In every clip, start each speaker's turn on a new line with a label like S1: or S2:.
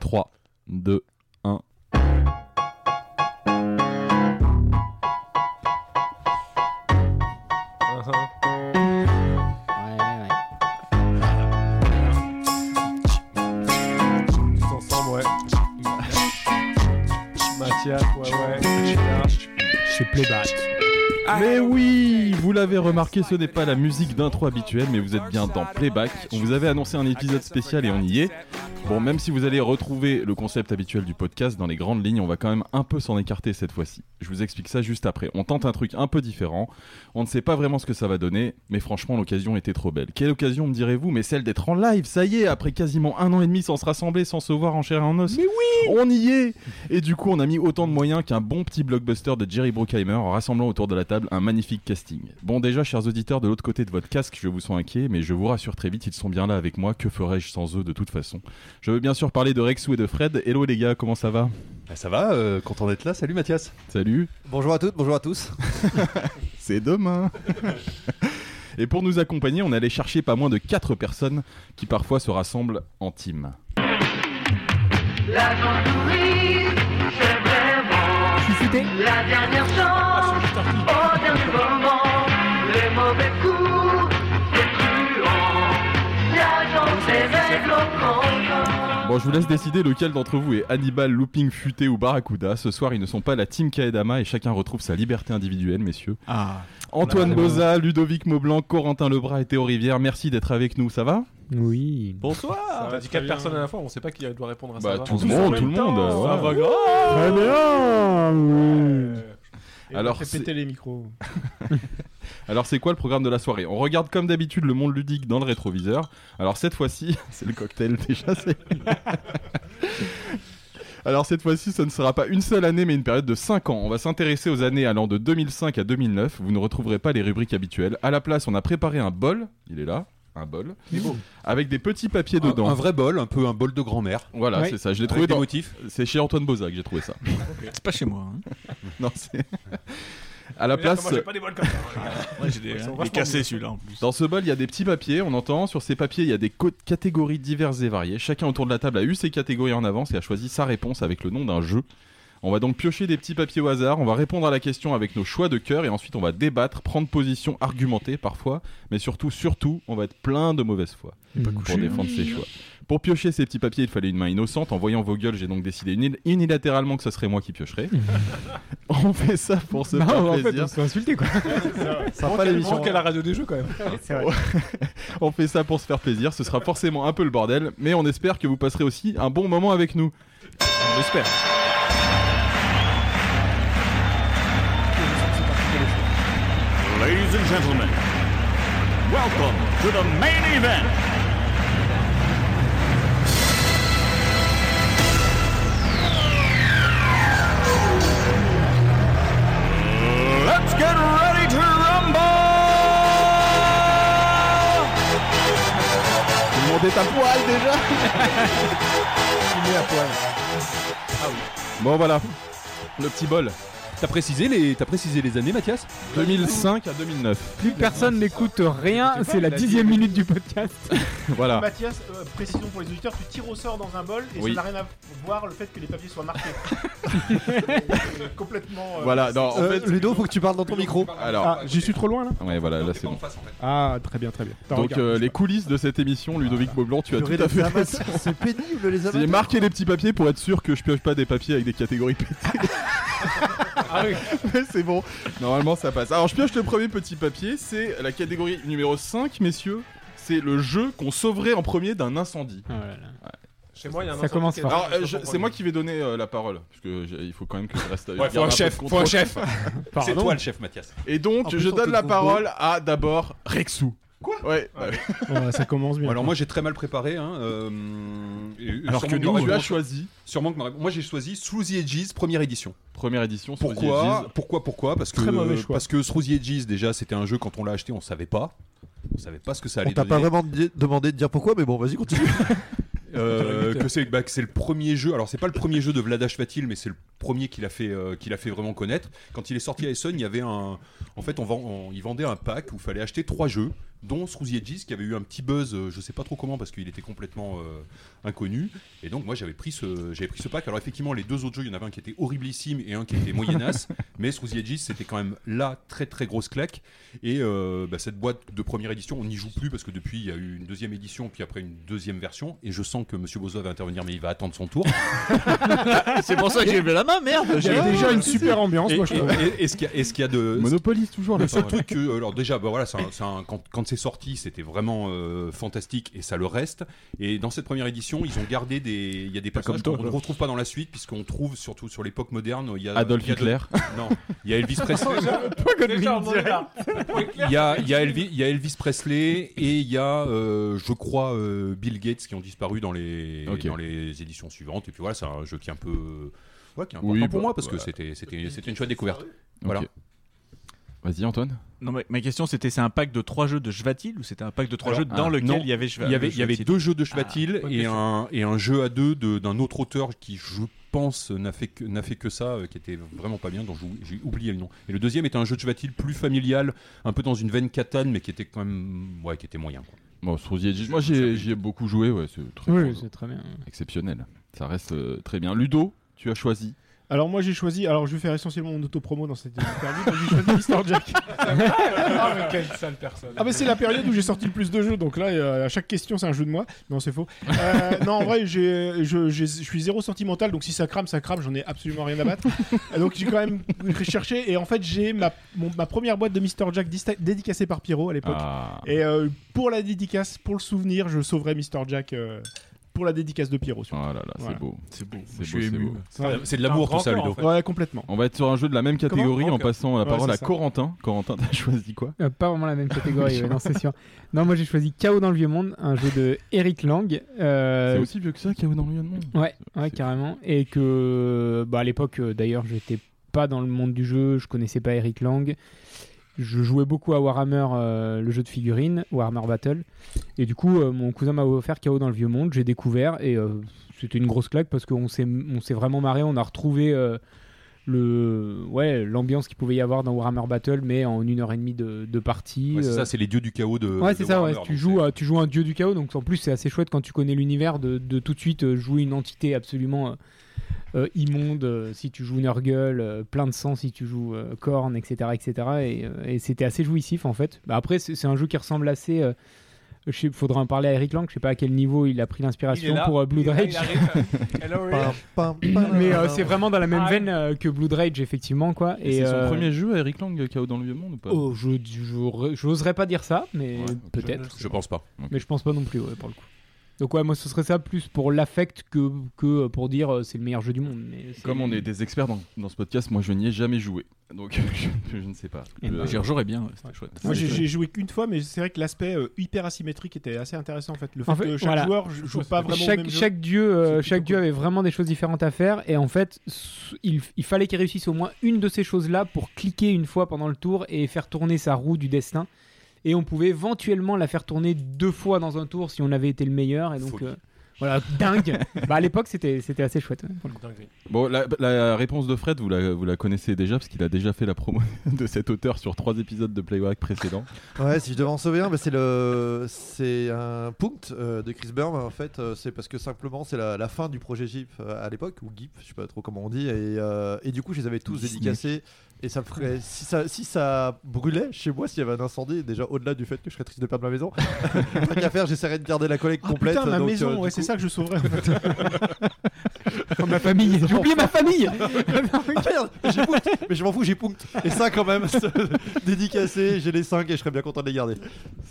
S1: 3, 2, 1.
S2: Ouais,
S3: Uh-huh.
S2: ouais, ouais.
S3: Tous ensemble, ouais. Mathias, ouais, ouais. Chila.
S4: Je suis playback.
S1: Mais oui, vous l'avez remarqué, ce n'est pas la musique d'intro habituelle, mais vous êtes bien dans Playback. On vous avait annoncé un épisode spécial et on y est. Bon, même si vous allez retrouver le concept habituel du podcast dans les grandes lignes, on va quand même un peu s'en écarter cette fois-ci. Je vous explique ça juste après. On tente un truc un peu différent. On ne sait pas vraiment ce que ça va donner, mais franchement, l'occasion était trop belle. Quelle occasion, me direz-vous, mais celle d'être en live, ça y est, après quasiment un an et demi sans se rassembler, sans se voir en chair et en os. Mais oui On y est et du coup, on a mis autant de moyens qu'un bon petit blockbuster de Jerry Bruckheimer en rassemblant autour de la table un magnifique casting. Bon, déjà, chers auditeurs, de l'autre côté de votre casque, je vous sens inquiet, mais je vous rassure très vite, ils sont bien là avec moi. Que ferais-je sans eux de toute façon Je veux bien sûr parler de Rexou et de Fred. Hello les gars, comment ça va
S5: Bah, ça va, euh, content d'être là. Salut Mathias.
S1: Salut
S6: Bonjour à toutes, bonjour à tous.
S1: C'est demain Et pour nous accompagner, on allait chercher pas moins de 4 personnes qui parfois se rassemblent en team.
S7: La gentouille, c'est vraiment la dernière chance. Au dernier moment, les mauvais coups, les truands, l'agent des règles au grand
S1: Bon, je vous laisse décider lequel d'entre vous est Hannibal, Looping, Futé ou Barracuda. Ce soir, ils ne sont pas la team Kaedama et chacun retrouve sa liberté individuelle, messieurs.
S4: Ah.
S1: Antoine
S4: Là, c'est
S1: Boza, Ludovic Maublanc, Corentin Lebras et Théo Rivière, merci d'être avec nous, ça va
S4: Oui.
S3: Ça
S5: Bonsoir.
S3: va, Ah, dit 4 personnes à la fois, on sait pas qui doit répondre à ça.
S1: Bah,
S3: va.
S1: tout le
S3: Tous en
S1: monde,
S3: même
S1: tout le
S3: temps,
S1: monde,
S3: Ça
S1: ouais.
S3: va grave.
S1: Alors,
S3: Alors,
S1: c'est-
S3: répétez les micros.
S1: Alors, c'est quoi le programme de la soirée On regarde comme d'habitude le monde ludique dans le rétroviseur. Alors, cette fois-ci, c'est le cocktail déjà, c'est. Alors cette fois-ci, ça ne sera pas une seule année, mais une période de 5 ans. On va s'intéresser aux années allant de 2005 à 2009. Vous ne retrouverez pas les rubriques habituelles. À la place, on a préparé un bol. Il est là, un bol, avec des petits papiers
S6: Un,
S1: dedans.
S6: un vrai bol, un peu un bol de grand-mère.
S1: Voilà,
S4: Ouais.
S1: c'est ça. Je l'ai
S6: Avec
S1: trouvé
S6: des
S1: dans.
S6: motifs.
S1: C'est chez Antoine Bozac que j'ai trouvé ça.
S4: C'est pas chez moi. hein.
S1: non, c'est. À la place.
S3: Moi, j'ai pas des bols comme ça.
S4: Moi, j'ai des-
S1: euh,
S3: Ils sont
S4: il est
S3: vachement
S4: cassé
S3: mieux.
S4: celui-là en plus.
S1: Dans ce bol, il y a des petits papiers, on entend. Sur ces papiers, il y a des co- catégories diverses et variées. Chacun autour de la table a eu ses catégories en avance et a choisi sa réponse avec le nom d'un jeu. On va donc piocher des petits papiers au hasard, on va répondre à la question avec nos choix de cœur et ensuite on va débattre, prendre position, argumenter parfois, mais surtout, surtout, on va être plein de mauvaise foi pour défendre ses choix. Pour piocher ces petits papiers, il fallait une main innocente. En voyant vos gueules, j'ai donc décidé uni- unilatéralement que ce serait moi qui piocherais. on fait ça pour se
S4: Non,
S1: faire
S4: Ah, en fait,
S1: plaisir.
S4: on se fait insulter quoi.
S3: Sympa l'émission. qu'à la radio des jeux quand même.
S1: On fait ça pour se faire plaisir, ce sera forcément un peu le bordel, mais on espère que vous passerez aussi un bon moment avec nous. On espère.
S8: Ladies and gentlemen, welcome to the main event. Let's get ready to rumble!
S1: Tout le monde est à poil déjà Bon voilà, le petit bol.
S6: T'as précisé, les... t'as précisé les années, Mathias
S1: 2005 à 2009.
S4: Plus personne n'écoute rien, c'est la dixième minute du podcast.
S1: Voilà.
S9: Mathias, euh, précision pour les auditeurs, tu tires au sort dans un bol et
S1: Oui.
S9: ça n'a rien à voir le fait que les papiers soient marqués. Euh, complètement. euh,
S1: Voilà, non, en
S6: Euh,
S1: fait...
S6: Ludo, faut que tu parles dans ton micro.
S1: Alors,
S4: Ah, j'y suis trop loin là
S1: ouais voilà, là c'est bon.
S4: Ah, très bien, très bien. Attends,
S1: Donc euh, les coulisses de cette émission, Ludovic Beaublanc, tu as tout à fait raison.
S6: C'est pénible les
S1: J'ai marqué les petits papiers pour être sûr que je pioche pas des papiers avec des catégories pétées.
S5: Ah
S1: Mais c'est bon, normalement ça passe. Alors je pioche le premier petit papier, c'est la catégorie numéro 5, messieurs. C'est le jeu qu'on sauverait en premier d'un incendie.
S4: Ah, voilà, là.
S3: Chez moi, il y a un
S4: Ça commence
S3: incendie qui est-
S4: fort.
S6: Ah,
S1: Alors euh, je- c'est moi qui vais donner euh, la parole, parce que j'ai- il faut quand même que je reste.
S5: Ouais, faut
S1: garde
S5: un
S1: peu
S5: chef,
S1: de
S5: faut un
S1: contrôle.
S5: chef.
S6: C'est
S4: Pardon.
S6: toi le chef, Mathias.
S1: Et donc
S6: En plus,
S1: je
S6: on te
S1: donne la
S6: trouve
S1: parole à d'abord Rexou. Quoi Ouais. bah
S4: Ouais, ça commence bien.
S6: Alors moi j'ai très mal préparé. Hein, euh, et-
S1: Alors que
S6: sûrement
S1: nous
S6: ma
S1: tu as
S6: réponse-
S1: choisi
S6: Sûrement que ma réponse- Moi j'ai choisi Sous the Edges, première édition.
S1: première édition. Sous The Edges.
S6: Pourquoi Pourquoi Pourquoi Parce que
S4: Très mauvais choix.
S6: parce que Through the Edges déjà c'était un jeu quand on l'a acheté on savait pas. On savait pas ce que ça allait
S10: On t'a
S6: donner.
S10: pas vraiment di- demandé de dire pourquoi, mais bon, vas-y, continue.
S6: Euh, que c'est bah, que c'est le premier jeu. Alors c'est pas le premier jeu de Vladash Vatil, mais c'est le premier qu'il a fait euh, qu'il a fait vraiment connaître. Quand il est sorti à Essen, il y avait un. En fait, on vend, on- il vendait un pack où il fallait acheter trois jeux. dont Srouziedjis qui avait eu un petit buzz, euh, je sais pas trop comment, parce qu'il était complètement euh, inconnu. Et donc moi j'avais pris ce j'avais pris ce pack. Alors effectivement les deux autres jeux, il y en avait un qui était horriblissime et un qui était moyenasse, mais Srouziedjis c'était quand même la très très grosse claque. Et euh, bah, cette boîte de première édition, on n'y joue plus parce que depuis il y a eu une deuxième édition, puis après une deuxième version. Et je sens que Monsieur Bozo va intervenir, mais il va attendre son tour.
S10: C'est pour ça que j'ai levé la main, merde.
S3: Il y a déjà une super ambiance,
S6: Et,
S3: moi je trouve.
S6: et- et- et ce qu'il y a- et ce qu'il y a de
S1: Monopoly, toujours la
S6: le seul
S1: parole.
S6: truc que, alors déjà, bah voilà, c'est un- c'est un- quand, quand c'est sorti, c'était vraiment euh, fantastique et ça le reste. Et dans cette première édition, ils ont gardé des, il y a des personnages
S1: comme
S6: qu'on
S1: toi,
S6: ne retrouve pas dans la suite, puisqu'on trouve surtout sur l'époque moderne, il y a
S1: Adolf
S6: Euh, il y a de-
S1: Hitler.
S6: Non, il y a Elvis Presley,
S3: Déjà, on en est là.
S6: il y a, il y a Elvi- il y a Elvis Presley et il y a, euh, je crois, euh, Bill Gates qui ont disparu dans les,
S1: Ok.
S6: dans les éditions suivantes. Et puis voilà, c'est un jeu qui est un peu, ouais, qui est important
S1: Oui,
S6: pour
S1: bah,
S6: moi parce
S1: voilà.
S6: que c'était, c'était, c'était une chouette découverte. Voilà.
S1: Ok. Vas-y, Antoine.
S8: Non, mais ma question c'était c'est un pack de trois jeux de Jvatil ou c'était un pack de trois
S6: Alors,
S8: jeux dans
S6: ah,
S8: lequel
S6: non.
S8: il y avait Ah, Jva-
S6: Il y avait,
S8: le
S6: il y avait
S8: Jvatil
S6: deux jeux de Schwatil
S3: bonne
S6: et,
S3: question.
S6: un, et un jeu à deux de- d'un autre auteur qui, je pense, n'a fait, que- n'a fait que ça, euh, qui était vraiment pas bien, dont j'ai- j'ai oublié le nom. Et le deuxième était un jeu de Schwatil plus familial, un peu dans une veine catane, mais qui était quand même ouais, qui était moyen. quoi.
S1: Bon, Srouziedjis, moi j'ai- j'y ai beaucoup joué, ouais, c'est très
S4: Oui,
S1: bon,
S4: c'est très bien.
S1: exceptionnel. Ça reste euh, très bien. Ludo, tu as choisi.
S2: Alors moi j'ai choisi, alors je vais faire essentiellement mon autopromo dans cette interview, moi, j'ai choisi Mister Jack.
S3: Ah, mais quelle sale personne.
S2: Ah mais c'est la période où j'ai sorti le plus de jeux, donc là euh, à chaque question c'est un jeu de moi. Non c'est faux. Euh, non en vrai j'ai- je j'ai- je suis zéro sentimental, donc si ça crame ça crame, j'en ai absolument rien à battre. Euh, donc j'ai quand même cherché et en fait j'ai ma, mon- ma première boîte de Mister Jack dista- dédicacée par Pierrot à l'époque.
S1: Ah.
S2: Et euh, pour la dédicace, pour le souvenir, je sauverai Mister Jack euh, pour la dédicace de Pierrot.
S1: Oh
S2: surtout.
S1: là là,
S2: Voilà.
S1: c'est beau.
S8: C'est beau.
S1: C'est beau, c'est beau.
S8: Ah,
S2: Ouais.
S6: C'est de l'amour
S3: Un grand
S6: tout ça,
S3: corps,
S6: Ludo.
S3: en fait.
S2: ouais complètement.
S1: On va être sur un jeu de la même catégorie
S3: Comment
S1: en passant la
S2: Ouais,
S1: parole
S2: c'est
S1: à
S2: ça.
S1: Corentin. Corentin, t'as choisi quoi
S4: Euh, pas vraiment la même catégorie, ouais, non, c'est sûr. Non, moi j'ai choisi Chaos dans le Vieux Monde, un jeu de Eric Lang. euh,
S1: C'est aussi vieux que ça qu'il y a dans le vieux monde.
S4: Ouais, ouais
S1: c'est-
S4: carrément. Et que, bah, à l'époque, euh, d'ailleurs, j'étais pas dans le monde du jeu, je connaissais pas Eric Lang. Je jouais beaucoup à Warhammer, euh, le jeu de figurines, Warhammer Battle. Et du coup, euh, mon cousin m'a offert Chaos dans le Vieux Monde, j'ai découvert et euh, c'était une grosse claque parce qu'on s'est on s'est vraiment marré, on a retrouvé euh, le ouais l'ambiance qu'il pouvait y avoir dans Warhammer Battle, mais en une heure et demie de, de partie.
S6: Ouais, c'est
S4: euh,
S6: ça, c'est les dieux du chaos de.
S4: Ouais,
S6: de
S4: c'est ça, ouais.
S6: Warhammer,
S4: tu,
S6: donc
S4: joues, à- tu joues un dieu du chaos, donc en plus c'est assez chouette quand tu connais l'univers de, de tout de suite euh, jouer une entité absolument euh, euh, immonde euh, si tu joues Nurgle, euh, plein de sang si tu joues euh, Korn, etc. etc. et euh, et c'était assez jouissif en fait. Bah, après, c'est c'est un jeu qui ressemble assez. euh, je sais- faudra en parler à Eric Lang, je sais pas à quel niveau il a pris
S3: Il est
S4: l'inspiration
S3: là,
S4: pour euh, Blood
S3: il est là,
S4: Rage.
S3: il arrive. Hello, Ray.
S10: Pam, pam, pam.
S4: Mais euh, c'est vraiment dans la même
S3: Ah,
S4: veine euh, que Blood Rage, effectivement. quoi.
S1: Et c'est
S4: euh,
S1: son premier jeu à Eric Lang, Chaos dans le vieux monde ou pas
S4: Oh, je je- j'oserais pas dire ça, mais
S1: Ouais, ok.
S4: peut-être.
S6: Je pense pas.
S4: Mais je pense pas non plus, ouais, pour le coup. Donc ouais, moi ce serait ça plus pour l'affect que, que pour dire euh, c'est le meilleur jeu du monde. Mais c'est-
S1: Comme on est des experts dans, dans ce podcast, moi je n'y ai jamais joué. Donc je, je ne sais pas. Euh,
S4: Et
S1: Le-
S11: Ah,
S4: bah,
S8: J'y rejouerais bien, ouais, c'était chouette.
S2: Moi j'ai- j'ai joué qu'une fois, mais c'est vrai que l'aspect euh, hyper asymétrique était assez intéressant en fait. Le fait,
S4: En fait,
S2: que chaque
S4: voilà.
S2: joueur jou- joue pas vraiment au
S4: chaque,
S2: même jeu.
S4: chaque dieu, euh,
S2: C'est plutôt
S4: chaque dieu
S2: cool.
S4: avait vraiment des choses différentes à faire et en fait s- il, il fallait qu'il réussisse au moins une de ces choses là pour cliquer une fois pendant le tour et faire tourner sa roue du destin et on pouvait éventuellement la faire tourner deux fois dans un tour si on avait été le meilleur et donc
S6: Folie.
S4: euh, voilà dingue bah à l'époque c'était c'était assez chouette ouais, pour le coup.
S1: Bon, la, la réponse de Fred, vous la, vous la connaissez déjà parce qu'il a déjà fait la promo de cet auteur sur trois épisodes de Playback précédents.
S10: Ouais, si je devais en sauver un, bah, c'est le, c'est un punct euh, de Chris Burm. En fait, euh, c'est parce que simplement c'est la, la fin du projet GIP euh, à l'époque ou GIP, je sais pas trop comment on dit. Et, euh, et du coup, je les avais tous
S1: Disney.
S10: dédicacés. Et ça me ferait, si ça, si ça brûlait chez moi, s'il y avait un incendie, déjà au-delà du fait que je serais triste de perdre ma maison, tant qu'à faire, j'essaierais de garder la collecte
S1: Oh,
S2: Ah,
S10: complète.
S2: putain, ma
S10: donc,
S2: maison,
S10: euh, du
S2: ouais, c'est
S10: coup-
S2: ça que je sauverais. en fait.
S4: Oh, ma famille j'ai oublié ma famille
S10: Ah merde, j'ai punct, mais je m'en fous, j'ai punct. Et ça, quand même, dédicacé, j'ai les 5 et je serais bien content de les garder.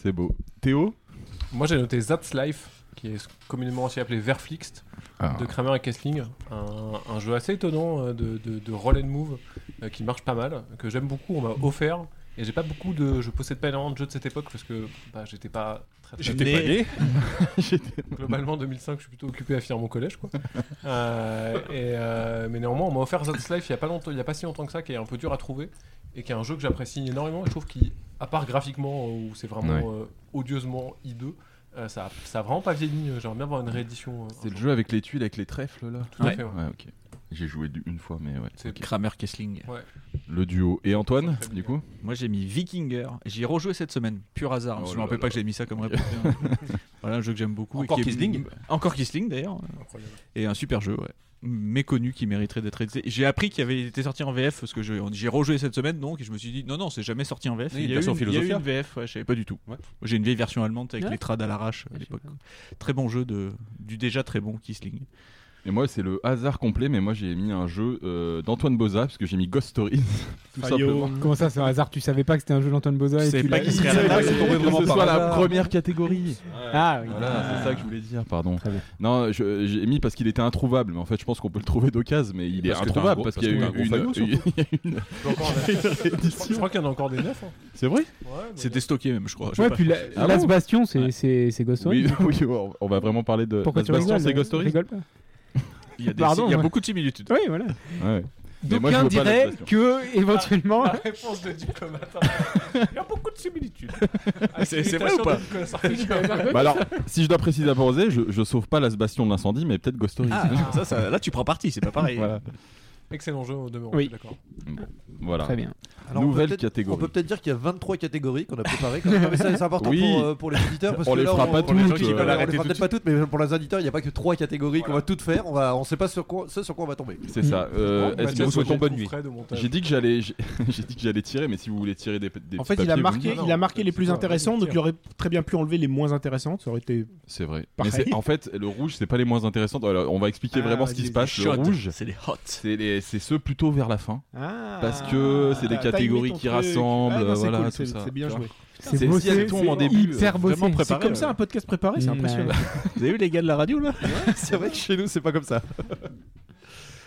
S1: C'est beau. Théo
S3: Moi j'ai noté That's Life, qui est communément aussi appelé Verflixt,
S1: Ah.
S3: de Kramer et Kessling. Un, un jeu assez étonnant euh, de, de- de roll and move euh, qui marche pas mal, que j'aime beaucoup, on m'a offert. Et j'ai pas beaucoup de. Je possède pas énormément de jeux de cette époque parce que bah, j'étais pas très. très
S6: J'étais
S3: né.
S6: pas gay.
S3: Globalement, en 2005, je suis plutôt occupé à finir mon collège, quoi. Euh, et, euh, mais néanmoins, on m'a offert That's Life il y a pas longtemps, il y a pas si longtemps que ça, qui est un peu dur à trouver et qui est un jeu que j'apprécie énormément. Je trouve qu'il, à part graphiquement où c'est vraiment
S1: Ouais.
S3: euh, odieusement hideux, euh, ça, ça a vraiment pas vieilli. J'aimerais bien avoir une réédition. euh, un
S1: C'est le
S3: jour.
S1: jeu avec les tuiles, avec les trèfles là
S3: Tout à fait, ouais.
S1: Ouais, ok. J'ai joué du- une fois, mais ouais.
S3: C'est-
S1: ok.
S8: Kramer Kessling.
S1: Le le duo. Et Antoine, du coup
S11: Moi j'ai mis Vikinger. J'y ai rejoué cette semaine, pur hasard. hein,
S1: Oh
S11: je
S1: là
S11: me rappelle
S1: là
S11: pas
S1: là.
S11: que j'ai mis ça comme
S1: Ok.
S11: réponse. voilà, un jeu que j'aime beaucoup.
S6: Encore
S11: et qui est-
S6: Kisling
S11: Encore Kisling d'ailleurs. Et un super jeu, ouais. Méconnu qui mériterait d'être édité. J'ai appris qu'il avait été sorti en VF parce que je- j'ai rejoué cette semaine donc et je me suis dit non, non, c'est jamais sorti en VF.
S6: Oui,
S11: il,
S6: une
S11: y a eu
S6: version
S11: une, il y a eu
S6: Philosophia.
S11: une VF, ouais, je savais pas du tout.
S6: Ouais.
S11: J'ai une vieille version allemande avec
S4: Ouais.
S11: les trades à l'arrache
S4: Ah,
S11: à l'époque. Très bon jeu de, du déjà très bon Kisling.
S1: Et moi, c'est le hasard complet, mais moi j'ai mis un jeu euh, d'Antoine Boza, parce que j'ai mis Ghost Stories, tout simplement.
S4: Comment ça, c'est un hasard Tu savais pas que c'était un jeu d'Antoine Boza
S11: Tu
S4: et
S11: savais
S4: tu
S11: pas
S4: l'as-
S11: qu'il serait à la
S4: Tu
S11: base,
S4: l'as-
S11: c'est tombé
S1: Que
S11: vraiment
S1: ce
S11: par
S1: soit la
S11: hasard.
S1: première catégorie.
S4: Ah oui.
S1: Voilà,
S4: Ah.
S1: c'est ça que je voulais dire, pardon.
S4: Très bien.
S1: Non, je- j'ai mis parce qu'il était introuvable, mais en fait, je pense qu'on peut le trouver d'occasion, mais il est
S6: Parce que t'as un
S1: introuvable
S6: gros-
S1: parce
S6: parce
S1: qu'il y a eu
S6: que t'as un
S1: une.
S6: gros faillot,
S1: une-
S6: surtout.
S1: il y a eu une-
S3: Je peux encore en- Je crois qu'il y en a encore des neufs. hein.
S1: C'est vrai
S3: Ouais, bah,
S11: C'était stocké même, je crois. Je sais
S4: Ouais,
S11: pas.
S4: puis la-
S1: Ah
S4: Last
S1: bon
S4: Bastion, c'est c'est- c'est Ghost Story.
S1: Oui, oui, on on va vraiment parler de.
S4: Pourquoi
S1: Last
S4: tu
S1: Bastion,
S4: rigoles euh,
S1: c'est Ghost Story
S4: Rigole pas.
S11: Il y a, des-
S4: Pardon,
S11: il y a
S4: ouais.
S11: beaucoup de similitudes.
S4: Oui, voilà.
S1: Ouais. Mais moi, je
S4: D'aucuns
S1: veux pas Last
S4: diraient
S1: Bastion. Ah,
S4: que, éventuellement,
S3: La réponse de diplomate. Il y a beaucoup de similitudes. Avec
S11: C'est- c'est vrai
S3: l'imitation
S11: ou pas
S3: de Nicolas Sarkozy.
S1: Bah alors, si je dois préciser à Borzé, je, je sauve pas la Bastion de l'incendie, mais peut-être Ghost Stories.
S11: Ah, ça, ça- là tu prends parti, c'est pas pareil.
S1: Voilà.
S3: Excellent jeu au demeurant,
S4: Oui.
S3: je suis d'accord.
S1: Voilà.
S4: très bien.
S10: Alors, on peut
S1: Nouvelle
S10: peut-être-
S1: catégorie.
S10: On peut peut-être dire qu'il y a 23 catégories qu'on a préparées. quand même. Non, mais ça, c'est important
S1: Oui.
S10: pour, euh, pour les auditeurs. Parce
S1: On
S10: que
S1: les
S10: là,
S1: fera pas
S10: pour les gens
S1: toutes,
S10: qui
S1: euh,
S10: veulent, on les
S11: arrêter
S10: fera
S11: tout
S10: peut-être pas toutes, mais pour les auditeurs, il n'y a pas que 3 catégories qu'on va toutes faire. On va, on sait pas sur quoi, ce sur quoi on va tomber.
S1: C'est ça. Euh,
S3: Oh,
S1: Est-ce que
S3: Mathias,
S1: vous souhaitez
S3: j'ai
S1: bonne
S3: tout
S1: nuit
S3: frais de montage.
S1: J'ai dit que j'allais, j'ai j'ai dit que j'allais tirer, mais si vous voulez tirer des, des
S2: En
S1: petits
S2: fait, il
S1: papiers, vous
S2: a
S1: me
S2: marqué,
S1: dites.
S2: il a marqué les plus
S3: c'est
S2: intéressants,
S3: pas-
S2: donc il aurait très bien pu enlever les moins intéressantes. Ça aurait été.
S1: C'est vrai. Mais
S2: Pareil.
S1: c'est- en fait, le rouge, c'est pas les moins intéressants. Alors, on va expliquer
S2: Ah,
S1: vraiment ce qui
S2: vas-y,
S1: se passe. Le
S11: Shot,
S1: rouge,
S11: c'est les hot.
S1: c'est les- c'est ceux plutôt vers la fin, parce que c'est des
S2: Ah, t'as
S1: catégories
S2: aimé ton
S1: qui
S2: truc.
S1: rassemble,
S2: Ah, non, c'est
S1: voilà,
S2: cool,
S1: tout
S2: c'est-
S1: ça.
S2: C'est bien
S1: Tu vois.
S2: joué.
S1: C'est
S4: C'est bossé,
S1: si elle tombe en
S4: c'est
S1: début, euh,
S4: hyper bossé.
S1: vraiment préparé.
S2: C'est comme ça un podcast préparé, c'est
S4: Mm,
S2: impressionnant.
S11: Vous avez vu les gars de la radio là
S10: C'est vrai que chez nous, c'est pas comme ça.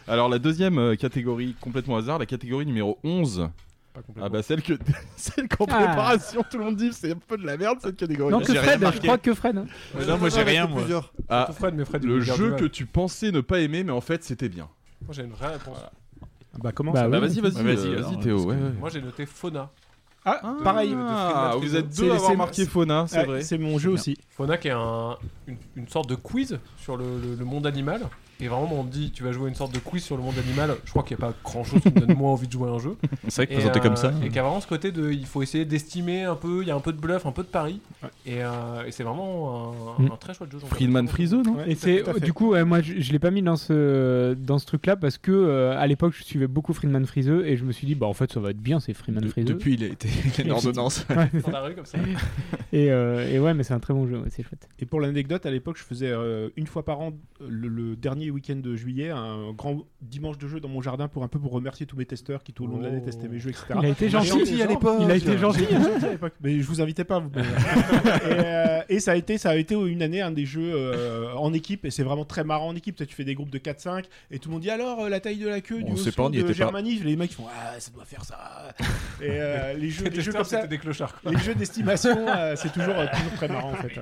S1: Alors, la deuxième euh, catégorie, complètement au hasard, la catégorie numéro 11.
S3: Pas complètement.
S1: Ah bah, celle que celle qu'en
S4: Ah.
S1: préparation, tout le monde dit, c'est un peu de la merde cette catégorie.
S4: Non, que
S1: J'ai rien
S4: Fred, je
S1: marqué.
S4: crois que Fred. hein.
S11: Non, moi j'ai rien
S10: Avec
S11: moi.
S10: plusieurs.
S1: bah. Ah,
S3: Surtout Fred, mais Fred, il
S1: le
S3: me garde
S1: jeu
S3: mal.
S1: que tu pensais ne pas aimer, mais en fait, c'était bien.
S3: Moi j'ai une vraie réponse.
S1: Ah.
S2: Bah, comment
S4: Bah
S2: ça
S1: Bah,
S4: oui.
S1: vas-y, vas-y,
S11: Ouais, vas-y,
S1: euh,
S11: alors,
S1: vas-y, Théo.
S11: parce
S1: ouais,
S11: que
S1: ouais.
S3: Moi j'ai noté Fauna.
S2: Ah, pareil.
S1: Ah, vous êtes
S2: C'est-
S1: deux à avoir
S2: c'est-
S1: marqué Fauna, c'est
S2: Ouais,
S1: vrai.
S2: C'est mon jeu aussi.
S3: Fauna qui est un- une, une sorte de quiz sur le, le- le monde animal. Et vraiment, on me dit, tu vas jouer une sorte de quiz sur le monde animal. Je crois qu'il n'y a pas grand chose qui me donne moins envie de jouer à un jeu.
S11: C'est vrai que
S3: Et,
S11: présenté
S3: euh,
S11: comme ça. hein.
S3: Et qui a vraiment ce côté de. Il faut essayer d'estimer un peu, il y a un peu de bluff, un peu de pari. Et, euh, et c'est vraiment un,
S4: Mm.
S3: un très chouette jeu. j'en
S1: Friedman
S3: parle.
S1: Friso, non
S4: Et c'est
S2: tout à fait.
S4: du coup, euh, moi, je, je l'ai pas mis dans ce dans ce truc-là parce que euh, à l'époque, je suivais beaucoup Friedman Freeze et je me suis dit, bah en fait, ça va être bien, c'est Friedman
S11: De-
S4: Freeze.
S11: depuis il a été une ordonnance.
S3: Dans la rue, comme ça.
S4: Et, euh, et ouais, mais c'est un très bon jeu, ouais, c'est chouette.
S2: Et pour l'anecdote, à l'époque, je faisais euh, une fois par an, le, le dernier week-end de juillet, un grand dimanche de jeu dans mon jardin pour un peu pour remercier tous mes testeurs qui tout au long de l'année
S3: Oh.
S2: testaient mes jeux, etc.
S4: Il a été
S2: Gentil,
S4: gentil.
S2: à l'époque.
S4: Il a été gentil.
S2: J'étais gentil à l'époque, mais je vous invitais pas. vous. et, euh, et ça a été, ça a été une année un des jeux euh, en équipe, et c'est vraiment très marrant en équipe. Tu sais, Tu fais des groupes de 4-5, et tout le monde dit alors euh, la taille de la queue
S11: On
S2: du
S11: sait
S2: Oslo,
S11: pas, on y
S2: de
S11: était pas.
S2: Germanie. Les mecs ils font ah ça doit faire ça. Et euh, les jeux,
S3: Les
S2: les jeux
S3: testeurs,
S2: comme ça,
S3: c'était des clochards. quoi.
S2: les jeux d'estimation, euh, c'est toujours, euh, toujours très marrant en fait.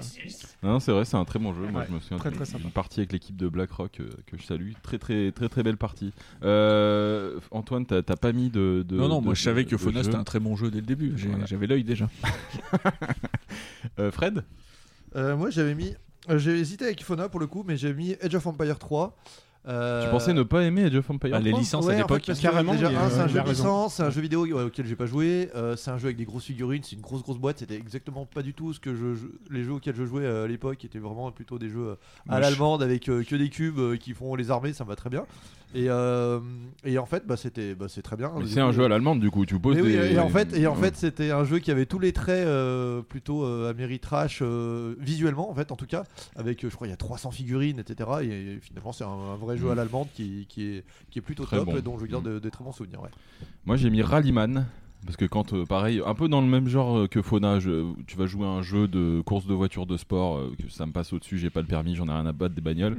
S1: Non, c'est vrai, c'est un très bon jeu. Moi,
S2: Ouais,
S1: je me souviens
S2: très,
S1: d'une-
S2: très sympa.
S1: d'une partie avec l'équipe de BlackRock euh, que je salue. Très, très, très, très belle partie. Euh, Antoine, t'as t'as pas mis de. de-
S11: non, non,
S1: de-
S11: moi je savais
S1: de-
S11: que
S1: de
S11: Fauna
S1: jeu.
S11: c'était un très bon jeu dès le début. J'ai-
S1: Voilà.
S11: J'avais l'œil déjà.
S1: Euh, Fred
S10: Euh, moi, j'avais mis. euh, J'ai hésité avec Fauna pour le coup, mais j'ai mis Edge of Empire 3. Euh,
S1: Tu pensais ne pas aimer Age of Empire
S11: Bah, les
S1: 3?
S11: licences
S10: Ouais,
S11: à
S10: en
S11: l'époque.
S10: fait, parce que
S2: carrément,
S10: déjà,
S2: il y a-
S10: un, c'est
S2: il y
S10: un
S2: a
S10: jeu
S2: raison.
S10: licence, c'est un jeu vidéo ouais, auquel j'ai pas joué, euh, c'est un jeu avec des grosses figurines, c'est une grosse grosse boîte, c'était exactement pas du tout ce que je, je- les jeux auxquels je jouais euh, à l'époque, qui étaient vraiment plutôt des jeux euh, à
S11: Moche.
S10: l'allemande avec euh, que des cubes euh, qui font les armées, ça me va très bien. Et, euh, et en fait, bah, c'était bah, c'est très bien.
S1: Mais
S10: Du
S1: c'est un
S10: coup,
S1: jeu à l'allemande, du coup. Tu poses
S10: mais oui,
S1: des-
S10: et en fait, et en
S1: Ouais.
S10: fait, c'était un jeu qui avait tous les traits euh, plutôt euh, Ameritrash euh, visuellement en fait, en tout cas, avec euh, je crois il y a 300 figurines, etc. Et, euh, finalement, c'est un, un vrai jeu à l'allemande qui, qui est qui est plutôt
S1: Mm. Très
S10: top
S1: bon. Mm.
S10: et dont je garde de, de très bons souvenirs. ouais.
S1: Moi, j'ai mis Rallyman. Parce que quand, euh, pareil, un peu dans le même genre euh, que Fauna, je- tu vas jouer à un jeu de course de voiture de sport, euh, que ça me passe au-dessus, j'ai pas le permis, j'en ai rien à battre des bagnoles.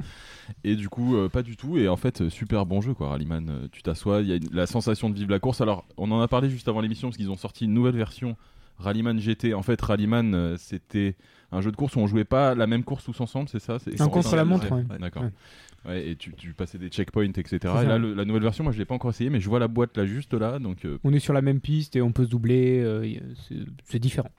S1: Et du coup, euh, pas du tout. Et en fait, euh, super bon jeu, quoi, Rallyman. Euh, Tu t'assois, il y a une- la sensation de vivre la course. Alors, on en a parlé juste avant l'émission, parce qu'ils ont sorti une nouvelle version, Rallyman GT. En fait, Rallyman, euh, c'était un jeu de course où on jouait pas la même course tous ensemble, c'est ça C'est
S4: Un contre-la-montre,
S1: Ouais,
S4: ouais.
S1: D'accord.
S4: Ouais.
S1: Ouais, et tu, tu passais des checkpoints, etc.
S4: ça.
S1: Et là, le- la nouvelle version, moi, je l'ai pas encore essayé, mais je vois la boîte là, juste là, donc euh,
S4: On est sur la même piste et on peut se doubler. euh, y a- c'est- c'est différent.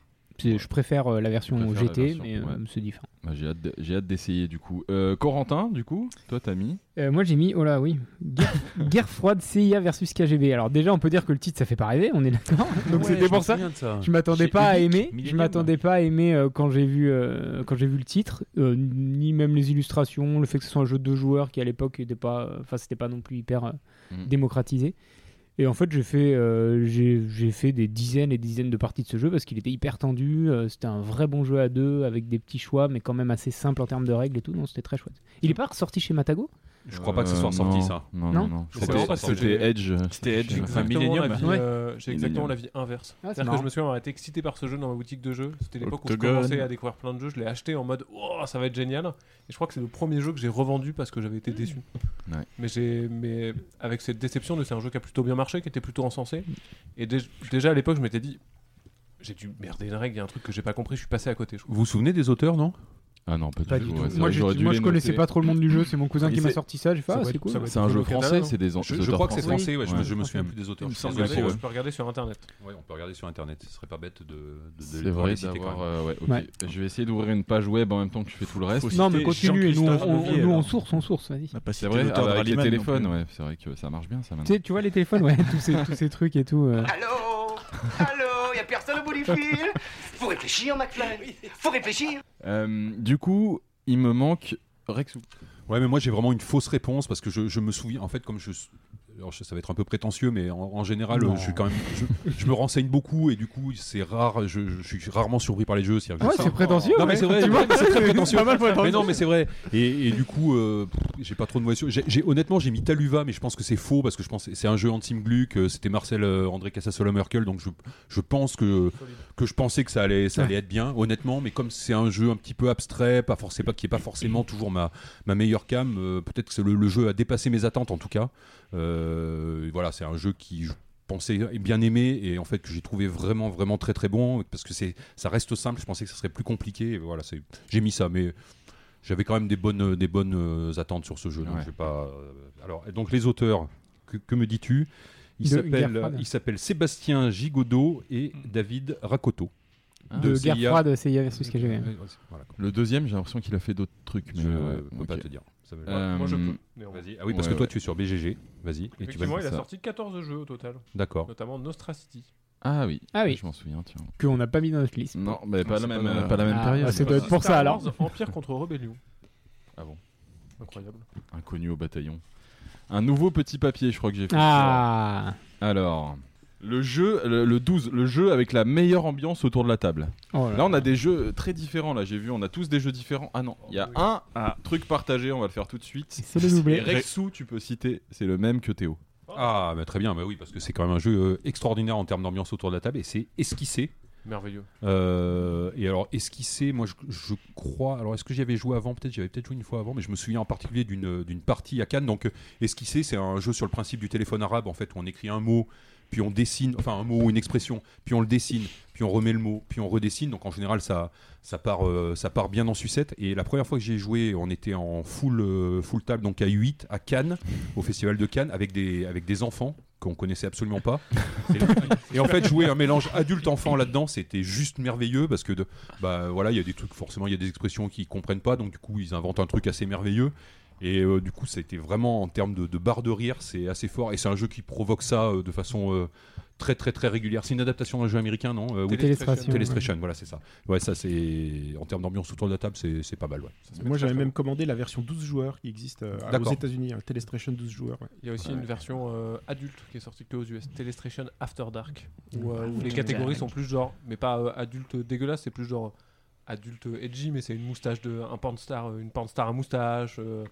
S4: C'est- Je préfère euh, la version
S1: Je préfère la
S4: GT,
S1: version,
S4: mais euh,
S1: ouais.
S4: c'est différent.
S1: Bah, j'ai hâte de- j'ai hâte d'essayer du coup. Euh, Corentin, du coup, toi t'as mis
S4: Euh, moi j'ai mis, oh là oui, guerre, Guerre froide CIA versus KGB. Alors déjà on peut dire que le titre ça fait pas rêver, on est d'accord. Donc
S11: Ouais,
S4: c'était
S11: je me
S4: pour ça.
S11: souviens de ça.
S4: Je m'attendais
S11: Chez
S4: pas à
S11: Ubique,
S4: aimer. Je
S11: Millennium.
S4: m'attendais pas à aimer euh, quand j'ai vu euh, quand j'ai vu le titre, euh, ni même les illustrations, le fait que ce soit un jeu de deux joueurs qui à l'époque était pas, euh, enfin c'était pas non plus hyper euh,
S1: Mm.
S4: démocratisé. Et en fait j'ai fait euh, j'ai j'ai fait des dizaines et des dizaines de parties de ce jeu parce qu'il était hyper tendu. euh, c'était un vrai bon jeu à deux avec des petits choix, mais quand même assez simple en termes de règles et tout. Donc c'était très chouette. Il est pas ressorti chez Matago
S1: Ah,
S6: Je crois pas que ce soit ressorti,
S1: Euh, non.
S6: ça.
S1: Non,
S4: Non
S1: non, non.
S3: Je
S1: C'était-
S3: crois pas parce que
S1: C'était
S3: j'ai-
S1: Edge. euh,
S11: C'était Edge,
S1: je- Ouais.
S11: enfin,
S3: Exactement
S11: Millennium.
S3: la vie,
S11: Ouais.
S3: euh, J'ai exactement la
S1: Millennium.
S3: vie inverse.
S4: Ah, c'est
S3: C'est-à-dire que
S4: marrant.
S3: je me souviens avoir été excité par ce jeu dans ma boutique de jeux. C'était l'époque où je
S11: Octogone.
S3: commençais à découvrir plein de jeux. Je l'ai acheté en mode oh, ça va être génial. Et je crois que c'est le premier jeu que j'ai revendu parce que j'avais été déçu.
S1: Ouais.
S3: Mais, j'ai, mais avec cette déception de c'est un jeu qui a plutôt bien marché, qui était plutôt encensé. Et déj- déjà à l'époque, je m'étais dit j'ai dû merder une règle, il y a un truc que j'ai pas compris, je suis passé à côté. Je crois.
S6: Vous vous souvenez des auteurs, non
S1: Ah non, pas du,
S4: Pas du
S1: tout.
S4: tout.
S1: ouais, c'est
S4: moi
S1: vrai,
S4: j'ai-
S1: j'aurais dû
S4: moi,
S1: les
S4: je connaissais
S1: noter.
S4: pas trop le monde du jeu. C'est mon cousin
S1: Il
S4: qui m'a
S1: s'est-
S4: sorti ça. J'ai fait ah, c'est cool.
S1: C'est un jeu français, c'est des an-
S6: Je,
S1: des
S6: je
S1: auteurs
S6: crois que c'est
S1: français.
S6: français, ouais, je, me,
S1: Ouais.
S6: je me souviens plus des auteurs.
S1: Il me semble
S6: Je
S1: que
S6: sais,
S1: c'est,
S6: ouais.
S1: ouais.
S3: Je peux regarder sur internet.
S6: Ouais, on peut regarder sur internet, ce serait pas bête de, de, de
S1: C'est
S6: de
S1: vrai
S6: les citer quand
S1: d'avoir.
S6: même.
S1: euh, ouais, ok.
S4: Ouais.
S1: Je vais essayer d'ouvrir une page web en même temps que je fais tout le reste.
S4: Non mais continue et nous on,
S11: Christophe
S4: on-
S11: Louvier,
S4: nous, on
S11: alors.
S4: source, on source, vas-y.
S11: On a pas
S1: C'est
S11: cité
S1: vrai, ah,
S11: l'auteur de
S1: avec les
S11: Rayman non
S1: téléphones,
S11: plus.
S1: ouais, c'est vrai que ça marche bien ça
S4: Tu
S1: maintenant.
S4: sais, tu vois les téléphones, ouais, tous ces, tous ces trucs et tout. euh.
S7: Allô Allô Y'a personne au bout du fil Faut réfléchir, McFly Faut réfléchir
S1: Euh, du coup, il me manque Rexou.
S6: Ouais, mais moi j'ai vraiment une fausse réponse parce que je, je me souviens, en fait, comme je. alors, je- ça va être un peu prétentieux, mais en, en général,
S4: Non.
S6: euh, je, suis quand même, je, je me renseigne beaucoup et du coup, c'est rare, je, je suis rarement surpris par les jeux. c'est-à-dire que
S4: Ouais,
S6: je sais-
S4: c'est prétentieux.
S6: Non,
S4: ouais,
S6: mais c'est vrai,
S4: tu vois.
S6: mais c'est très prétentieux.
S4: Pas mal pour être
S6: Mais non,
S4: prétentieux.
S6: mais c'est vrai. Et, et du coup, euh, pff, j'ai pas trop de notion. J'ai- j'ai- honnêtement, j'ai mis Taluva, mais je pense que c'est faux parce que je pense que c'est un jeu anti Gluck. euh, C'était Marcel euh, André Casasola Merkel, donc je, je pense que, que je pensais que ça allait, ça allait être bien, honnêtement. Mais comme c'est un jeu un petit peu abstrait, pas forcément, qui est pas forcément toujours ma, ma meilleure cam, euh, peut-être que le, le jeu a dépassé mes attentes en tout cas. Euh, voilà, c'est un jeu qui je pensais bien aimé et en fait que j'ai trouvé vraiment vraiment très très bon parce que c'est ça reste simple. Je pensais que ça serait plus compliqué. Et voilà, c'est j'ai mis ça, mais j'avais quand même des bonnes des bonnes euh, attentes sur ce jeu. Donc
S1: Ouais.
S6: je vais pas. euh, alors et donc les auteurs, que, que me dis-tu il
S4: De
S6: s'appelle,
S4: Gerfrad.
S6: il s'appelle Sébastien Gigodeau et
S1: Hmm.
S6: David Rakoto.
S1: Ah.
S4: De
S6: CIA.
S4: guerre froide, CIA versus
S6: Ouais,
S4: KGB.
S6: ouais, voilà, quoi.
S1: Le deuxième, j'ai l'impression qu'il a fait d'autres trucs. Mais
S6: Je
S1: euh,
S6: peux pas
S1: ok.
S6: te dire. Ça va-
S1: Euh,
S3: Moi je peux. néanmoins.
S6: Vas-y. Ah oui, parce
S1: Ouais,
S6: que toi,
S1: ouais.
S6: tu es sur BGG. Vas-y. Et tu vas
S3: Effectivement, il a
S1: ça.
S3: sorti 14 jeux au total,
S6: D'accord.
S3: notamment Nostracity.
S1: Ah oui.
S4: Ah oui.
S1: Je m'en souviens, tiens.
S4: Qu'on n'a pas mis dans notre liste.
S1: Non, mais pas,
S6: c'est
S1: la
S6: pas
S1: même, euh,
S6: dans la-
S1: pas la même
S4: Ah,
S1: période.
S4: bah, c'est doit être pour
S3: Star
S4: ça, alors.
S3: Wars, Empire contre Rebellion.
S1: Ah bon.
S3: Incroyable.
S1: Inconnu au bataillon. Un nouveau petit papier, je crois que j'ai fait.
S4: Ah
S1: Alors, le jeu, le, le 12, le jeu avec la meilleure ambiance autour de la table.
S4: Oh là
S1: Là, on a des jeux très différents. Là, j'ai vu, on a tous des jeux différents. Ah non, il y a un truc partagé, on va le faire tout de suite.
S4: C'est le
S1: Et
S4: doublé.
S1: Rexou, tu peux citer, c'est le même que Théo.
S6: Ah, bah, très bien. Bah oui, parce que c'est quand même un jeu euh, extraordinaire en termes d'ambiance autour de la table et c'est esquissé.
S3: Merveilleux.
S6: Euh, et alors, esquissé, moi, je, je crois. Alors, est-ce que j'y avais joué avant Peut-être, j'avais peut-être joué une fois avant, mais je me souviens en particulier d'une euh, d'une partie à Cannes. Donc, euh, esquissé, c'est un jeu sur le principe du téléphone arabe, en fait, où on écrit un mot, puis on dessine, enfin, un mot ou une expression, puis on le dessine, puis on remet le mot, puis on redessine. Donc, en général, ça, ça part, euh, ça part bien en sucette. Et la première fois que j'y ai joué, on était en full, euh, full table, donc à 8 à Cannes, au festival de Cannes, avec des, avec des enfants qu'on connaissait absolument pas. Et, et en fait, jouer un mélange adulte-enfant là-dedans, c'était juste merveilleux parce que, de, bah voilà, il y a des trucs, forcément, il y a des expressions qu'ils comprennent pas, donc du coup, ils inventent un truc assez merveilleux. Et euh, du coup, ça a été vraiment en termes de, de barre de rire, c'est assez fort. Et c'est un jeu qui provoque ça euh, de façon euh, très, très, très régulière. C'est une adaptation d'un jeu américain, non Euh, ou-
S4: Télestration.
S6: Telestration, voilà, c'est ça. Ouais, ça, c'est. En termes d'ambiance autour de la table, c'est c'est pas mal, ouais.
S2: Moi j'avais même commandé la version 12 joueurs qui existe euh, aux
S6: D'accord.
S2: États-Unis, hein, Telestration 12 joueurs. ouais.
S3: Il y a aussi une version euh, adulte qui est sortie que aux US, Telestration After Dark, où, euh,
S2: Ah,
S3: où les catégories sont plus genre, mais pas euh, adulte dégueulasse, c'est plus genre euh, adulte edgy, mais c'est une moustache de un porn star, euh, une porn star à moustache, euh,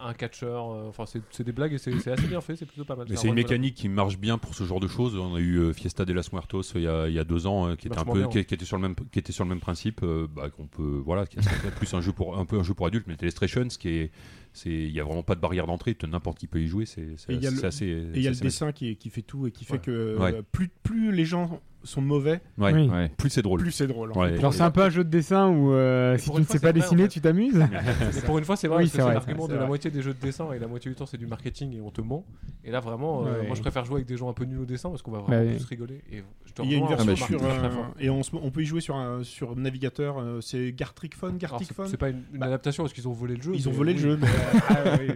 S3: un, un catcheur. euh, Enfin, c'est- c'est des blagues et c'est c'est assez bien fait, c'est plutôt pas mal.
S6: Mais
S3: Ça
S6: c'est une
S3: renvoie-
S6: mécanique qui marche bien pour ce genre de choses. On a eu euh, Fiesta de las Muertos euh, il y a, il y a deux ans, euh, qui était un
S3: Vachement
S6: peu,
S3: bien,
S6: qui, qui était sur le même, qui était sur le même principe. euh, bah, qu'on peut, voilà, qui est peut-être plus un jeu pour un peu un jeu pour adultes, mais Telestration, ce qui est, C'est- Il n'y a vraiment pas de barrière d'entrée, t- n'importe qui peut y jouer, c'est c'est
S2: Et il y a
S6: assez-
S2: le,
S6: c'est assez.
S2: et
S6: c'est
S2: il y a le
S6: assez
S2: dessin qui, est- qui fait tout et qui fait
S6: Ouais.
S2: que euh,
S6: Ouais.
S2: plus, plus les gens sont mauvais,
S6: Ouais.
S4: Oui.
S6: Ouais. Plus c'est drôle.
S2: Plus c'est drôle, en
S6: Ouais.
S2: fait.
S4: Genre c'est un peu un jeu de dessin où euh, si
S3: pour
S4: tu
S3: une
S4: ne
S3: fois,
S4: sais
S3: c'est
S4: pas
S3: vrai, en
S4: dessiner,
S3: fait.
S4: tu t'amuses.
S3: Mais pour une fois, c'est vrai,
S4: Oui,
S3: parce
S4: c'est
S3: que c'est
S4: vrai.
S3: l'argument
S4: C'est
S3: de la
S4: vrai.
S3: moitié des jeux de dessin et la moitié du temps, c'est du marketing et on te ment. Et là, vraiment, euh,
S2: Ouais.
S3: moi je préfère jouer avec des gens un peu nuls au dessin parce qu'on va vraiment
S2: Bah oui.
S3: plus rigoler. Et je te
S2: Il y a une
S3: rejoins,
S2: version
S3: euh,
S2: sur
S3: Marc,
S2: euh,
S3: très fort.
S2: et on, se- on peut y jouer sur un sur navigateur. euh, c'est Gartic Phone,
S3: Alors,
S2: Gartic
S3: c'est-
S2: Phone.
S3: C'est pas une, une adaptation parce qu'ils ont volé le jeu.
S2: Bah. Ils ont
S3: mais
S2: volé le
S3: oui.
S2: jeu, mais- Ah, oui, oui.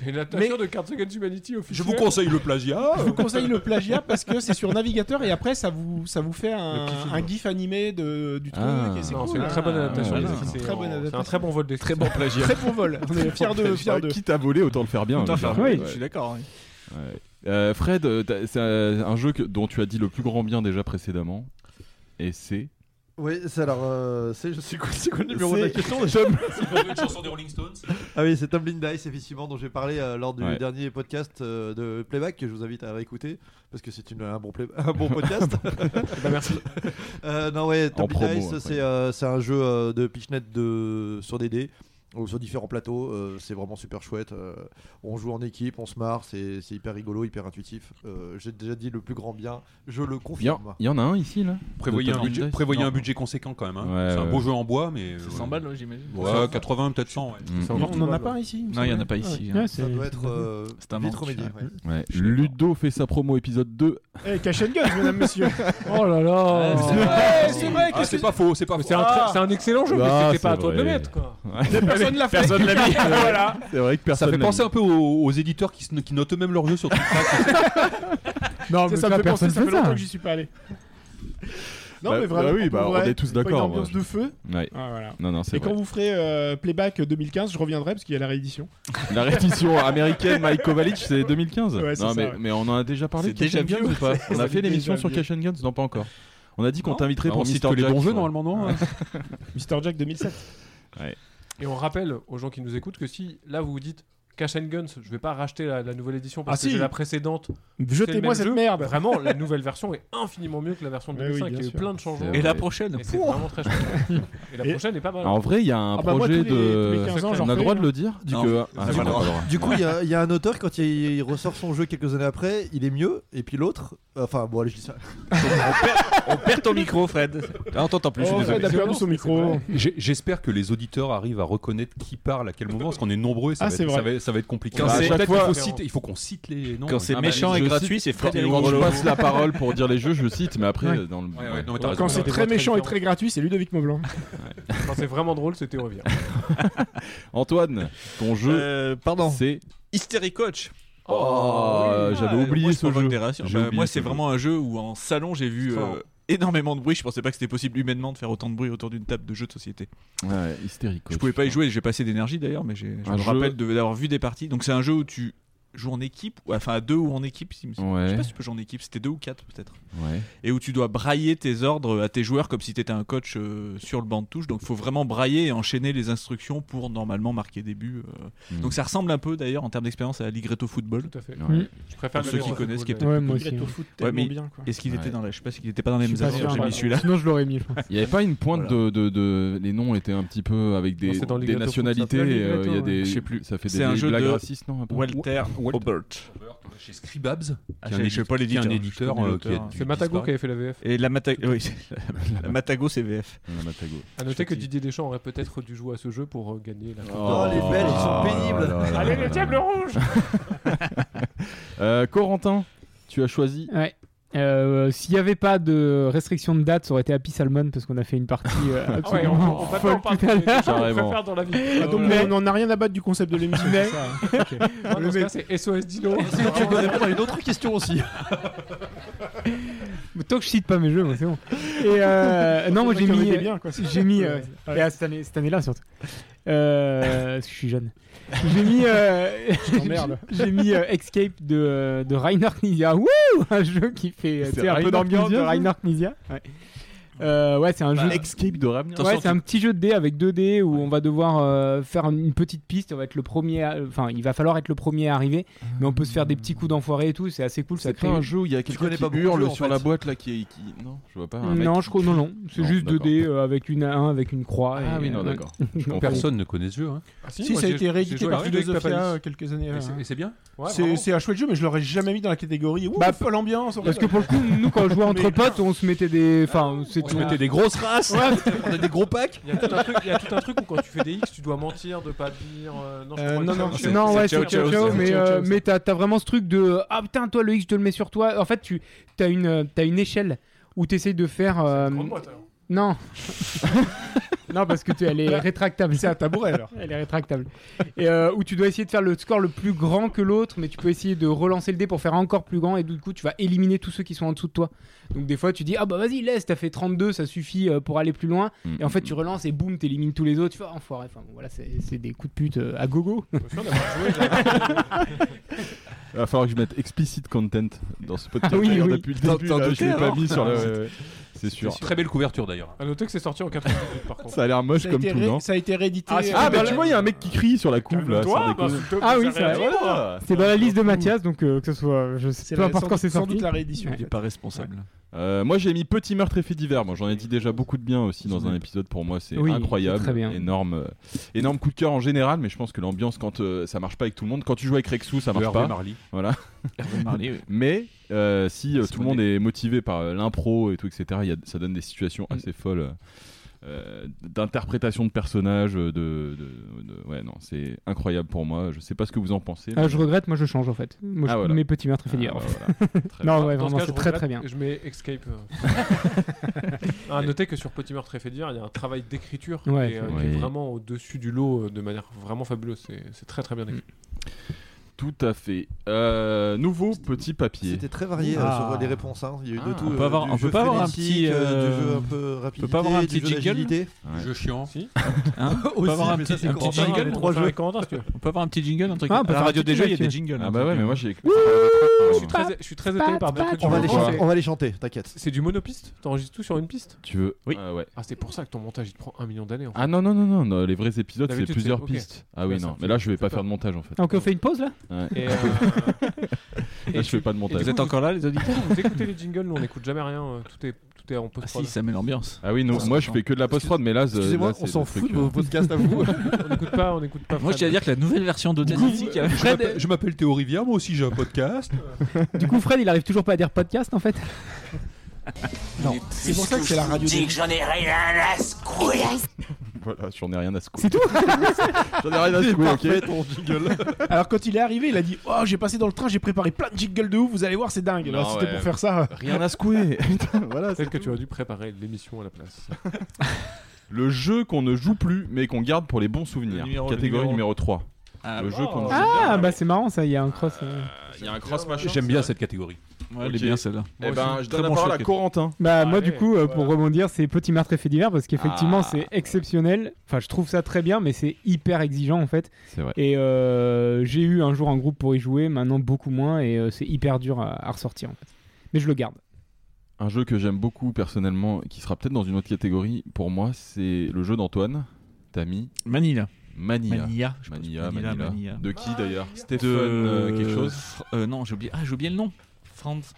S3: Il y a une adaptation
S2: Mais-
S3: de Cards Against Humanity
S6: Je
S3: officielle.
S6: vous conseille le plagiat.
S2: Je vous conseille le plagiat parce que c'est sur navigateur et après ça vous ça vous fait un,
S3: petit film.
S2: un gif animé de du truc.
S3: Ah.
S2: et c'est
S3: Non,
S2: cool.
S3: c'est une très bonne adaptation.
S2: voilà.
S3: C'est-
S2: C'est une très bonne
S3: c'est un
S2: adaptation.
S3: très bon vol des-
S2: Très bon plagiat. Très bon vol. On est fiers de fiers
S3: Ah,
S2: de.
S1: Bah, Quitte à voler, autant le faire bien.
S11: Autant
S1: je
S11: faire
S1: veux dire.
S11: bien,
S1: Ouais.
S11: je suis d'accord, oui.
S1: Ouais. Euh, Fred, euh, t'as- c'est euh, un jeu que- dont tu as dit le plus grand bien déjà précédemment. Et c'est.
S10: Oui, c'est alors. euh, c'est je suis quoi- c'est quoi le numéro de
S1: C'est-
S10: la question déjà
S6: une chanson des Rolling Stones.
S10: Ah oui, c'est Tumbling Dice, effectivement, dont j'ai parlé euh, lors du
S1: Ouais.
S10: dernier podcast euh, de Playback, que je vous invite à réécouter, parce que c'est une- un, bon play- un bon podcast.
S3: bah, merci.
S10: Euh, non, ouais,
S1: En
S10: Tumbling
S1: promo,
S10: Dice,
S1: après.
S10: c'est euh, c'est un jeu euh, de pitchnet de, sur des dés, ou sur différents plateaux. euh, c'est vraiment super chouette. euh, on joue en équipe, on se marre, c'est c'est hyper rigolo, hyper intuitif. Euh, j'ai déjà dit le plus grand bien, je le
S1: Il y, en-
S10: confirme.
S1: il y en a un ici là
S6: Prévoyez,
S1: De
S6: un
S1: Tumbling
S6: budget,
S1: Dice
S6: prévoyez
S1: Non.
S6: un budget conséquent quand même. hein.
S1: Ouais,
S6: c'est un
S1: ouais.
S6: beau jeu en bois, mais. euh,
S11: 100
S3: hein,
S11: balles, ouais, j'imagine.
S6: Ouais, 80, peut-être 100. ouais.
S1: Mm.
S2: On en a pas un ici. me
S11: Non, il y en a
S2: semble.
S11: pas ici.
S4: Ouais,
S11: hein.
S4: c'est-
S10: Ça doit être euh,
S11: C'est un
S10: vite
S11: manque,
S10: remédié. ouais.
S1: Ouais. Ludo fait sa promo épisode 2.
S2: Eh, Cash and Guns, mesdames, messieurs.
S4: Oh là là.
S11: Ouais, c'est
S2: Ouais, c'est vrai.
S6: Ah,
S2: qu'est-ce
S6: c'est
S2: que-
S6: pas faux, c'est pas
S3: Mais
S6: faux.
S3: C'est Ah, un, très- c'est un excellent jeu,
S1: Ah,
S3: mais c'était pas
S1: c'est
S3: à toi de le
S1: vrai.
S3: mettre. Quoi.
S2: Personne l'a fait.
S11: Personne l'a mis.
S2: Voilà.
S1: C'est vrai que
S6: Ça
S1: personne.
S6: fait
S1: l'a
S6: penser un peu aux, aux éditeurs qui, se- qui notent même leurs jeux sur Twitch.
S4: Non,
S2: Ça,
S4: mais
S2: ça me
S4: ça,
S2: fait penser,
S4: personne
S2: ça fait
S4: fait
S2: longtemps
S4: ça.
S2: que j'y suis pas allé. Non,
S1: Bah,
S2: mais vraiment.
S1: bah oui, bah,
S2: pour vrai,
S1: on est tous
S2: il faut une
S1: d'accord,
S2: Ambiance
S1: moi,
S2: de feu.
S1: mis. Ouais.
S2: Ah, voilà.
S1: Non, non, c'est
S2: Et
S1: vrai.
S2: quand vous ferez euh, Playback 2015, je reviendrai parce qu'il y a la réédition.
S1: La réédition américaine Mike Kovalic, c'est 2015
S2: Ouais, c'est
S1: Non,
S2: ça,
S1: mais,
S2: ouais.
S1: mais on en a déjà parlé.
S11: C'est
S1: de Cash
S11: déjà
S1: and
S11: vieux.
S1: Guns ou pas On a
S2: C'est
S1: fait l'émission
S2: déjà
S1: sur
S2: vieux.
S1: Cash and Guns Non, pas encore. On a dit qu'on t'inviterait
S11: Bah,
S1: pour
S11: on cite
S1: Mister
S11: que les
S1: Jack,
S11: bons jeux
S1: ouais.
S11: normalement, non
S2: Mister Jack 2007.
S3: Et on rappelle aux gens qui nous écoutent que si là vous vous dites Cash and Guns, je vais pas racheter la, la nouvelle édition parce
S2: Ah,
S3: que
S2: si. Ah, bah.
S3: j'ai la précédente. c'est le
S2: Jetez-moi
S3: même
S2: cette
S3: jeu. Bah,
S2: merde.
S3: Vraiment, la nouvelle version est infiniment mieux que la version de
S2: Mais oui,
S3: 2005 qui
S2: bien
S3: a eu
S2: sûr.
S3: plein de changements.
S11: Et
S1: Ouais.
S11: la prochaine
S3: Et c'est vraiment très chouette. Et la
S2: Et-
S3: prochaine est pas mal.
S1: Alors, En vrai, il y a un
S2: Ah bah, moi,
S1: projet
S2: tous les- tous les
S1: de.
S2: 15 ans, j'en
S1: on a le
S2: fais
S1: droit
S2: une.
S1: de le dire
S11: Non.
S1: que- Ah,
S11: C'est
S1: c'est
S11: pas
S1: bon.
S10: Du coup, il y, a- il y a un auteur, quand il, il ressort son jeu quelques années après, il est mieux, et puis l'autre. Enfin, bon, allez, je dis ça.
S11: On perd ton micro, Fred. Ah, on t'entend plus, je suis
S2: Oh,
S11: désolé.
S2: Fred a perdu son micro.
S6: J'ai- J'espère que les auditeurs arrivent à reconnaître qui parle à quel moment, parce qu'on est nombreux et ça,
S2: Ah,
S6: va,
S2: c'est
S6: être,
S2: vrai.
S6: ça, va, ça va être compliqué.
S11: Quand
S6: Bah,
S11: c'est-
S6: peut-être
S11: chaque fois-
S6: qu'il faut citer- il faut qu'on cite les noms.
S11: Quand c'est
S1: Ah bah,
S11: méchant
S1: je
S11: et gratuit,
S1: cite-
S11: c'est
S1: Quand
S11: Frédéric
S1: je
S11: Grosjean.
S1: passe la parole pour dire les jeux, je cite, mais après,
S4: Ouais.
S1: dans le.
S6: Ouais, ouais, non, mais t'as raison.
S2: Quand c'est
S3: Ouais.
S2: très
S3: Ouais.
S2: méchant
S3: Ouais.
S2: et très gratuit, c'est Ludovic Maublanc.
S3: Quand c'est vraiment drôle, hein. c'était revient.
S1: Antoine, ton jeu,
S11: Euh, Pardon.
S1: c'est.
S11: Hysteric Coach.
S1: Oh, euh, j'avais oublié
S11: moi, je
S1: ce
S11: provoque
S1: jeu.
S11: des réactions.
S1: J'ai
S11: Bah,
S1: oublié
S11: moi,
S1: ce
S11: c'est
S1: jeu.
S11: vraiment un jeu où en salon, j'ai vu
S3: Ça
S11: euh,
S3: va.
S11: énormément de bruit. Je pensais pas que c'était possible humainement de faire autant de bruit autour d'une table de jeu de société.
S1: Ouais, hystérique.
S11: Je pouvais pas y jouer, j'ai passé d'énergie d'ailleurs, mais j'ai- je
S1: Un
S11: me
S1: jeu-
S11: rappelle de- d'avoir vu des parties. Donc c'est un jeu où tu joues en équipe, ou- enfin à deux ou en équipe, si- je sais
S1: Ouais,
S11: pas si tu peux jouer en équipe, c'était deux ou quatre peut-être.
S1: ouais.
S11: Et où tu dois brailler tes ordres à tes joueurs comme si t'étais un coach euh, sur le banc de touche. Donc faut vraiment brailler et enchaîner les instructions pour normalement marquer des buts. euh.
S1: Mm.
S11: Donc ça ressemble un peu d'ailleurs en termes d'expérience à Ligretto Football.
S3: Tout à fait.
S1: Ouais.
S3: Je préfère
S11: Pour
S3: le
S11: ceux qui
S3: meilleur
S11: connaissent, qui est
S3: football.
S4: Ouais, moi aussi.
S2: Greta
S4: ouais.
S2: Foot,
S11: Ouais, mais-
S2: tellement bien. quoi.
S11: Est-ce qu'il
S1: Ouais.
S11: était dans la... Je sais pas s'il était pas dans les
S4: Je
S11: mêmes
S4: suis pas
S11: années,
S4: sûr.
S11: j'ai mis celui-là.
S4: Sinon, je l'aurais mis, je pense.
S1: Il n'y avait pas une pointe de,
S11: Voilà.
S1: de, de- Les noms étaient un petit peu avec des,
S3: Non, c'est dans
S1: des
S3: Ligretto,
S1: nationalités.
S3: ça
S1: et,
S3: s'appelle
S1: euh, Il y a
S3: Ligretto,
S1: des.
S11: ouais. Je sais plus.
S1: Ça fait
S11: C'est
S1: des
S11: un
S1: vieilles
S11: jeu
S1: blagues
S11: de
S1: racistes, non un peu
S11: Walter
S6: Walter-
S11: Obert.
S6: Chez Scribabs,
S11: Ah,
S6: qui
S11: j'ai- je
S6: est un
S11: sais
S6: éditeur,
S11: pas
S6: qui est un
S11: l'éditeur, je
S6: éditeur,
S11: connais
S6: euh,
S11: l'auteur.
S6: qui a-
S3: C'est Matago
S6: disparu.
S3: qui avait fait la VF.
S11: Et la Matago, oui, la Matago CVF.
S1: La Matago.
S3: À noter que
S11: dis.
S3: Didier Deschamps aurait peut-être dû jouer à ce jeu pour euh, gagner la Coupe.
S10: Oh, les Belges, ils sont
S1: Ah,
S10: pénibles.
S1: là, là, là, là, là.
S3: rouge
S1: Euh, Corentin, tu as choisi.
S4: Ouais. Euh, S'il n'y avait pas de restriction de date, ça aurait été Happy Salmon parce qu'on a fait une partie euh,
S3: Ouais,
S4: absolument
S3: on, on, va pas
S4: folle
S3: en parler
S4: tout à
S3: des
S4: l'heure.
S3: choses qu'on
S1: Carrément.
S3: préfère dans la vie.
S2: Ah, donc,
S4: Mais-
S2: on n'en a rien à battre du concept de l'émission. c'est ça.
S3: Ah, dans ce cas, c'est SOS Dino.
S10: Tu peux répondre à une autre question aussi.
S4: Mais Tant que je cite pas mes jeux, moi, c'est bon. Et euh, non, moi j'ai
S2: Il y en
S4: mis.
S2: avait des biens, quoi.
S4: J'ai mis. euh, et à cette année- cette année-là surtout. Euh, parce que je suis jeune. J'ai mis. euh,
S2: t'emmerde.
S4: J'ai mis euh, Escape de, euh, de Reinhard Knizia. Wouh Un jeu qui fait euh,
S1: C'est
S4: tu sais, un peu
S1: Reinhard
S4: d'ambiance de
S1: Knizia, ça
S4: Reinhard Knizia. Ouais. Euh, ouais, c'est
S1: Bah,
S4: un jeu.
S1: Escape de Ramnir.
S4: Ouais, c'est un petit jeu de dés avec 2 dés où on va devoir euh, faire une petite piste. On va être le premier. à- Enfin, il va falloir être le premier à arriver, mais on peut se faire des petits coups d'enfoiré et tout. C'est assez cool. Ça
S1: C'est
S4: crée
S1: pas un jeu où il y a quelqu'un qui hurle sur la boîte là qui est. qui- Non, je vois pas. un mec
S4: Non,
S1: qui-
S4: je crois non, non. C'est
S1: Non,
S4: juste 2
S1: d'accord.
S4: dés euh, avec une A1 avec une croix.
S1: Ah
S4: et-
S1: oui, non,
S4: ouais.
S1: d'accord.
S6: Je
S4: Donc,
S6: pense que personne ne connaît ce jeu. hein.
S2: Ah, Si, ça a été réédité par Philosophia euh, quelques années.
S6: Et c'est-
S2: euh,
S6: Et c'est bien
S3: Ouais,
S2: c'est-
S3: vraiment.
S2: C'est un chouette jeu, mais je l'aurais jamais mis dans la catégorie. Ouh,
S4: Bah,
S2: pas l'ambiance.
S4: Parce que pour le coup, nous quand on jouait entre potes, on se mettait des. Enfin,
S6: On se mettait des grosses races, on prenait des gros packs.
S3: Il y, a tout un truc, il y a tout un truc où quand tu fais des X, tu dois mentir, de pas dire. euh, non, je
S2: Euh,
S3: crois
S2: non,
S3: que
S2: non,
S3: c'est-
S2: c'est-
S4: Non,
S2: c'est
S4: ouais,
S2: ciao,
S4: c'est ciao,
S2: ciao,
S4: ciao,
S2: c'est
S4: mais,
S2: ciao,
S4: euh,
S2: ciao,
S4: mais t'as t'as vraiment ce truc de Ah putain, toi le X, je te le mets sur toi. En fait, tu t'as une, euh, t'as une échelle où t'essayes de faire. euh, non. non, parce que tu, elle est rétractable.
S2: C'est un tabouret alors.
S4: Elle est rétractable. Et euh, où tu dois essayer de faire le score le plus grand que l'autre, mais tu peux essayer de relancer le dé pour faire encore plus grand, et du coup, tu vas éliminer tous ceux qui sont en dessous de toi. Donc, des fois, tu dis Ah bah vas-y, laisse, t'as fait 32, ça suffit euh, pour aller plus loin.
S1: Mm,
S4: Et en fait, tu relances et boum, t'élimines tous les autres. Tu fais Ah, enfoiré. Enfin, bon, voilà, c'est c'est des coups de pute euh, à gogo.
S1: Il va falloir que je mette explicite content dans ce podcast.
S4: Ah oui,
S1: D'ailleurs,
S4: oui.
S1: Depuis le
S6: Tant-
S1: début,
S6: tant
S1: là,
S6: de
S1: je l'ai
S6: cœur,
S1: pas
S6: hein.
S1: mis sur le.
S6: C'est-
S1: ouais, ouais. C'est sûr.
S6: Très belle couverture d'ailleurs.
S3: À noter que c'est sorti en 98 par contre.
S1: Ça a l'air moche
S2: Ça a
S1: comme
S2: été
S1: tout,
S2: ré-
S1: non
S2: Ça a été réédité.
S3: Ah, c'est-
S2: euh,
S1: Ah, bah
S2: dans
S1: tu
S2: la-
S1: vois, il y a un mec qui crie sur la couve là.
S3: Calme-toi,
S1: sans déconner.
S3: bah, s'il te
S4: Ah
S3: plaît,
S4: oui,
S3: ça
S4: c'est vrai.
S3: réagit, quoi.
S4: C'est dans la liste de Mathias, donc euh, que ce soit, euh, je sais,
S2: C'est
S4: peu
S2: la-
S4: importe
S2: sans-
S4: quand c'est
S2: sans
S4: sorti.
S2: doute la réédition.
S4: Ouais.
S11: Il est pas responsable.
S1: Euh, moi j'ai mis Petit meurtre et fait divers. Moi j'en ai dit déjà beaucoup de bien aussi dans un épisode pour moi. C'est
S4: Oui,
S1: incroyable.
S4: c'est très bien.
S1: Énorme, euh, énorme coup de cœur en général, mais je pense que l'ambiance quand euh, ça marche pas avec tout le monde, quand tu joues avec Rexou ça
S6: De
S1: marche
S6: Hervé
S1: pas.
S6: Marly.
S1: Voilà.
S11: Marley, oui.
S1: Mais euh, si euh,
S11: C'est
S1: tout le
S11: mon
S1: monde est motivé par euh, l'impro et tout, etc., il y a- ça donne des situations
S11: Mm.
S1: assez folles euh, euh, d'interprétation de personnages. euh, De, de- de- ouais, non, c'est incroyable pour moi. Je sais pas ce que vous en pensez.
S4: Ah,
S1: mais-
S4: je regrette, moi je change en fait. Moi, je
S1: Ah, voilà.
S4: Mes petits meurtres et
S1: Ah,
S4: faillites.
S1: bah, voilà. Très bien.
S4: non, ouais,
S3: Dans ce
S4: vraiment,
S3: cas,
S4: c'est
S3: je
S4: très
S3: regrette,
S4: très bien.
S3: Je mets Escape. euh. à noter que sur Petit Meurtre et Fédir, il y a un travail d'écriture
S4: Ouais,
S3: qui est, euh,
S1: c'est
S3: qui est
S1: vrai.
S3: vraiment au-dessus du lot euh, de manière vraiment fabuleuse. C'est c'est très très bien écrit.
S1: Tout à fait. Euh, nouveau petit papier.
S10: C'était très varié euh,
S11: Ah.
S10: sur les réponses. hein. Il y a eu de
S3: Ah.
S10: tout.
S11: On peut
S10: euh,
S11: avoir-
S10: du
S11: on
S10: jeu
S11: peut pas avoir un
S10: frénétique,
S11: petit,
S10: euh, du jeu
S11: euh,
S10: un peu rapidité,
S11: pas avoir un
S10: du
S11: petit
S10: jeu
S11: jingle
S10: d'agilité.
S1: Ouais.
S6: Jeu chiant.
S3: Si
S11: Hein on, peut avoir un petit, un petit
S3: Quentin,
S11: jingle,
S3: les
S11: on
S3: trois
S11: peut faire
S3: jeux.
S11: avec-
S3: Quentin, si tu veux.
S11: on peut avoir un petit jingle, un truc.
S4: Ah, on
S11: à
S4: peut faire
S11: la
S4: un
S11: radio
S4: petit
S11: des jeux, il y a
S4: jingle.
S11: des jingles.
S1: Ah
S11: un
S1: bah
S11: truc,
S1: ouais, mais
S11: euh.
S1: moi j'ai.
S3: Je suis très, je suis très étonné par deux trucs.
S10: On va, les
S3: Ouais.
S10: chanter, on va les chanter, t'inquiète.
S3: C'est du monopiste T'enregistres tout sur une piste
S1: Tu veux
S11: Oui.
S1: Ah ouais.
S3: Ah, c'est pour ça que ton montage il te prend un million d'années. en fait.
S1: Ah non, non, non, non, non, les vrais épisodes, c'est
S3: D'habitude,
S1: plusieurs
S3: c'est- ok.
S1: pistes. Ah
S3: Ouais,
S1: oui,
S3: ça
S1: non,
S3: me
S1: mais là,
S3: fait-
S1: je vais
S3: ça
S1: pas
S3: fait
S1: faire de montage en fait.
S4: Ah, ok, on fait une pause là
S1: Ouais.
S3: Et, euh, et
S1: Là, je fais
S3: tu-
S1: pas de montage.
S11: Vous êtes encore là, les auditeurs
S3: Vous écoutez les jingles, nous on n'écoute jamais rien. euh, Tout est, tout est en
S11: Ah
S3: post-prod.
S11: si, ça met l'ambiance.
S1: Ah oui, non,
S11: Ouais,
S1: moi,
S11: c'est
S1: je fais que de la post-prod, mais là, z-
S10: Excusez-moi,
S1: là, c'est
S10: on s'en
S1: le truc,
S10: fout de
S1: euh,
S10: vos podcasts à vous.
S3: on n'écoute pas, on n'écoute pas.
S11: Moi, je
S3: Fred.
S11: tiens à dire que la nouvelle version de Dynastic avec
S6: Je
S11: Fred,
S6: m'appelle- Je m'appelle Théo Rivière, moi aussi j'ai un podcast.
S4: Du coup, Fred, il arrive toujours pas à dire podcast en fait.
S2: C'est pour ça que c'est la radio. des-
S1: Voilà, j'en ai rien à secouer. C'est tout J'en ai rien à secouer, ok
S2: Alors quand il est arrivé, il a dit Oh, j'ai passé dans le train, j'ai préparé plein de jingles de ouf, vous allez voir, c'est dingue. Là,
S1: Non,
S2: c'était
S1: ouais.
S2: pour faire ça.
S1: Rien à secouer Putain, voilà, c'est-
S3: Peut-être que tu aurais dû préparer l'émission à la place.
S1: Le jeu qu'on ne joue plus, mais qu'on garde pour les bons souvenirs.
S11: Le numéro-
S1: Catégorie
S11: le
S1: numéro 3.
S11: Ah,
S1: le jeu qu'on ne joue
S4: Ah, bah c'est marrant ça, il y a un cross. euh.
S1: Il y a un cross machin.
S6: J'aime bien cette catégorie.
S11: ouais, elle est
S1: ok.
S11: bien celle-là.
S1: Eh ben, je
S11: Très
S1: donne la
S11: bon
S1: parole
S11: choix,
S1: à
S11: Kate.
S1: Corentin.
S4: Bah,
S3: Ah,
S4: moi,
S3: allez,
S4: du coup, euh,
S3: voilà.
S4: pour rebondir, c'est Petit meurtre et fait divers parce qu'effectivement,
S1: Ah.
S4: c'est exceptionnel. Enfin, je trouve ça très bien, mais c'est hyper exigeant en fait.
S1: C'est vrai.
S4: Et euh, j'ai eu un jour un groupe pour y jouer, maintenant beaucoup moins, et euh, c'est hyper dur à, à ressortir en fait. Mais je le garde.
S1: Un jeu que j'aime beaucoup personnellement, qui sera peut-être dans une autre catégorie, pour moi, c'est le jeu d'Antoine, Tami,
S11: Manila.
S1: Mania.
S11: Mania. je pense.
S1: Mania,
S11: Manila,
S1: Manila.
S11: Manila.
S1: De qui d'ailleurs
S11: Ah, De-
S1: Stephen euh, quelque chose
S11: Fr- euh, Non, j'ai oublié. Ah, j'ai oublié le nom. Franz.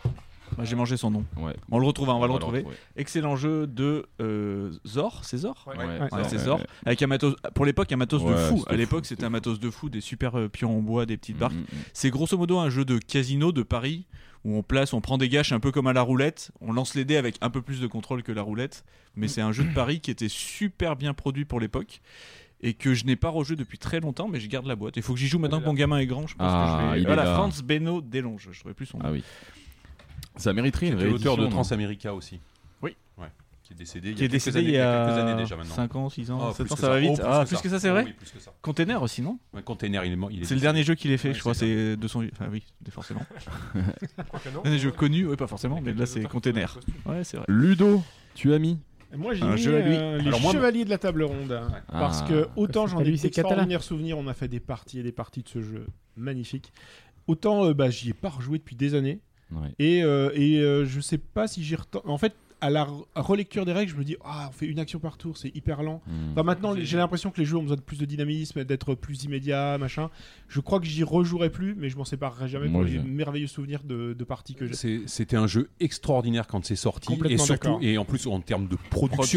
S11: Bah, j'ai mangé son nom.
S1: Ouais.
S11: On le retrouve, hein, on va le retrouver. Excellent jeu de euh, Zor, c'est Zor
S3: Ouais.
S11: Ouais, c'est Zor. Avec un matos, pour l'époque, un matos de
S1: Ouais,
S11: fou.
S1: c'était
S11: À
S1: fou,
S11: l'époque,
S1: c'était
S11: c'était un matos de fou, des super euh, pions en bois, des petites barques.
S1: Mm, mm,
S11: C'est grosso modo un jeu de casino de Paris où on place, on prend des gâches un peu comme à la roulette, on lance les dés avec un peu plus de contrôle que la roulette, mais c'est un jeu de Paris qui était super bien produit pour l'époque et que je n'ai pas rejoué depuis très longtemps, mais je garde la boîte. Il faut que j'y joue maintenant que mon gamin est grand, je pense
S1: Ah,
S11: que je vais...
S1: il est
S11: Voilà,
S1: là.
S11: Franz Beno Delonge, je trouvais plus son
S1: mm.
S11: nom.
S1: Ah oui. Ça mériterait une
S6: C'était l'auteur
S1: réédition.
S6: de
S1: non
S6: Transamerica aussi.
S11: Oui.
S6: Ouais. Qui est décédé il y
S11: Qui
S6: a
S11: est
S6: quelques
S11: décédé
S6: années-
S11: il y a
S6: quelques années déjà maintenant.
S11: 5 ans, 6 ans,
S6: Ah,
S11: 7
S6: plus
S11: ans,
S6: que
S11: ça va vite.
S6: Oh,
S11: ah, plus que ça, c'est vrai
S6: Oui, plus que ça.
S11: Container aussi, non
S6: Un container, il est mort. il est
S11: C'est le
S6: décédé.
S11: dernier jeu qu'il ait fait,
S6: Ouais,
S11: je crois,
S6: c'est
S11: c'est de son... Enfin oui, forcément.
S3: Quoique non.
S11: Un jeu connu, oui, pas forcément, mais là c'est
S3: Quelques
S11: Container.
S3: auteurs qui
S11: Ouais, c'est vrai.
S1: Ludo, tu as mis
S2: Et moi, j'ai
S11: Un
S2: mis
S11: jeu à lui.
S2: euh, les
S6: Alors, moi,
S2: Chevaliers de la Table Ronde. Parce
S1: Ah.
S2: que autant j'en
S4: pas
S2: ai
S4: lui, c'est
S2: d'extraordinaires souvenirs, on a fait des parties et des parties de ce jeu magnifique. Autant euh, bah, j'y ai pas rejoué depuis des années.
S1: Ouais.
S2: Et, euh, et, euh, je sais pas si j'y retourne. En fait, à la re- relecture des règles, je me dis, ah, on fait une action par tour, c'est hyper lent.
S1: Mm.
S2: Enfin, Bah, maintenant, les- j'ai l'impression que les jeux ont besoin de plus de dynamisme, d'être plus immédiat, machin. Je crois que j'y rejouerai plus, mais je m'en séparerai jamais
S6: Moi,
S2: pour les
S6: j'ai-
S2: merveilleux souvenirs de, de parties que j'ai.
S6: C'est- C'était un jeu extraordinaire quand c'est sorti et
S2: Complètement
S6: surtout
S2: d'accord.
S6: et en plus en termes de
S2: Production,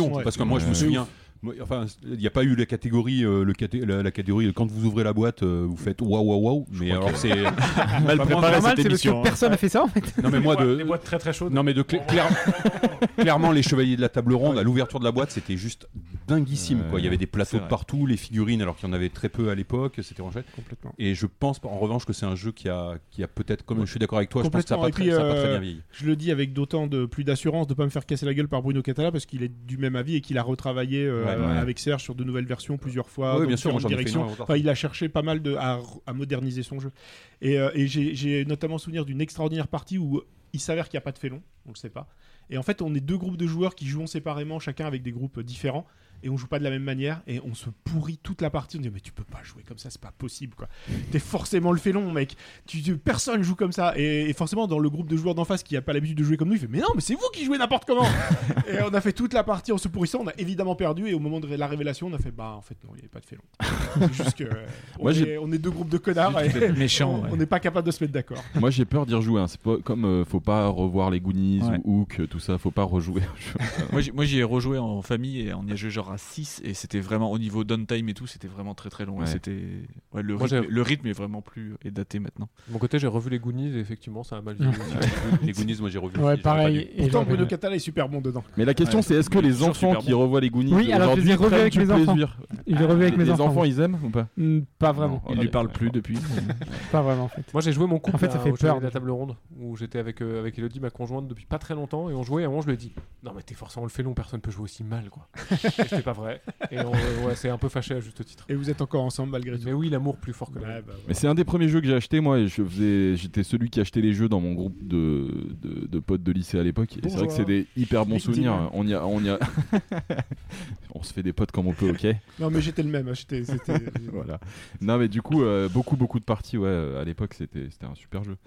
S6: production
S2: ouais.
S6: parce que moi je
S2: Ouais.
S6: me
S2: C'est
S6: souviens
S2: ouf.
S6: moi, enfin il n'y a pas eu la catégorie euh, le caté- la, la catégorie euh, quand vous ouvrez la boîte euh, vous faites waouh waouh waouh mais
S11: crois
S6: alors
S11: que-
S6: c'est
S11: On va
S6: mal
S11: préparer
S6: point-
S11: cette Normal, c'est parce émission, que hein. personne
S4: n'a fait ça, en fait.
S6: non mais moi
S3: Des
S6: de
S3: boîtes- des boîtes très très chaudes.
S6: non mais de cla- clair- clairement les chevaliers de la table ronde à l'ouverture de la boîte c'était juste dinguissime quoi il y avait des
S1: c'est
S6: plateaux de
S1: vrai.
S6: partout les figurines alors qu'il y en avait très peu à l'époque c'était en fait et je pense en revanche que c'est un jeu qui a qui a peut-être comme je suis d'accord avec toi je pense que ça a
S2: Complètement.
S6: pas
S2: Et
S6: très-
S2: puis,
S6: ça a pas très
S2: euh,
S6: bien vieilli
S2: Je le dis avec d'autant de plus d'assurance de pas me faire casser la gueule par Bruno Catala parce qu'il est du même avis et qu'il a retravaillé euh,
S6: Ouais, ouais.
S2: avec Serge sur de nouvelles versions plusieurs fois.
S6: Ouais,
S2: dans
S6: bien sûr, moi,
S2: différentes
S6: j'en ai fait
S2: directions.
S6: énormément.
S2: Enfin, il a cherché pas mal de à, à moderniser son jeu. Et, euh, et j'ai- j'ai notamment souvenir d'une extraordinaire partie où il s'avère qu'il n'y a pas de félon, on le sait pas. Et en fait, on est deux groupes de joueurs qui jouons séparément, chacun avec des groupes euh, différents, et on joue pas de la même manière, et on se pourrit toute la partie. On dit mais tu peux pas jouer comme ça, c'est pas possible quoi. T'es forcément le félon, mec. Tu, tu- personne joue comme ça, et, et forcément dans le groupe de joueurs d'en face qui a pas l'habitude de jouer comme nous, il fait mais non, mais c'est vous qui jouez n'importe comment. et on a fait toute la partie en se pourrissant, on a évidemment perdu, et au moment de la révélation, on a fait bah en fait non, il n'y avait pas de félon. c'est juste que euh, on,
S1: Moi,
S2: est,
S1: j'ai-
S2: on est deux groupes de connards,
S1: Juste
S2: et
S1: d'être méchant,
S2: on-
S1: ouais.
S2: on n'est pas capable de se mettre d'accord.
S1: Moi j'ai peur d'y rejouer, hein. c'est pas comme euh, faut pas revoir les Goonies
S11: Ouais.
S1: ou Hook, tout ça, faut pas rejouer. au jeu.
S11: moi, j'y- moi j'y ai rejoué en famille et on y a joué genre à 6 et c'était vraiment au niveau downtime et tout c'était vraiment très très long
S1: Ouais.
S11: et c'était ouais, le,
S3: Moi,
S11: rythme,
S3: j'ai-
S11: le rythme est vraiment plus est daté maintenant
S3: De mon côté, j'ai revu les Goonies et effectivement, ça a mal vieilli.
S6: les Goonies moi j'ai revu
S4: Ouais, pareil. Et
S2: Pourtant,
S4: j'aurais-
S2: Bruno Catala est super bon dedans.
S1: Mais la question
S11: Ouais.
S1: c'est est-ce que
S11: Mais
S1: les
S11: toujours
S1: enfants
S11: super
S1: qui
S11: bon.
S1: revoient les Goonies
S4: Oui, alors je les
S1: aujourd'hui
S4: ai revus
S1: prennent
S4: avec
S1: du
S4: mes enfants.
S1: plaisir
S4: Je Ah, les revus avec
S1: Les
S4: mes enfants.
S1: enfants
S4: oui.
S1: ils aiment ou pas Oh
S4: Mm, Pas vraiment.
S1: Non, ok.
S11: plus depuis
S4: Pas vraiment, en fait.
S3: Moi, j'ai joué mon couple
S4: En fait, ça
S3: à-
S4: fait
S3: au jeu
S4: peur,
S3: de la
S4: déjà.
S3: table ronde où j'étais avec, euh, avec Elodie, ma conjointe, depuis pas très longtemps et on jouait. Et à un moment, je lui ai dit Non, mais t'es forcément le félon, personne peut jouer aussi mal, quoi. Et C'était pas vrai. Et on euh, ouais, c'est un peu fâché à juste titre.
S2: Et vous êtes encore ensemble malgré tout.
S3: Mais oui, l'amour plus fort que la
S2: Ouais, bah,
S1: Mais c'est un des premiers jeux que j'ai acheté moi et je faisais j'étais celui qui achetait les jeux dans mon groupe de, de, de potes de lycée à l'époque et c'est vrai que c'est des hyper bons
S2: Big deal.
S1: souvenirs. hein. On y a on y a on se fait des potes comme on peut, OK
S2: Non, mais j'étais le même. hein, J'étais, c'était-
S1: voilà. Non, mais du coup, euh, beaucoup, beaucoup de parties. Ouais, euh, à l'époque, c'était, c'était un super jeu.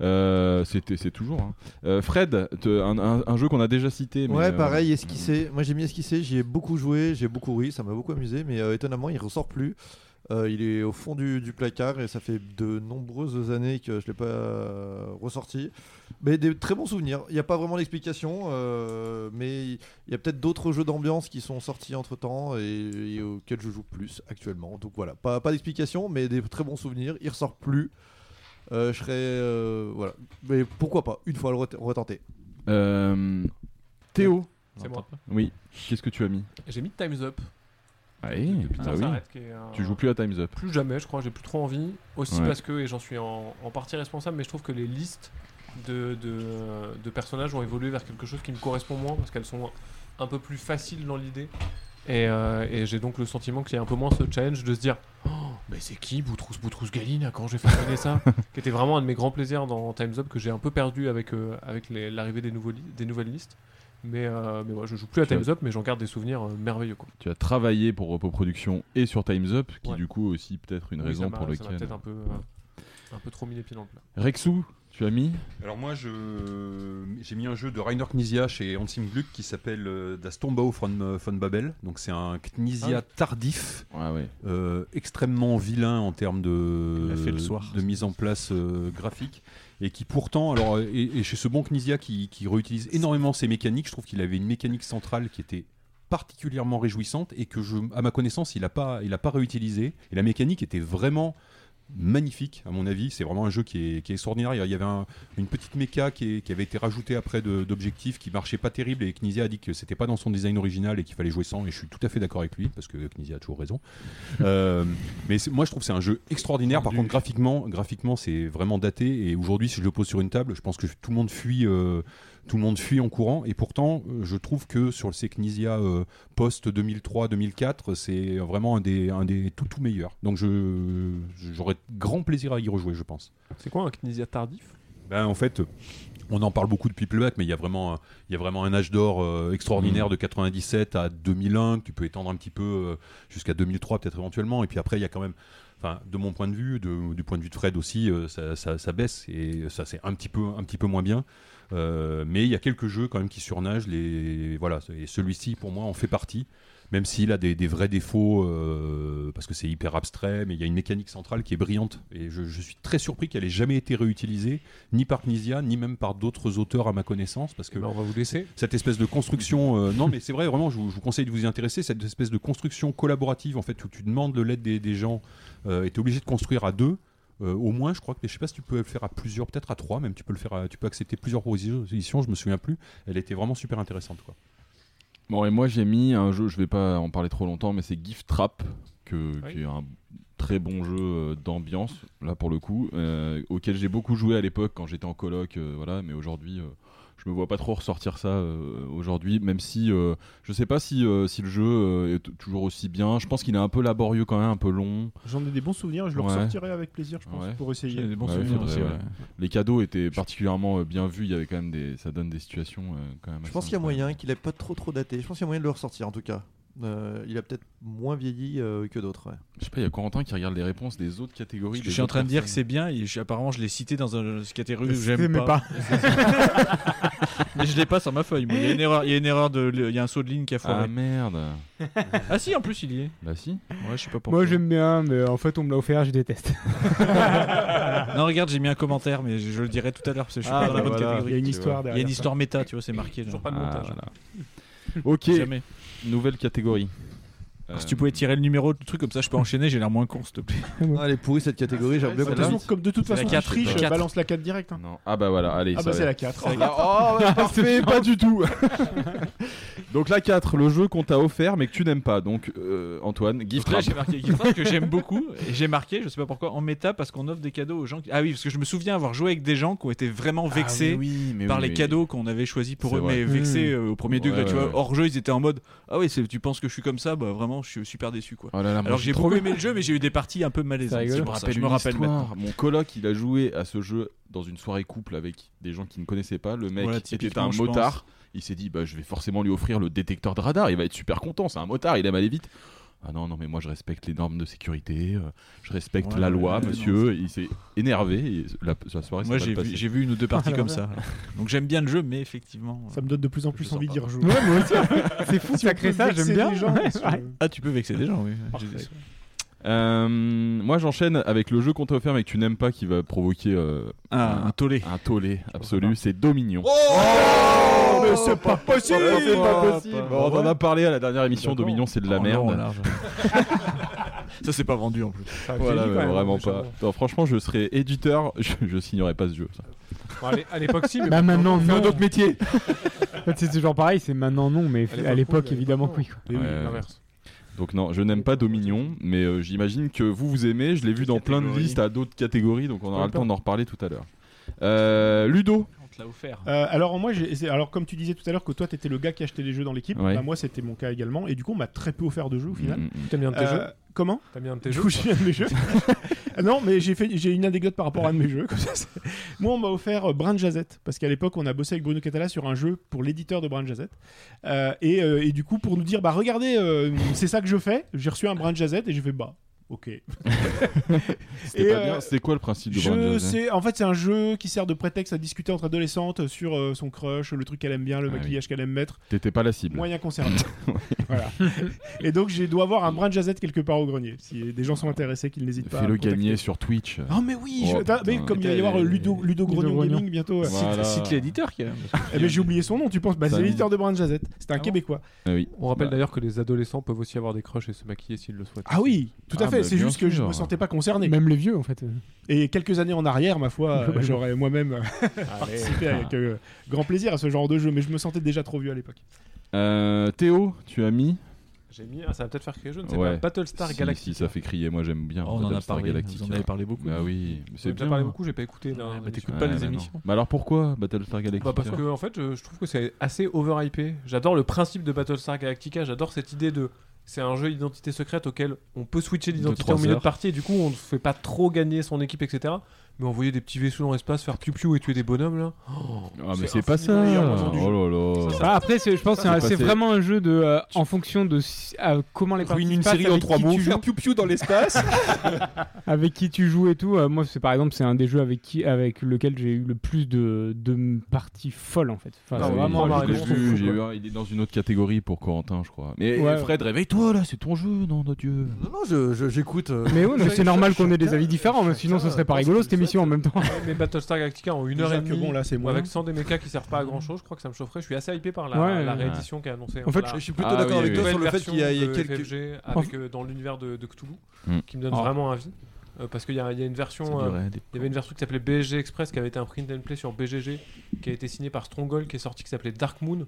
S1: Euh, c'était, c'est toujours. hein. Euh, Fred, te- un, un- un jeu qu'on a déjà cité. mais,
S10: Ouais,
S1: euh,
S10: pareil, esquissé. Moi, j'ai mis esquissé, j'y ai beaucoup joué, j'ai beaucoup ri, ça m'a beaucoup amusé, mais euh, étonnamment, il ressort plus. Euh, il est au fond du, du placard et ça fait de nombreuses années que je l'ai pas euh, ressorti. Mais des très bons souvenirs. Il n'y a pas vraiment d'explication, euh, mais il y a peut-être d'autres jeux d'ambiance qui sont sortis entre temps et, et auxquels je joue plus actuellement. Donc voilà, pas, pas d'explication, mais des très bons souvenirs. Il ressort plus. Euh, je serais. euh, voilà. Mais pourquoi pas, une fois le ret- retenter.
S1: euh, Théo.
S3: C'est moi.
S1: Oui. Qu'est-ce que tu as mis
S3: J'ai mis Time's Up.
S1: Ah
S3: Depuis
S1: ah
S3: Time's Arrête, qui est un-
S1: Tu joues plus à Time's Up.
S3: Plus jamais, je crois, j'ai plus trop envie. Aussi
S1: Ouais.
S3: parce que, et j'en suis en, en partie responsable, mais je trouve que les listes de, de, de personnages ont évolué vers quelque chose qui me correspond moins, parce qu'elles sont un peu plus faciles dans l'idée. Et, euh, et j'ai donc le sentiment qu'il y a un peu moins ce challenge de se dire Oh, mais c'est qui Boutrousse Boutrousse Galine Quand j'ai façonné ça Qui était vraiment un de mes grands plaisirs dans Time's Up que j'ai un peu perdu avec, euh, avec les- l'arrivée des, nouveaux li- des nouvelles listes. Mais, euh, mais ouais, je joue plus à
S1: Tu as-
S3: Time's Up, mais j'en garde des souvenirs euh, merveilleux. Quoi.
S1: Tu as travaillé pour Repo Production et sur Time's Up, qui
S3: Ouais.
S1: du coup aussi peut-être une
S3: Oui, ça
S1: raison
S3: m'a-
S1: pour
S3: ça m'a
S1: laquelle.
S3: peut-être un peu, euh, un peu trop mis les pieds dans le plat.
S1: Rexou, tu as mis
S6: Alors moi, je j'ai mis un jeu de Rainer Knizia chez Hansim Gluck qui s'appelle euh, Das Tombau von, von Babel. Donc c'est un Knizia
S1: Ah.
S6: tardif,
S1: Ouais, ouais.
S6: euh, extrêmement vilain en termes de
S11: Il l'a fait le soir.
S6: de mise en place euh, graphique et qui pourtant, alors euh, et, et chez ce bon Knizia qui, qui réutilise énormément ses mécaniques, je trouve qu'il avait une mécanique centrale qui était particulièrement réjouissante et que je, à ma connaissance, il n'a pas, il a pas réutilisé. Et la mécanique était vraiment magnifique à mon avis c'est vraiment un jeu qui est, qui est extraordinaire il y avait un- une petite méca qui, est- qui avait été rajoutée après de- d'objectifs qui marchait pas terrible et Knizia a dit que c'était pas dans son design original et qu'il fallait jouer sans et je suis tout à fait d'accord avec lui parce que Knizia a toujours raison Euh, mais c'est- moi je trouve que c'est un jeu extraordinaire par contre graphiquement graphiquement c'est vraiment daté et aujourd'hui si je le pose sur une table je pense que tout le monde fuit euh, tout le monde fuit en courant et pourtant euh, je trouve que sur le euh, Knizia post 2003 2004 c'est vraiment un des un des tout tout meilleurs donc je j'aurais grand plaisir à y rejouer je pense
S3: C'est quoi un Knizia tardif
S6: ben, en fait, on en parle beaucoup depuis le playback, mais il y a vraiment, un- il y a vraiment un âge d'or euh, extraordinaire de 97 à 2001 que tu peux étendre un petit peu euh, jusqu'à 2003 peut-être éventuellement. Et puis après, il y a quand même, enfin, de mon point de vue, de- du point de vue de Fred aussi, euh, ça, ça- ça baisse et ça c'est un petit peu, un petit peu moins bien. Euh, mais il y a quelques jeux quand même qui surnagent. Les... Voilà, et celui-ci, pour moi, en fait partie. Même s'il a des, des vrais défauts, euh, parce que c'est hyper abstrait, mais il y a une mécanique centrale qui est brillante. Et je, je suis très surpris qu'elle ait jamais été réutilisée, ni par Knizia, ni même par d'autres auteurs à ma connaissance. Parce que
S3: Eh ben, on va vous laisser.
S6: Cette espèce de construction. euh, non, mais c'est vrai, vraiment, je vous, je vous conseille de vous y intéresser. Cette espèce de construction collaborative, en fait, où tu demandes de l'aide des, des gens euh, et tu es obligé de construire à deux. Euh, au moins, je crois que je sais pas si tu peux le faire à plusieurs, peut-être à trois, même tu peux le faire, à- tu peux accepter plusieurs propositions. Je me souviens plus. Elle était vraiment super intéressante, quoi.
S1: Bon, et moi j'ai mis un jeu, je vais pas en parler trop longtemps, mais c'est Gift Trap, que,
S3: Oui.
S1: qui est un très bon jeu euh, d'ambiance, là pour le coup, euh, auquel j'ai beaucoup joué à l'époque quand j'étais en coloc, euh, voilà, mais aujourd'hui. euh, je me vois pas trop ressortir ça euh, aujourd'hui, même si euh, je sais pas si, euh, si le jeu euh, est t- toujours aussi bien. Je pense qu'il est un peu laborieux quand même, un peu long.
S2: J'en ai des bons souvenirs, je le
S1: Ouais.
S2: ressortirai avec plaisir, je pense,
S1: Ouais.
S2: pour essayer.
S1: Ouais, faudrait, ouais. Les cadeaux étaient particulièrement euh, bien vus. Il y avait quand même des, ça donne des situations euh, quand même.
S10: Je pense
S1: assez
S10: qu'il y a moyen qu'il ait pas trop trop daté. Je pense qu'il y a moyen de le ressortir en tout cas. Euh, il a peut-être moins vieilli euh, que d'autres. ouais.
S1: Je sais pas, il y a Corentin qui regarde les réponses des autres catégories.
S11: Je suis en train de dire que c'est bien, et je- apparemment je l'ai cité dans un ce catégorie où
S1: Je
S11: j'aime
S1: t'aimais pas.
S11: pas. Mais je l'ai pas sur ma feuille. moi. Il y a une erreur, il y a une erreur de, il y a un saut de ligne qui a foiré.
S1: Ah merde.
S11: Ah si, en plus il y est.
S1: Bah si.
S11: Ouais, je sais pas pourquoi.
S4: Moi j'aime bien, mais en fait on me l'a offert, je déteste.
S11: non, regarde, j'ai mis un commentaire, mais je, je le dirai tout à l'heure parce que je suis
S4: Ah,
S11: pas dans la
S4: bah
S11: bonne
S4: voilà,
S11: catégorie.
S4: il y a une
S11: tu
S4: histoire
S11: vois. Il y a
S4: derrière
S11: une
S4: ça.
S11: histoire méta, tu vois, c'est marqué. genre.
S3: pas de montage.
S1: Ah, Ok.
S11: Jamais.
S1: Nouvelle catégorie. Euh,
S11: Alors, Si tu pouvais tirer le numéro du truc comme ça, je peux enchaîner, j'ai l'air moins con, s'il te plaît.
S10: Ah, elle est pourrie cette catégorie, j'ai oublié
S2: De toute façon, comme de toute
S11: C'est la
S2: façon, tu
S11: quatre,
S2: triches,
S11: c'est la
S2: balance la 4 direct. hein.
S1: Non. Ah bah voilà, allez.
S2: Ah
S1: ça
S2: bah
S1: va
S2: c'est
S1: être- Ah,
S2: la 4.
S1: ça va être-
S10: Oh, bah,
S1: parfait, pas du tout. Donc la 4, le jeu qu'on t'a offert mais que tu n'aimes pas. Donc euh, Antoine, gift
S11: Là,
S1: wrap.
S11: j'ai marqué Gift Wrap que j'aime beaucoup. Et j'ai marqué, je sais pas pourquoi, en méta parce qu'on offre des cadeaux aux gens. qui- Ah oui, parce que je me souviens avoir joué avec des gens qui ont été vraiment vexés
S1: mais Ah oui, mais
S11: par
S1: oui,
S11: les
S1: mais-
S11: cadeaux qu'on avait choisis pour
S1: C'est
S11: eux,
S1: vrai.
S11: mais vexés
S1: Mmh.
S11: euh, au premier
S1: Ouais,
S11: degré. tu
S1: ouais,
S11: vois,
S1: ouais.
S11: hors jeu, ils étaient en mode Ah oui, c'est- tu penses que je suis comme ça Bah vraiment, je suis super déçu quoi.
S1: Oh là là, moi,
S11: Alors
S1: j'ai
S11: j'ai
S1: trop
S11: beaucoup
S1: aimé.
S11: aimé le jeu, mais j'ai eu des parties un peu malaisantes.
S1: Je
S11: c'est
S1: me
S11: pour ça,
S1: rappelle,
S11: je me rappelle
S1: une histoire.
S11: maintenant.
S1: Mon coloc, il a joué à ce jeu dans une soirée couple avec des gens qui ne connaissaient pas. Le mec
S11: Voilà,
S1: était
S11: typiquement,
S1: un
S11: je
S1: motard.
S11: pense.
S1: Il s'est dit, bah, je vais forcément lui offrir le détecteur de radar. Il va être super content. C'est un motard, il aime aller vite. Ah non, non, mais moi je respecte les normes de sécurité. euh, Je respecte
S11: Ouais,
S1: la
S11: ouais,
S1: loi,
S11: ouais, non,
S1: monsieur. il s'est énervé. Et la, la soirée,
S11: Moi
S1: s'est mal
S11: j'ai vu,
S1: passée.
S11: j'ai vu une ou deux parties
S1: Ah,
S11: comme
S1: là,
S11: ça. Donc j'aime bien le jeu, mais effectivement.
S2: hein.
S11: euh,
S2: Ça me donne de plus en plus envie d'y rejouer.
S4: Ouais, moi aussi. C'est fou,
S2: Si on
S4: ça crée
S2: peut
S4: ça,
S2: vexer
S4: j'aime bien.
S2: les gens,
S4: Ouais,
S2: sur-
S4: ouais.
S11: Ah, tu peux vexer des gens, oui.
S2: Parfait.
S1: Euh, moi j'enchaîne avec le jeu qu'on t'a offert mais que tu n'aimes pas qui va provoquer euh,
S11: Ah, un tollé.
S1: Un tollé absolu, c'est Dominion.
S2: Oh, mais c'est pas possible
S1: C'est pas
S11: Oh,
S1: possible.
S11: pas-
S1: on en a parlé à la dernière émission.
S11: D'accord. Oh,
S1: Dominion, c'est de la
S11: En long, en
S1: merde.
S11: large. Ça c'est pas vendu en plus.
S1: Voilà, mais
S3: hein,
S1: vraiment pas. Non, franchement, je serais éditeur, je, je signerais pas ce jeu. ça.
S3: Bon, allez, à l'époque, si. mais
S4: Bah maintenant
S3: maintenant,
S4: non.
S3: on fait un autre
S1: métier.
S4: c'est toujours pareil, c'est maintenant non, mais
S3: À l'époque,
S4: à l'époque
S3: oui, à
S4: évidemment
S3: l'époque,
S4: oui. quoi.
S3: Mais oui,
S1: Ouais.
S3: l'inverse.
S1: Donc non, je n'aime pas Dominion, mais euh, j'imagine que vous vous aimez. Je l'ai vu dans plein de
S11: Catégorie.
S1: listes à d'autres catégories, donc on aura
S2: Ouais,
S1: le temps d'en reparler tout à l'heure. Euh, Ludo.
S11: On te l'a offert.
S2: Euh, alors moi, j'ai- c'est- alors comme tu disais tout à l'heure que toi t'étais le gars qui achetait les jeux dans l'équipe,
S1: Ouais.
S2: bah, moi c'était mon cas également, et du coup on m'a très peu offert de jeux au final.
S1: Mm, mm, mm.
S3: T'aimes bien tes
S2: Euh,
S3: jeux
S2: Comment
S3: T'aimes bien tes
S2: Du
S3: jeux
S2: coup, j'ai bien de mes jeux. Ah non, mais j'ai fait, j'ai une anecdote par rapport à un de mes jeux. comme ça, c'est- Moi, on m'a offert euh, Brand Jazette parce qu'à l'époque, on a bossé avec Bruno Catala sur un jeu pour l'éditeur de Brand Jazette. Euh, et, euh, et du coup, pour nous dire, bah regardez, euh, c'est ça que je fais. J'ai reçu un Brand Jazette et j'ai fait, bah. Ok.
S1: C'était
S2: Et,
S1: pas bien.
S2: euh,
S1: C'était quoi le principe de Brand
S2: Je
S1: Jazz
S2: sais, en fait, c'est un jeu qui sert de prétexte à discuter entre adolescentes sur euh, son crush, le truc qu'elle aime bien, le
S1: Ah oui.
S2: maquillage qu'elle aime mettre.
S1: T'étais pas la cible.
S2: Moyen concerné. voilà. Et donc, je dois avoir un brin de jazette quelque part au grenier. Si des gens sont intéressés, qu'ils n'hésitent pas. à
S1: Fais-le
S2: me contacter.
S1: gagner sur Twitch.
S2: Oh, mais oui,
S1: Oh,
S2: je- attends, mais
S1: putain.
S2: comme il va y avoir euh, Ludo, Ludo Grognon
S4: Grognon.
S2: Gaming bientôt. euh,
S1: Voilà.
S11: Cite, cite l'éditeur qui a.
S2: eh ben, j'ai oublié son nom, tu penses bah, C'est
S1: Samy.
S2: l'éditeur de Brand Jazette. C'est un
S3: bon
S2: Québécois.
S1: Ah oui.
S3: On rappelle
S1: Bah,
S3: d'ailleurs que les adolescents peuvent aussi avoir des crushs et se maquiller s'ils le souhaitent.
S2: Ah oui, tout à
S1: Ah,
S2: fait.
S1: bah,
S2: C'est
S1: bien
S2: juste que je
S1: sûr.
S2: me sentais pas concerné.
S4: Même les vieux en fait.
S2: Et quelques années en arrière, ma foi, euh,
S4: Globalement.
S2: j'aurais moi-même euh, participé avec euh, grand plaisir à ce genre de jeu, mais je me sentais déjà trop vieux à l'époque.
S1: euh, Théo, tu as mis
S3: J'ai mis. ah, ça va peut-être faire crier, je ne sais
S1: Ouais.
S3: pas. Battlestar
S1: Si,
S3: Galactica.
S1: Si, ça fait crier, moi j'aime bien.
S11: Oh, on en a
S1: Battlestar
S11: parlé.
S1: Galactica.
S11: Vous en avez parlé beaucoup.
S1: Bah oui, mais
S3: J'ai
S1: c'est
S3: déjà
S1: bien.
S3: parlé beaucoup, j'ai pas écouté. la
S11: Ouais,
S3: dernière
S11: bah, t'écoutes
S3: émission.
S11: pas
S1: Ouais,
S11: les
S1: bah non.
S11: émissions.
S1: Mais alors pourquoi Battlestar Galactica
S3: Bah, parce que en fait, je, je trouve que c'est assez overhypé. J'adore le principe de Battlestar Galactica. J'adore cette idée de c'est un jeu d'identité secrète auquel on peut switcher
S11: De
S3: d'identité
S11: trois
S3: au milieu
S11: heures.
S3: de partie et du coup on ne fait pas trop gagner son équipe, etc. mais envoyer des petits vaisseaux dans l'espace, faire piou piou et tuer des bonhommes là. Oh,
S1: Ah, mais c'est pas ça Oh là là
S4: Ah, après, c'est- je pense que c'est vraiment un jeu de euh, en fonction de si- à comment les
S6: Ruine
S4: parties
S6: une
S4: se passent,
S6: série en
S4: avec
S6: trois
S4: qui
S6: mots,
S4: tu
S6: faire
S4: joues.
S6: piou piou dans l'espace.
S4: avec qui tu joues et tout. euh, moi, c'est par exemple, c'est un des jeux avec qui, avec lequel j'ai eu le plus de, de parties folles en fait. Enfin,
S1: Ah
S4: c'est
S1: oui,
S4: vraiment un
S1: je l'ai
S4: jeu que je
S1: vu,
S4: trouve
S1: j'ai
S4: fou,
S1: eu
S4: quoi.
S1: un- il est dans une autre catégorie pour Corentin, je crois. Mais
S4: Ouais.
S1: Fred, réveille-toi là, c'est ton jeu, non, de Dieu.
S10: Non, non, je- je- j'écoute. euh,
S4: Mais ouais, mais c'est
S10: chacun-
S4: normal qu'on ait des
S10: chacun-
S4: avis différents, mais sinon ce serait pas rigolo cette émission en même temps.
S3: Mais Battlestar Galactica en une heure
S2: Déjà
S3: et
S2: que
S3: demie,
S2: bon, là, c'est moins.
S3: avec 100 des mechas qui servent pas à grand chose, je crois que ça me chaufferait. Je suis assez hypé par la,
S4: Ouais,
S3: la
S4: ouais.
S3: réédition qui est annoncée.
S4: En fait,
S3: Voilà.
S10: je- je suis plutôt
S1: Ah,
S10: d'accord
S1: oui,
S10: avec
S1: oui,
S10: toi
S1: oui.
S10: sur le
S3: Nouvelle
S10: fait qu'il y a, il y a
S3: version de
S10: quelques. Ah.
S3: FFG avec, euh, dans l'univers de, de Cthulhu
S1: Hmm.
S3: qui me donne
S4: Oh.
S3: vraiment envie. Euh, parce qu'il y, a il y a une version,
S1: C'est du
S3: euh,
S1: raid.
S3: il y avait une version qui s'appelait BSG Express qui avait été un print and play sur BGG qui a été signé par Stronghold qui est sorti qui s'appelait Dark Moon.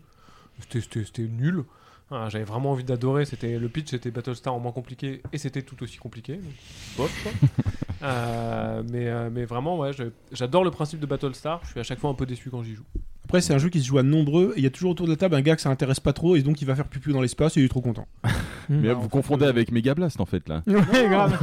S3: C'était- C'était c'était nul. Ah, J'avais vraiment envie d'adorer. C'était le pitch, c'était Battlestar en moins compliqué et c'était tout aussi compliqué. Donc, bof, quoi. Euh, mais, euh, mais vraiment, ouais, je- j'adore le principe de Battlestar. Je suis à chaque fois un peu déçu quand j'y joue.
S2: Après, c'est un jeu qui se joue à nombreux, et il y a toujours autour de la table un gars que ça intéresse pas trop, et donc il va faire pupu dans l'espace, et il est trop content.
S1: Mais vous confondez avec Mega Blast en fait là.
S4: Ouais, grave.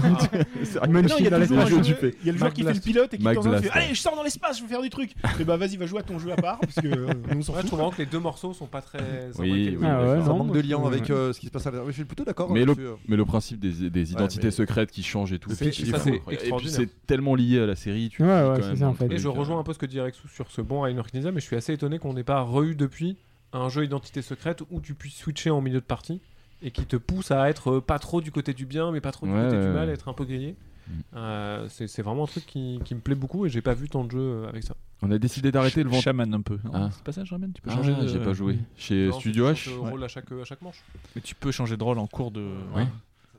S4: Munchkin
S2: Non, il y a
S4: dans
S2: toujours un
S4: l'espace.
S2: jeu-
S1: que tu fais.
S2: Il y a le joueur qui fait le
S1: Blast.
S2: pilote et qui de
S1: Mac
S2: temps en temps fait
S1: Blast, ouais.
S2: Allez, je sors dans l'espace, je veux faire du truc. Et bah vas-y, va jouer à ton jeu à part, parce que euh, on s'en
S3: Ouais, je
S2: fout.
S3: trouve vraiment que les deux morceaux sont pas très.
S1: Oui, oui,
S4: Ah ouais,
S10: Ça
S1: d'accord.
S4: non.
S10: manque de lien
S4: Ouais.
S10: avec euh, ce qui se passe à l'intérieur. Mais Je suis plutôt d'accord.
S1: Mais
S10: là-dessus, euh.
S1: Mais le principe des, des identités
S10: mais-
S1: secrètes qui changent et tout.
S3: C'est-
S1: il est
S3: ça,
S1: fou. hein.
S3: c'est
S1: et puis
S3: extraordinaire.
S1: c'est tellement lié à la série. Tu
S4: Ouais,
S1: te dis
S4: ouais,
S1: quand
S4: c'est
S1: même
S4: ça, en
S1: un
S4: fait.
S1: truc,
S3: Et je
S1: euh,
S3: rejoins un peu ce que dit Rexou sur ce bon Rainer Knizia, mais je suis assez étonné qu'on n'ait pas reçu depuis un jeu identité secrète où tu puisses switcher en milieu de partie et qui te pousse à être euh, pas trop du côté du bien, mais pas trop du
S1: Ouais,
S3: côté du
S1: ouais,
S3: mal,
S1: ouais.
S3: être un peu grillé.
S1: Mm.
S3: Euh, c'est c'est vraiment un truc qui, qui me plaît beaucoup et j'ai pas vu tant de jeux euh, avec ça.
S1: On a décidé d'arrêter le ventre.
S11: Chaman un peu. Non,
S1: Ah.
S11: C'est pas ça, Chaman Tu peux
S1: Ah,
S11: changer de
S1: j'ai pas joué. Chez
S3: Non,
S1: Studio
S3: tu
S1: H
S3: changes de rôle à chaque, euh, à chaque manche.
S11: Mais tu peux changer de rôle en cours de.
S1: Ouais.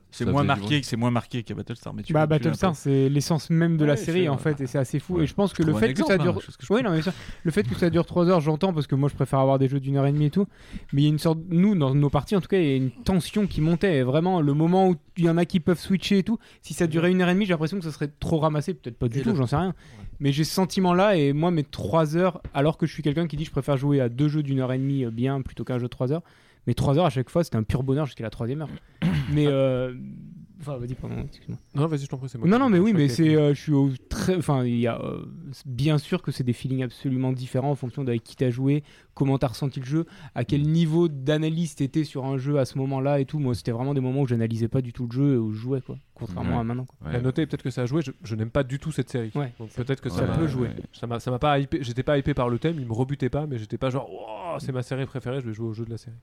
S11: C'est
S1: Ça
S11: moins
S1: faisait du
S11: marqué, c'est moins marqué qu'à Battlestar. Mais tu
S4: bah
S11: tu l'as un
S4: Battlestar
S11: peu.
S4: c'est l'essence même de la
S11: Ouais,
S4: série
S11: c'est-
S4: en fait et c'est assez fou
S1: Ouais.
S4: et je pense que
S11: Je
S4: le
S11: trouve
S4: fait
S11: un
S4: que ça
S11: exemple, hein,
S4: dure
S11: chose que je
S4: oui non bien sûr le fait que ça dure 3 heures j'entends parce que moi je préfère avoir des jeux d'une heure et demie et tout mais il y a une sorte nous dans nos parties en tout cas il y a une tension qui montait Et vraiment le moment où il y en a qui peuvent switcher et tout si ça durait une heure et demie j'ai l'impression que ça serait trop ramassé peut-être pas du
S10: Et
S4: tout
S10: le-
S4: j'en sais rien mais j'ai ce sentiment là et moi mes 3 heures alors que je suis quelqu'un qui dit je préfère jouer à deux jeux d'une heure et demie euh, bien plutôt qu'un jeu de 3 heures mais 3 heures à chaque fois c'était un pur bonheur jusqu'à la troisième heure mais euh... enfin vas-y pardon excuse-moi
S3: Non, vas-y, je t'en prie, c'est moi.
S4: non,
S3: qui-
S4: non, mais
S3: je
S4: oui,
S3: crois
S4: mais
S3: qu'il y a-
S4: c'est, euh, je suis au très, enfin, il y a, euh, c'est bien sûr que c'est des feelings absolument différents en fonction d'avec qui t'as joué, comment t'as ressenti le jeu, à quel
S1: Mm.
S4: niveau d'analyse t'étais sur un jeu à ce moment-là et tout. Moi, c'était vraiment des moments où j'analysais pas du tout le jeu et où je jouais, quoi. Contrairement
S1: Ouais.
S4: à maintenant. quoi.
S1: Ouais.
S3: La noter, peut-être que ça a joué. Je, je n'aime pas du tout cette série.
S4: Ouais.
S3: Donc peut-être que
S1: Ouais,
S3: ça
S4: Ça
S3: m'a-
S4: peut jouer.
S3: Ça m'a, ça m'a pas hypé. J'étais pas hypé par le thème, il me rebutait pas, mais j'étais pas genre, Wow, c'est ma série préférée, je vais jouer au jeu de la série.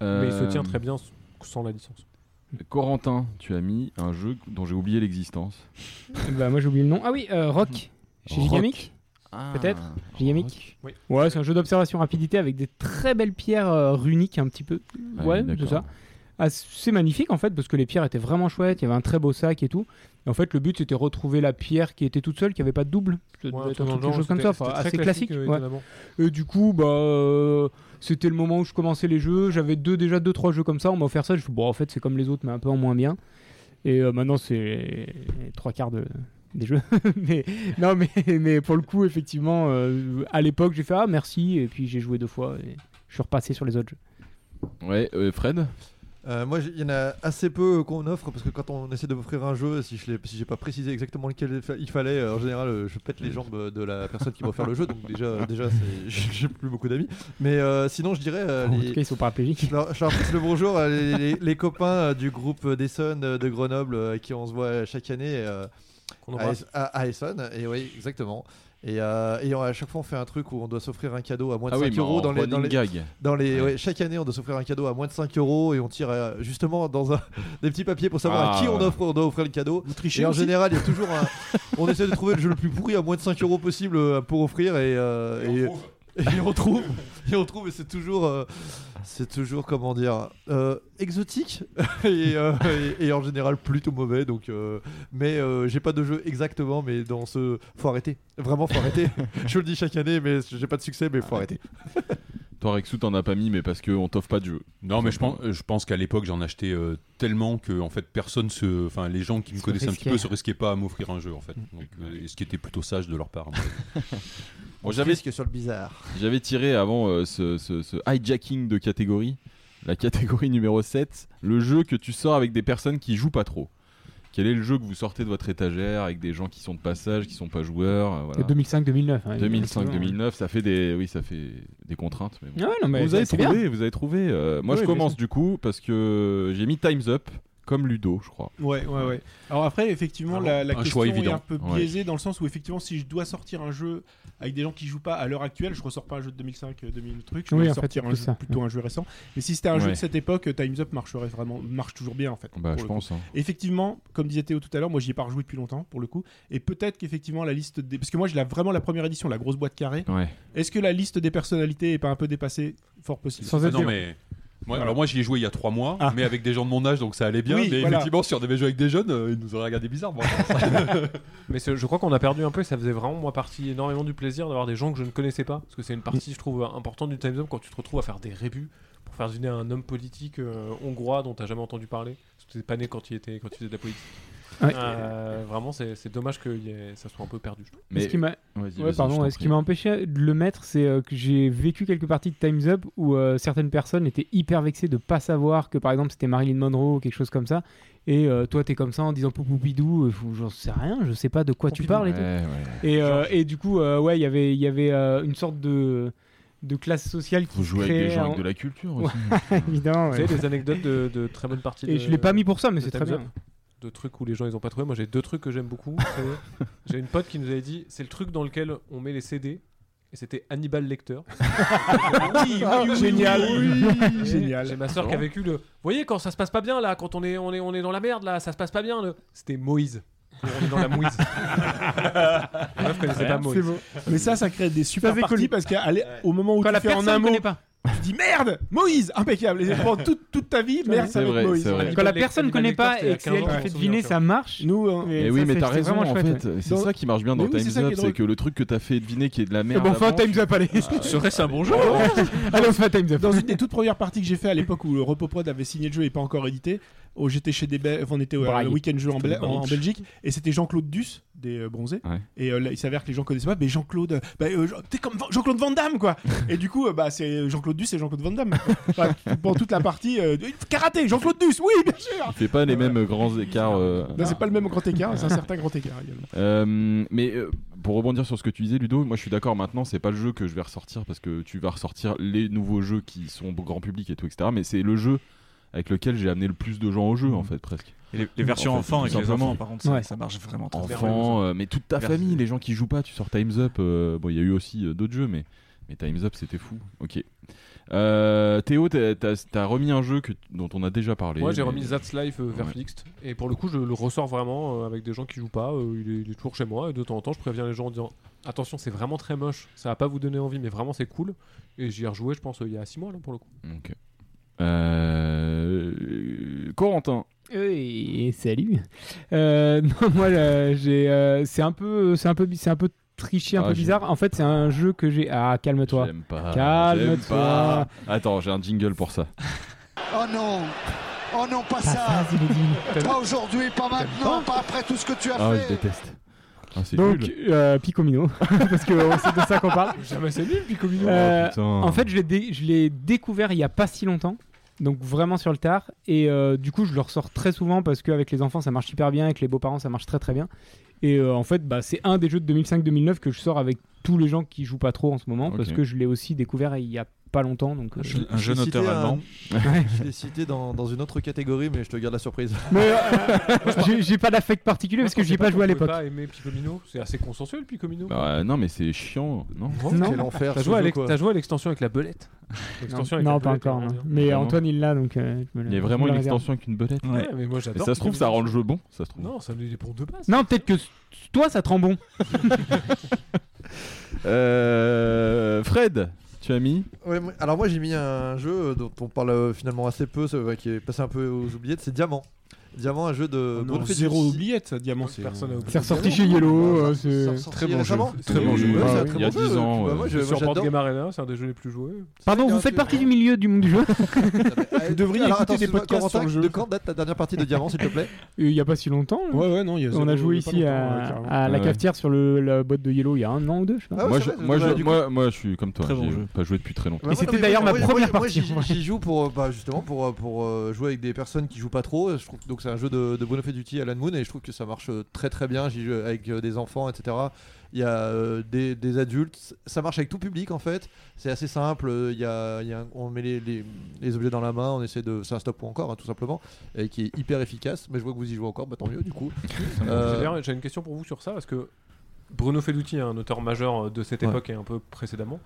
S3: Mais il se
S1: Euh,
S3: tient très bien s- sans la licence.
S1: Corentin, tu as mis un jeu dont j'ai oublié l'existence.
S4: bah, moi, j'ai oublié le nom. Ah oui, euh, Rock. Chez
S1: Mm. Rock.
S4: Gigamic. Peut-être Gigamic.
S3: Oui.
S4: Ouais, c'est un jeu d'observation rapidité avec des très belles pierres euh, runiques, un petit peu.
S1: Ah oui,
S4: ouais, c'est
S1: d'accord.
S4: ça. Ah, c'est magnifique en fait parce que les pierres étaient vraiment chouettes, il y avait un très beau sac et tout. Et en fait le but c'était retrouver la pierre qui était toute seule, qui avait pas de double. Ça devait être un truc, quelque chose comme ça, enfin, assez classique. ouais. Et du coup bah euh, c'était le moment où je commençais les jeux, j'avais deux déjà deux trois jeux comme ça, on m'a offert ça, je fais bon en fait c'est comme les autres mais un peu en moins bien. Et euh, maintenant c'est trois quarts de des jeux. mais non mais mais pour le coup effectivement euh, à l'époque j'ai fait ah merci et puis j'ai joué deux fois et je suis repassé sur les autres jeux.
S1: Ouais, euh, Fred
S10: Euh, moi, j'ai- il y en a assez peu euh, qu'on offre parce que quand on essaie de m'offrir un jeu, si je l'ai- si j'ai pas précisé exactement lequel il fa- il fallait, euh, en général, euh, je pète les jambes euh, de la personne qui m'a offert le jeu. Donc déjà, déjà, c'est- j'ai plus beaucoup d'amis. Mais euh, sinon, je dirais euh,
S4: En
S10: les-
S4: tout cas ils sont paraplégiques.
S10: Je leur, je leur pousse le bonjour à les, les- les copains euh, du groupe des Essonne euh, de Grenoble euh, qui on se voit chaque année euh,
S3: Qu'on
S10: à,
S3: embrasse.
S10: Es- à- à Essonne. Et oui, exactement. Et, euh, et on- à chaque fois, on fait un truc où on doit s'offrir un cadeau à moins de 5
S1: Ah mais
S10: euros
S1: en
S10: dans les, dans
S1: running
S10: les-
S1: gag.
S10: dans les,
S1: Ouais.
S10: ouais, chaque année, on doit s'offrir un cadeau à moins de 5 euros et on tire euh, justement dans un, des petits papiers pour savoir
S1: Ah,
S10: à qui on,
S1: ouais.
S10: offre, on doit offrir le cadeau.
S2: Vous trichez
S10: Et en
S2: aussi
S10: général, il y a toujours un. On essaie de trouver le jeu le plus pourri à moins de 5 euros possible euh, pour offrir et. euh, et- et on trouve, et on trouve, et c'est toujours, euh, c'est toujours comment dire, euh, exotique et, euh, et- et en général plutôt mauvais. Donc, euh, mais euh, j'ai pas de jeu exactement, mais dans ce, faut arrêter, vraiment faut arrêter. Je le dis chaque année, mais j'ai pas de succès, mais faut arrêter.
S1: Toi, Rexou, t'en as pas mis, mais parce qu'on t'offre pas de jeu.
S6: Non, mais je pense, je pense qu'à l'époque, j'en achetais euh, tellement que en fait, personne se. Enfin, les gens qui me
S4: Se
S6: connaissaient un petit peu
S4: risquaient. Mm.
S6: se risquaient pas à m'offrir un jeu, en fait. Donc, euh, et ce qui était plutôt sage de leur part. hein.
S1: Bon, j'avais,
S10: que sur le bizarre.
S1: j'avais tiré avant euh, ce, ce- ce hijacking de catégorie, la catégorie numéro 7, le jeu que tu sors avec des personnes qui jouent pas trop. Quel est le jeu que vous sortez de votre étagère avec des gens qui sont de passage, qui sont pas joueurs euh, voilà.
S4: 2005-2009, hein,
S1: 2005-2009, ça fait des, oui, ça fait des contraintes. Mais bon.
S4: Ah ouais, non, mais
S1: vous, avez
S4: c'est
S1: trouvé,
S4: bien.
S1: vous avez trouvé. euh, moi,
S2: Ouais,
S1: je
S2: bien
S1: commence
S2: sûr.
S1: du coup parce que j'ai mis Times Up comme Ludo, je crois.
S2: Ouais, ouais, ouais. Alors après, effectivement,
S1: Vraiment
S2: la, la
S1: un
S2: question
S1: choix
S2: est
S1: évident.
S2: un peu
S1: Ouais.
S2: biaisée dans le sens où, effectivement, si je dois sortir un jeu avec des gens qui jouent pas à l'heure actuelle, je ressors pas un jeu de 2005, euh, 2000 truc, je
S4: Oui,
S2: vais
S4: en fait,
S2: sortir
S4: c'est
S2: un
S4: plus
S2: jeu-
S4: ça.
S2: plutôt un jeu récent. Mais si c'était un jeu
S1: Ouais.
S2: de cette époque, euh, Time's Up marcherait vraiment, marche toujours bien en fait.
S1: Bah,
S2: pour
S1: je
S2: le coup.
S1: pense, hein.
S2: Effectivement, comme disait Théo tout à l'heure, moi j'y ai pas rejoué depuis longtemps pour le coup. Et peut-être qu'effectivement la liste des. Parce que moi j'ai la- vraiment la première édition, la grosse boîte carrée.
S1: Ouais.
S2: Est-ce que la liste des personnalités est pas un peu dépassée Fort possible.
S6: Ah non, mais. Moi, alors moi j'y ai joué il y a 3 mois, mais avec des gens de mon âge donc ça allait bien.
S2: Oui,
S6: mais
S2: voilà.
S6: effectivement si on avait joué avec des jeunes, euh, ils nous auraient regardé bizarre. moi.
S3: Mais c'est- je crois qu'on a perdu un peu, et ça faisait vraiment moi partie énormément du plaisir d'avoir des gens que je ne connaissais pas, parce que c'est une
S4: Mm.
S3: partie je trouve importante du Time Zone quand tu te retrouves à faire des rébus pour faire dîner un homme politique euh, hongrois dont t'as jamais entendu parler, parce que t'es pas né quand il était quand il faisait de la politique.
S4: Ouais.
S3: Euh, vraiment, c'est c'est dommage que il y ait- ça soit un peu perdu. je trouve.
S4: ce qui m'a
S1: Vas-y,
S4: ouais,
S1: vas-y, je
S4: pardon,
S1: t'en
S4: ouais, ce qui
S1: prie.
S4: m'a empêché de le mettre, c'est euh, que j'ai vécu quelques parties de Time's Up où euh, certaines personnes étaient hyper vexées de pas savoir que par exemple c'était Marilyn Monroe ou quelque chose comme ça. Et euh, toi t'es comme ça en disant Poupoupidou, euh, fou, j'en sais rien, je sais pas de quoi tu parles et tout.
S1: Ouais, ouais.
S4: Et, euh, et du coup, euh, ouais, il y avait, il y avait euh, une sorte de, de classe sociale qui
S1: Vous
S4: se
S1: jouez avec des
S4: créait
S1: gens avec
S4: en-
S1: de la culture
S4: Ouais,
S1: aussi.
S4: évidemment.
S3: Vous
S4: ouais.
S3: savez, des anecdotes de, de très bonnes parties.
S4: Et
S3: de-
S4: je l'ai pas mis pour ça, mais
S3: de
S4: c'est très
S3: Time's Up,
S4: bien.
S3: hein, De trucs où les gens ils ont pas trouvé. Moi j'ai deux trucs que j'aime beaucoup. C'est- j'ai une pote qui nous avait dit c'est le truc dans lequel on met les CD et c'était Hannibal Lecter.
S2: oui, oui, Génial. oui, oui,
S4: Ah,
S2: génial.
S3: J'ai ma soeur qui a vécu le. Vous voyez quand ça se passe pas bien là, quand on est on est on est dans la merde là, ça se passe pas bien. le- C'était Moïse. On est dans la mouise. La meuf connaissait pas Moïse.
S2: C'est beau. Mais ça, ça crée des super
S4: c'est
S2: parties
S4: cool.
S2: parce qu'à l'é- au moment où
S4: Quand
S2: tu
S4: la
S2: fais en
S4: personne
S2: un mot,
S4: connaît pas.
S2: tu dis merde, Moïse, impeccable. Et pendant toute, toute ta vie, merde,
S1: C'est
S2: ça va être
S1: vrai,
S2: Moïse.
S1: c'est vrai.
S4: Quand la
S3: Hannibal
S4: personne
S3: Lecter,
S4: connaît pas
S3: c'était il y a
S4: et que c'est elle
S3: 15 ans,
S4: qui
S3: je
S4: fait
S3: me
S4: deviner,
S3: souviens,
S4: ça marche.
S2: Nous, hein.
S1: Mais
S4: ça,
S1: Eh oui, mais
S4: c'est-
S1: t'as
S4: c'est
S1: raison
S4: vraiment
S1: en
S4: chouette,
S1: fait.
S4: ouais.
S1: Et C'est
S2: Dans-
S1: ça qui marche bien dans
S2: Mais oui, c'est
S1: Time's
S2: ça qui est
S1: Up, c'est
S2: drôle.
S1: que le truc que t'as fait deviner qui est de la
S4: Et
S1: merde.
S4: bon, enfin,
S1: avant,
S4: Time's
S1: tu-
S4: Up, allez.
S11: Serait-ce un bon jeu
S4: Allez, on fait un Time's Up.
S2: Dans une des toutes premières parties que j'ai fait à l'époque où le Repopod avait signé le jeu et pas encore édité, oh, j'étais chez des Bel- enfin, on était au
S4: Braille.
S2: week-end jeu en, Bel-
S4: Braille.
S2: en Belgique et c'était Jean-Claude Duss des euh, Bronzés
S1: Ouais.
S2: et euh, là, il s'avère que les gens connaissaient pas mais Jean-Claude euh, bah, euh, Jean- t'es comme Van- Jean-Claude Van Damme quoi et du coup euh, bah c'est Jean-Claude Duss et Jean-Claude Van Damme Enfin, pendant toute la partie euh, karaté Jean-Claude Duss oui bien sûr
S1: Il fait pas les mêmes euh, grands écarts. euh,
S2: non, c'est pas le même grand écart c'est un certain grand écart également
S1: Euh, mais euh, pour rebondir sur ce que tu disais, Ludo, moi je suis d'accord maintenant, c'est pas le jeu que je vais ressortir parce que tu vas ressortir les nouveaux jeux qui sont grand public et tout, etc. Mais c'est le jeu avec lequel j'ai amené le plus de gens au jeu
S4: Mhm.
S1: en fait, presque.
S11: Et les, les versions
S1: En fait,
S11: enfants
S1: tout
S11: avec les
S1: simplement.
S11: enfants, par contre, ça,
S4: Ouais.
S11: ça marche vraiment très bien.
S1: Enfants, euh, mais toute ta
S11: Merci.
S1: famille, les gens qui jouent pas, tu sors Time's Up. euh, bon, il y a eu aussi euh, d'autres jeux, mais, mais Time's Up c'était fou. Ok. Euh, Théo, t'as- t'as t'as remis un jeu que, dont on a déjà parlé.
S3: Moi j'ai
S1: mais-
S3: remis That's Life euh, vers
S1: Ouais.
S3: Flixt et pour le coup je le ressors vraiment euh, avec des gens qui jouent pas, euh, il, est, il est toujours chez moi et de temps en temps je préviens les gens en disant attention c'est vraiment très moche, ça va pas vous donner envie mais vraiment c'est cool et j'y ai rejoué je pense euh, il y a 6 mois là pour le coup.
S1: Ok. Euh, Corentin.
S4: Et salut. Euh, non, moi, là, j'ai, euh, c'est un peu, c'est un peu, bi- c'est un peu triché, un
S1: Ah,
S4: peu
S1: j'ai-
S4: bizarre. En fait, c'est un jeu que j'ai. Ah, calme-toi.
S1: J'aime pas.
S4: Calme-toi.
S1: j'aime pas. Attends, j'ai un jingle pour ça.
S12: Oh non Oh non,
S4: Ah,
S12: pas ça Pas aujourd'hui, pas maintenant, pas après tout ce que tu as
S1: Ah, je
S12: fait
S1: déteste. Ah, c'est
S4: Donc,
S1: nul.
S4: euh, Picomino, parce que euh, c'est de ça qu'on parle.
S3: Jamais c'est nul puis
S1: Oh,
S4: Euh,
S1: putain.
S4: en fait, je l'ai, dé- je l'ai découvert il y a pas si longtemps, donc vraiment sur le tard. Et euh, du coup, je le ressors très souvent parce qu'avec les enfants, ça marche super bien, avec les beaux-parents, ça marche très très bien. Et euh, en fait, bah, c'est un des jeux de 2005-2009 que je sors avec tous les gens qui jouent pas trop en ce moment,
S1: Ok.
S4: parce que je l'ai aussi découvert il y a pas longtemps. Donc, euh,
S11: Je- Un
S10: Je
S11: jeune
S10: l'ai cité
S11: auteur
S10: à-
S11: allemand.
S10: Je l'ai cité dans, dans une autre catégorie, mais je te garde la surprise.
S4: Mais euh, j'ai- j'ai pas d'affect particulier parce que j'y ai pas joué à l'époque.
S3: pas aimé Picomino, c'est assez consensuel Picomino.
S1: Bah, euh, non, mais c'est chiant, non
S4: Non.
S10: Quel enfer.
S3: T'as
S10: ce
S3: joué, à
S10: jeu,
S3: l'ex-
S10: quoi.
S3: t'as joué à l'extension avec la belette
S4: Non,
S3: L'extension avec
S4: non,
S3: la
S4: pas
S3: belette,
S4: encore.
S3: elle est
S4: non.
S3: bien.
S4: Mais
S1: Vraiment.
S4: Antoine, il l'a donc. euh, je me le-
S1: Il y a
S4: je me
S1: vraiment
S4: le
S1: une
S4: réserve.
S1: extension avec une belette.
S11: Ouais.
S3: Ouais, mais moi
S1: Et
S3: j'adore.
S1: ça se trouve, ça rend le jeu bon, ça se trouve.
S3: Non, ça me dit pour deux passes.
S4: Non, peut-être que s- toi, ça te rend bon.
S1: Euh, Fred, tu as mis
S10: Ouais, moi- alors moi j'ai mis un jeu dont on parle euh, finalement assez peu, ça, ouais, qui est passé un peu aux oubliettes, c'est Diamant. Diamant, un jeu de
S2: Non,
S10: Bonifacio-
S2: zéro oubliette ça diamant c'est euh,
S3: Personne n'a
S4: C'est ressorti chez Yellow. euh, c'est-
S10: Sorti
S11: très bon jeu.
S10: récemment
S3: Très bon
S10: Oui,
S3: jeu.
S10: ouais,
S1: Ah
S10: c'est un
S1: oui,
S10: très
S1: il y a
S10: bon jeu.
S1: 10 ans,
S10: Bah,
S1: euh,
S10: moi, je-
S3: Je,
S10: moi,
S3: sur Board
S10: j'adore.
S3: Game Arena, c'est un des jeux les plus joués.
S4: Pardon,
S10: C'est
S4: vous
S10: un
S4: faites
S10: peu-
S4: partie du milieu du monde du jeu
S2: Vous devriez
S10: Alors,
S2: écouter
S10: attends,
S2: des
S10: excuse-moi,
S2: podcasts sur le
S10: Corentin,
S2: jeu
S10: De quand date ta dernière partie de Diamant, s'il te plaît
S4: Il y a pas si longtemps. là.
S2: ouais ouais non il y
S4: On a joué ici à, à la
S1: Ouais.
S4: cafetière sur le, la boîte de Yellow il y a un an ou deux, je sais pas.
S10: Ah ouais,
S1: moi,
S10: c'est
S1: je,
S10: vrai, c'est
S1: moi,
S10: vrai,
S1: je-
S10: du coup.
S1: moi, moi, je suis comme toi,
S11: Très bon
S1: j'ai
S11: jeu.
S1: pas joué depuis très longtemps.
S10: Bah, moi,
S4: c'était
S10: non, mais
S4: d'ailleurs
S10: moi,
S4: ma
S10: moi,
S4: première
S10: moi,
S4: partie,
S10: j'y-
S4: ouais.
S10: J'y joue pour euh, bah, justement pour euh, pour euh, jouer avec des personnes qui jouent pas trop. euh, je trouve- donc donc c'est un jeu de, de Bruno Feduti, Alan Moon, et je trouve que ça marche euh, très très bien. J'y joue avec euh, des enfants, etc. Il y a euh, des, des adultes, ça marche avec tout public en fait. C'est assez simple. euh, Il y a, il y a un- on met les, les- les objets dans la main, on essaie de, c'est un stop ou encore hein, tout simplement, et qui est hyper efficace. Mais je vois que vous y jouez encore, bah tant mieux du coup. Euh,
S3: D'ailleurs, J'ai une question pour vous sur ça, parce que Bruno Felluti, un auteur majeur euh, de cette
S10: Ouais.
S3: époque et un peu précédemment,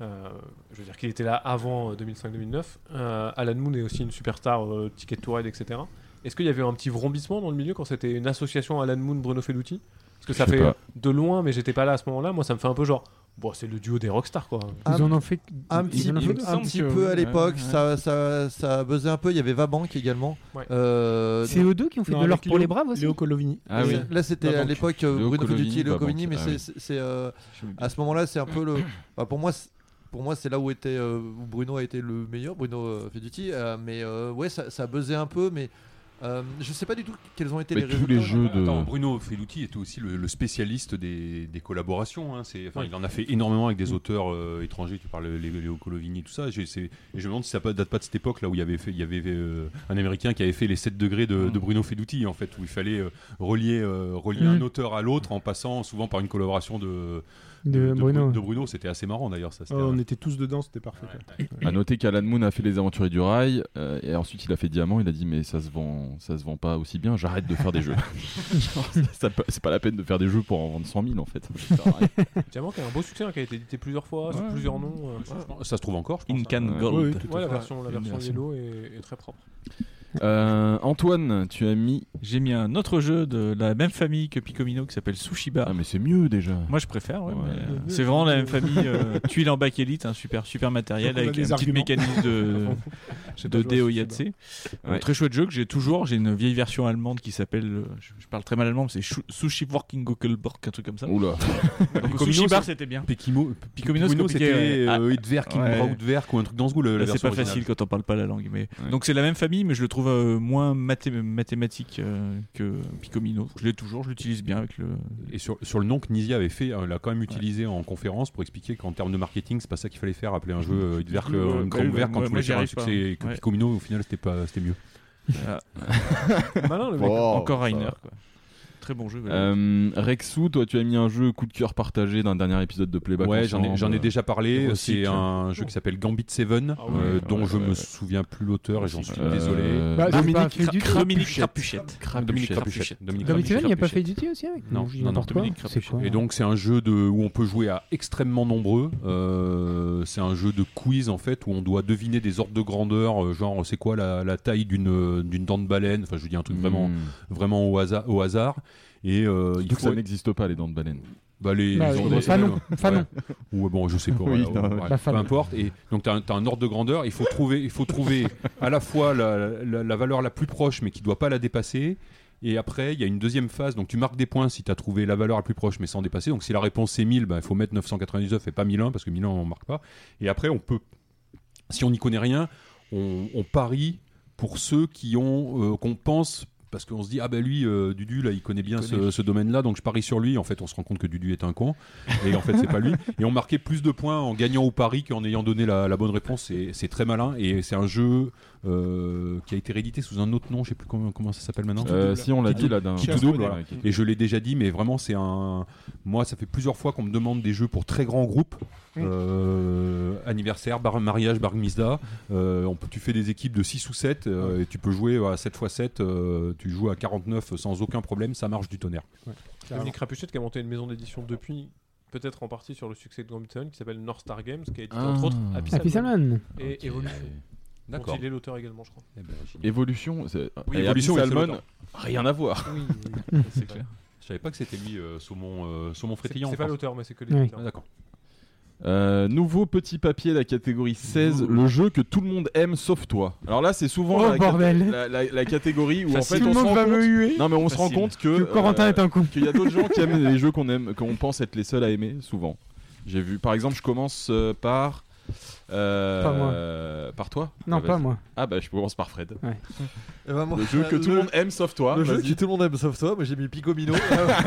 S3: euh, je veux dire qu'il était là avant euh, 2005-2009, euh, Alan Moon est aussi une superstar, euh, Ticket to Ride, etc. Est-ce qu'il y avait eu un petit vrombissement dans le milieu quand c'était une association Alan Moon-Bruno Felluti Parce que ça
S1: Je sais
S3: fait
S1: pas.
S3: de loin, mais j'étais pas là à ce moment-là, moi ça me fait un peu genre, bon, c'est le duo des rockstars quoi.
S4: Ils en ont fait
S10: un
S4: ils
S10: petit,
S4: en ont
S10: un
S4: fait- il me
S10: petit
S4: semble que-
S10: peu à l'époque,
S4: ouais, ouais.
S10: ça, ça, ça buzzait un peu. Il y avait Vabank également.
S3: Ouais.
S10: Euh,
S4: C'est eux deux qui ont fait
S2: Non,
S4: de l'or
S2: avec
S4: pour les
S2: Léo-
S4: bras aussi
S2: Léo Oh, Colovini.
S1: Ah oui.
S10: Là, c'était à
S1: Vabank.
S10: l'époque euh,
S1: Léo
S10: Bruno
S1: Colovini,
S10: Feduti et Léo
S1: Vabank.
S10: Covini, mais
S1: Ah
S10: c'est-
S1: oui.
S10: c'est c'est, euh,
S1: J'ai oublié.
S10: à ce moment-là, c'est un peu le. bah, pour moi, c'est- pour moi, c'est là où était euh, où Bruno a été le meilleur, Bruno euh, Feduti. euh, mais euh, ouais, ça, ça buzzait un peu, mais euh, je sais pas du tout quels ont été
S1: Mais
S10: les
S1: tous
S10: résultats.
S1: les jeux de.
S6: Attends, Bruno Felluti était aussi le, le spécialiste des, des collaborations. hein. C'est- enfin, Il en a fait énormément avec des auteurs euh, étrangers. Tu parles les- Léo Colovini, tout ça. J'ai- c'est- et je me demande si ça pas- date pas de cette époque là où il y avait, fait, il y avait euh, un Américain qui avait fait les 7 degrés de, de Bruno Felluti, en fait, où il fallait euh, relier, euh, relier
S4: Mm.
S6: un auteur à l'autre en passant souvent par une collaboration de,
S4: De Bruno.
S6: de Bruno. C'était assez marrant d'ailleurs. ça.
S2: Oh,
S6: C'était un-
S2: on était tous dedans, c'était parfait. quoi.
S1: À noter qu'Alan Moon a fait Les Aventuriers du Rail euh, et ensuite il a fait Diamant. Il a dit mais ça se vend, ça se vend pas aussi bien. J'arrête de faire des jeux. Genre, ça- ça peut- c'est pas la peine de faire des jeux pour en vendre 100 000 en fait. Ça sert à rien.
S3: Diamant qui a un beau succès, hein, qui a été édité plusieurs fois, sous
S1: Ouais.
S3: plusieurs noms. euh,
S6: Ça se trouve encore, je pense.
S11: In Can
S1: Ouais.
S11: Gold.
S2: Oui, oui, tout
S3: ouais,
S2: à
S3: la
S2: fait.
S3: version, la
S1: Une
S3: version
S1: version.
S3: Yellow est- est très propre.
S1: Euh, Antoine, tu as mis.
S11: J'ai mis un autre jeu de la même famille que Picomino qui s'appelle Sushiba.
S1: Ah mais c'est mieux déjà.
S11: Moi je préfère, ouais,
S1: Ouais.
S11: mais, euh, c'est vraiment la même famille. euh, tuile en bac élite, un super, super matériel
S2: Donc on a
S11: avec un
S2: des
S11: petit
S2: arguments.
S11: mécanisme de,
S3: J'ai pas
S11: de
S3: joué à
S11: Deo
S3: Sushiba.
S11: Yatse. Un
S1: Ouais.
S11: très chouette jeu que j'ai toujours. J'ai une vieille version allemande qui s'appelle, euh, je, je parle très mal allemand, mais c'est Shu- Sushi Working Gockelborg, un truc comme ça.
S1: Oula.
S11: Donc,
S6: Picomino,
S11: Sushi Bar
S6: c'est-
S11: c'était bien.
S6: Picimo-
S11: Picomino,
S6: Picomino,
S11: c'est compliqué,
S6: c'était
S11: ouais.
S6: euh, Edver, King
S11: Ouais.
S6: Braudwerk ou un truc dans ce goût. la- la
S11: Là, c'est
S6: version
S11: pas
S6: originale.
S11: facile quand on parle pas la langue. Mais...
S1: Ouais.
S11: Donc c'est la même famille, mais je le trouve euh, moins mathé- mathématique euh, que Picomino. Je l'ai toujours, je l'utilise bien avec le.
S6: Et sur, sur le nom que Nizia avait fait, euh, l'a quand même utilisé en conférence pour expliquer qu'en termes de marketing, c'est pas ça qu'il fallait faire, appeler un jeu euh, Hit Vert,
S11: Ouais,
S6: euh,
S11: ouais,
S6: une grande
S11: ouais,
S6: vert quand
S11: ouais,
S6: tu
S11: moi,
S6: voulais
S11: j'y
S6: faire un
S11: arrive pas.
S6: succès et que
S11: Ouais.
S6: Picomino, au final, c'était pas, c'était mieux.
S11: Ah,
S3: Malin, le mec. hein.
S11: encore
S1: Oh, ça
S11: Rainer.
S1: va.
S11: quoi. Très bon jeu. voilà.
S1: Euh, Rexou, toi tu as mis un jeu coup de cœur partagé d'un dernier épisode de Playback.
S6: Ouais, j'en ai, j'en ai
S1: ensemble.
S6: déjà parlé.
S1: Hérocique.
S6: C'est un jeu qui s'appelle Gambit Seven,
S3: Ah ouais.
S6: euh, dont
S1: Ouais,
S6: je
S1: ouais.
S6: me souviens plus l'auteur et j'en suis
S1: Euh,
S6: désolé.
S4: Bah, c'est pas
S1: Dominique
S4: fait du tout.
S11: Dominique Crapuchette.
S6: Dominique
S11: Crapuchette.
S6: Crapuchette. Dominique
S4: Dans Beethoven, il n'y a
S6: Crapuchette.
S4: pas fait du aussi avec
S6: Non,
S4: je dis
S6: non, non,
S4: n'importe quoi.
S11: Dominique
S4: C'est
S1: Mhm.
S4: quoi
S6: Et donc c'est un jeu de, où on peut jouer à extrêmement nombreux. Euh, c'est un jeu de quiz en fait où on doit deviner des ordres de grandeur, euh, genre c'est quoi la, la taille d'une euh, d'une dent de baleine. Enfin je vous dis un truc vraiment
S1: Mmh.
S6: vraiment au hasard. Au hasard. Et euh, il
S1: Surtout que
S6: faut
S1: ça n'existe pas les dents de baleine.
S6: bah, les,
S4: Bah,
S6: ils ont
S4: oui,
S6: des-
S4: enfin, non.
S6: ouais.
S4: Enfin, non.
S6: Ou bon, je sais pas.
S1: Oui,
S6: voilà,
S1: non,
S6: ouais,
S4: ouais.
S6: peu
S4: Enfin, non.
S6: importe. Et donc tu as, un ordre de grandeur. Il faut trouver, il faut trouver à la fois la, la- la valeur la plus proche, mais qui doit pas la dépasser. Et après, il y a une deuxième phase. Donc tu marques des points si tu as trouvé la valeur la plus proche, mais sans dépasser. Donc si la réponse c'est 1000, bah, il faut mettre 999 et pas 1001 parce que 1001 on marque pas. Et après, on peut, si on n'y connaît rien, on, on parie pour ceux qui ont, euh, qu'on pense. Parce qu'on se dit, ah ben lui, euh, Dudu, là, il connaît bien ce, ce domaine-là, donc je parie sur lui. En fait, on se rend compte que Dudu est un con. Et en fait, c'est pas lui. Et on marquait plus de points en gagnant au pari qu'en ayant donné la, la bonne réponse. Et c'est très malin. Et c'est un jeu euh, qui a été réédité sous un autre nom. Je sais plus comment, comment ça s'appelle maintenant.
S1: Euh, si on l'a
S6: Qui
S1: dit là d'un.
S6: qui tout double. voilà. Et je l'ai déjà dit, mais vraiment, c'est un. Moi, ça fait plusieurs fois qu'on me demande des jeux pour très grands groupes. Euh, anniversaire, bar, mariage, bar mitzvah. Euh, on peut, tu fais des équipes de 6 ou 7 et tu peux jouer à 7 x 7. euh, tu joues à 49 sans aucun problème. Ça marche du tonnerre.
S3: Dominique Rapuchette qui a monté une maison d'édition depuis, peut-être en partie sur le succès de Gambit Seven, qui s'appelle North Star Games, qui a édité
S1: Ah.
S3: entre autres Happy,
S4: Happy
S3: Salmon
S4: Salmon.
S3: et Evolution. dont
S6: D'accord.
S3: Il est l'auteur également, je crois.
S6: Eh ben, génial.
S1: Évolution, c'est-
S6: Oui,
S1: et
S6: Évolution,
S1: Abby
S6: oui, c'est
S1: Salmon,
S6: l'auteur.
S1: rien à voir.
S3: Oui,
S11: C'est clair.
S6: Je savais pas que c'était lui, euh, saumon, euh, saumon
S3: C'est
S6: frétillant.
S3: c'est
S6: en
S3: pas
S6: France.
S3: l'auteur, mais c'est que
S4: Oui.
S3: l'éditeur.
S6: Ah, d'accord.
S1: Euh, nouveau petit papier, la catégorie 16, le jeu que tout le monde aime sauf toi. Alors là, c'est souvent
S4: Oh,
S1: la, cat-
S4: bordel.
S1: la- la- la catégorie où en
S11: Facile.
S1: fait
S4: Tout le
S1: on se
S4: monde
S1: rend
S4: va
S1: compte.
S4: me huer.
S1: Non, mais on se rend
S11: Facile.
S1: compte que
S4: Que
S1: euh,
S4: Corentin est un con.
S1: qu'il y a d'autres gens qui aiment les jeux qu'on aime, qu'on pense être les seuls à aimer souvent. J'ai vu, par exemple, je commence euh, par Euh,
S4: Pas moi.
S1: euh, Par toi
S4: Non,
S1: Ah, vas-y.
S4: pas moi.
S1: Ah bah je commence par Fred.
S4: Ouais.
S10: Eh ben, moi,
S1: le jeu que tout le monde aime sauf toi.
S10: Le jeu
S1: vas-y.
S10: que tout le monde aime sauf toi, moi j'ai mis Picomino.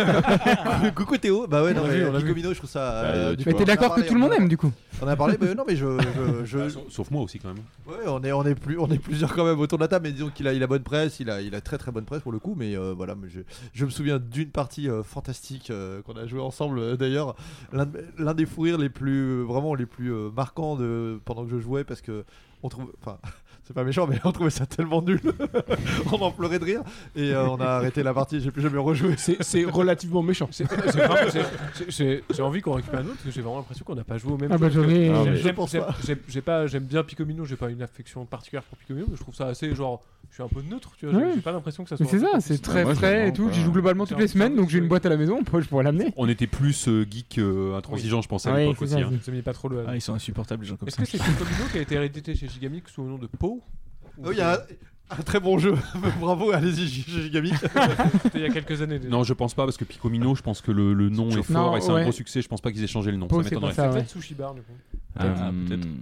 S10: Ah ouais. Coucou Théo, bah ouais, non,
S4: On l'a
S10: mais
S4: vu, on l'a vu.
S10: Picomino, je trouve ça.
S1: Euh,
S10: du
S4: Mais
S10: coup,
S4: t'es
S10: on en a
S4: d'accord que
S10: parlé,
S4: tout le
S10: on en
S4: monde
S10: a-
S4: aime du coup
S10: On en a parlé, mais non, mais je. je,
S1: Bah,
S10: je-
S6: Bah, Sauf moi aussi quand même.
S10: Ouais, on est, on, est plus, on est plusieurs quand même autour de la table, mais disons qu'il a, il a bonne presse, il a, il a très très bonne presse pour le coup, mais euh, voilà, mais je, je me souviens d'une partie euh, fantastique euh, qu'on a joué ensemble euh, d'ailleurs, l'un de- l'un des fous rires les plus, vraiment les plus euh, marquants de, pendant que je jouais, parce que on trouve, enfin, c'est pas méchant, mais on trouvait ça tellement nul, on en pleurait de rire, et euh, on a arrêté la partie, j'ai plus jamais rejoué.
S2: C'est- C'est relativement méchant.
S3: C'est- c'est vraiment- c'est- c'est- J'ai envie qu'on récupère un autre parce que j'ai vraiment l'impression qu'on n'a pas joué au même
S4: Ah
S3: jeu.
S4: bah, j'en ai-
S3: Parce que
S4: Ah
S3: j'aime-
S4: ouais.
S3: j'aime-
S4: Je pense
S3: j'aime-
S4: pas.
S3: j'aime- j'ai pas- J'aime bien Picomino, j'ai pas une affection particulière pour Picomino, mais je trouve ça assez genre. Je suis un peu neutre, tu vois. j'ai-
S4: Ouais.
S3: J'ai pas l'impression que ça
S4: Mais
S3: soit.
S4: c'est ça, c'est très frais et tout. J'y joue globalement toutes les semaines, donc j'ai une boîte à la maison, je pourrais l'amener.
S6: On était plus euh, geek euh, intransigeant, je pense, à
S4: Oui,
S6: l'époque
S4: c'est
S6: aussi.
S4: ça,
S6: hein.
S4: c'est-
S3: Vous aimiez pas trop le.
S11: Ah, ils sont insupportables, les gens comme
S3: Est-ce
S11: ça.
S3: que c'est Picomino qui a été réédité chez Gigamic sous le nom de Po
S10: Oh, il y a un, un très bon jeu, bravo, allez-y, Gigamic.
S3: C'était il y a quelques années déjà.
S6: Non, je pense pas, parce que Picomino, je pense que le, le nom est
S4: Sur-
S6: fort
S4: Non,
S6: et c'est
S4: ouais.
S6: un gros succès. Je pense pas qu'ils aient changé le nom.
S4: Po,
S6: ça
S4: c'est pas
S6: m'étonnerait.
S4: ça,
S3: C'est
S4: ouais.
S3: peut-être Sushi Bar du coup.
S1: Euh,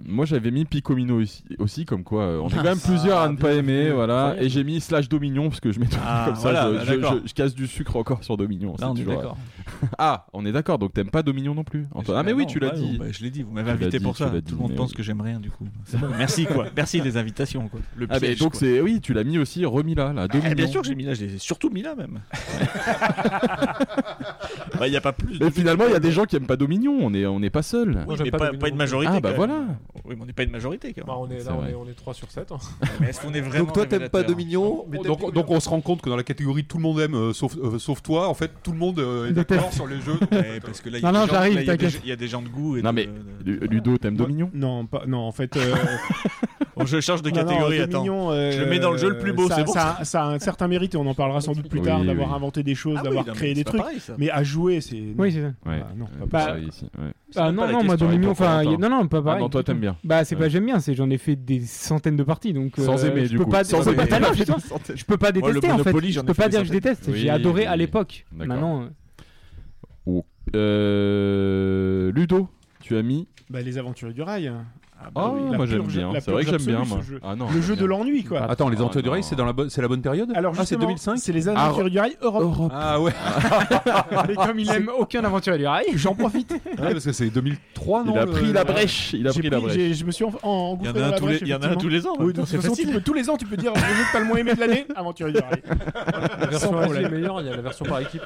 S1: moi j'avais mis Picomino ici- aussi, comme quoi euh, on est
S11: Ah,
S1: quand même
S11: ça,
S1: plusieurs à ne
S11: bien
S1: pas
S11: joué.
S1: aimer, voilà.
S11: Incroyable.
S1: Et j'ai mis slash Dominion parce que je mets tout
S11: Ah,
S1: comme ça, je,
S11: voilà,
S1: je-
S11: d'accord.
S1: je- je casse du sucre encore sur Dominion. c'est
S11: Là, on est
S1: toujours,
S11: d'accord.
S1: euh, ah, on est d'accord, donc t'aimes pas Dominion non plus. Antoine. Ah mais
S11: Bah
S1: oui,
S11: non,
S1: tu l'as
S11: bah non,
S1: dit.
S11: bah je l'ai dit, vous m'avez
S1: Tu l'as
S11: invité
S1: dit,
S11: pour
S1: tu
S11: ça.
S1: l'as
S11: Tout
S1: dit,
S11: le monde
S1: mais
S11: pense
S1: oui.
S11: que j'aime rien du coup. C'est bon, merci quoi. Merci les invitations quoi. Le
S1: Ah mais
S11: piège,
S1: donc
S11: quoi.
S1: c'est oui, tu l'as mis aussi remis là, là.
S11: Eh,
S1: Dominion.
S11: bien sûr que j'ai mis là, j'ai surtout mis là même. Il n'y a pas plus. de-
S1: Mais finalement, il y a des gens qui aiment pas Dominion. On est on n'est pas seul.
S11: Oui, mais pas, pas une majorité.
S1: Ah bah
S11: quand même.
S1: voilà.
S11: Oui, mais on n'est pas une majorité quand même.
S3: Bah, on est
S1: C'est
S3: là, on
S1: vrai.
S3: est, on est 3 sur hein. 7.
S11: Mais est-ce qu'on est vraiment.
S10: Donc toi, t'aimes pas
S11: révélateur
S10: Dominion, mais t'aimes
S6: Donc, donc on se rend compte que dans la catégorie tout le monde aime euh, sauf, euh, sauf toi, en fait tout le monde euh, est
S4: Déteste.
S6: d'accord sur les jeux. donc,
S11: Ouais, parce que là, il y a
S4: Non, non,
S11: des gens-
S4: j'arrive,
S11: là, il y a des-
S4: t'inquiète.
S11: Il y a des gens de goût. Et
S1: Non
S11: de-
S1: mais
S11: de-
S1: Lu- Ludo, t'aimes Dominion
S2: Non, pas, non, en fait. euh,
S11: Bon, je change de
S2: non, non,
S11: catégorie,
S2: c'est
S11: attends.
S2: mignon, euh,
S11: Je le mets dans le jeu le plus beau,
S2: ça-
S11: c'est bon.
S2: Ça, ça a un certain mérite et on en parlera sans doute plus
S1: Oui,
S2: tard
S1: oui.
S2: d'avoir inventé des choses,
S11: Ah oui,
S2: d'avoir
S11: non, mais
S2: créé
S11: c'est
S2: des
S11: pas
S2: trucs.
S11: pareil, ça.
S2: Mais à jouer, c'est. non.
S4: Oui, c'est ça.
S1: Ouais.
S2: Ah, non, pas
S1: Ouais,
S4: bah-
S1: pareil ici, ouais. Ah,
S4: Ah
S11: même
S4: non,
S11: pas la
S4: non, moi
S11: question,
S4: Dominion,
S11: il faut
S4: enfin,
S11: qu'on
S4: y a-
S11: entende.
S4: non, non, pas pareil.
S1: non, toi,
S4: du tout.
S1: t'aimes bien.
S4: Bah, c'est
S1: Ouais.
S4: pas j'aime bien, c'est j'en ai fait des centaines de parties, donc.
S1: Sans
S4: euh,
S1: aimer,
S4: je
S1: du
S4: peux
S1: coup.
S4: Pas,
S1: Sans
S4: je peux
S1: aimer.
S4: pas- non, Ah, putain, je peux pas
S11: le
S4: détester en fait.
S11: Monopoly,
S4: Je
S11: j'en ai
S4: peux
S11: fait
S4: pas
S11: des
S4: dire que je déteste.
S1: Oui,
S4: J'ai adoré à
S1: oui.
S4: l'époque.
S1: D'accord.
S4: Maintenant, euh,
S1: Euh, Ludo, tu as mis.
S2: Bah, les aventuriers du rail. bah
S1: Ah,
S2: oui, la
S1: moi j'aime
S2: purge-
S1: bien.
S2: la
S1: C'est vrai que
S2: purge
S1: j'aime bien
S2: absolue,
S1: moi.
S2: ce jeu.
S1: Ah non.
S2: Le
S1: j'aime
S2: jeu de
S1: bien.
S2: l'ennui, quoi.
S6: Attends, les
S1: Ah,
S6: aventures du rail,
S1: non.
S6: c'est dans la bonne- c'est la bonne période
S2: Alors,
S6: Ah, c'est
S2: justement,
S6: 2005
S2: c'est les aventures du rail Europe.
S6: Ah ouais,
S4: Mais comme Oh, il aime aucun aventurier du rail, Ah, j'en profite.
S6: Ouais, parce que c'est 2003 non
S1: Il a
S6: le-
S1: pris la brèche. Il a
S2: J'ai
S1: pris la
S2: pris-
S1: brèche.
S2: j'ai- Je me suis en- en-
S11: Il y
S2: engouffré
S11: en
S2: dans
S11: a un
S2: la
S11: tous
S2: brèche,
S11: les- il y en a un
S2: effectivement.
S11: tous les ans.
S2: Oui, de toute façon, tu peux- tous les ans, tu peux dire le jeu que t'as le moins aimé de l'année, aventurier du rail.
S3: La version
S2: Sans
S3: AG est
S2: problème.
S3: meilleure, il y a la version par équipe.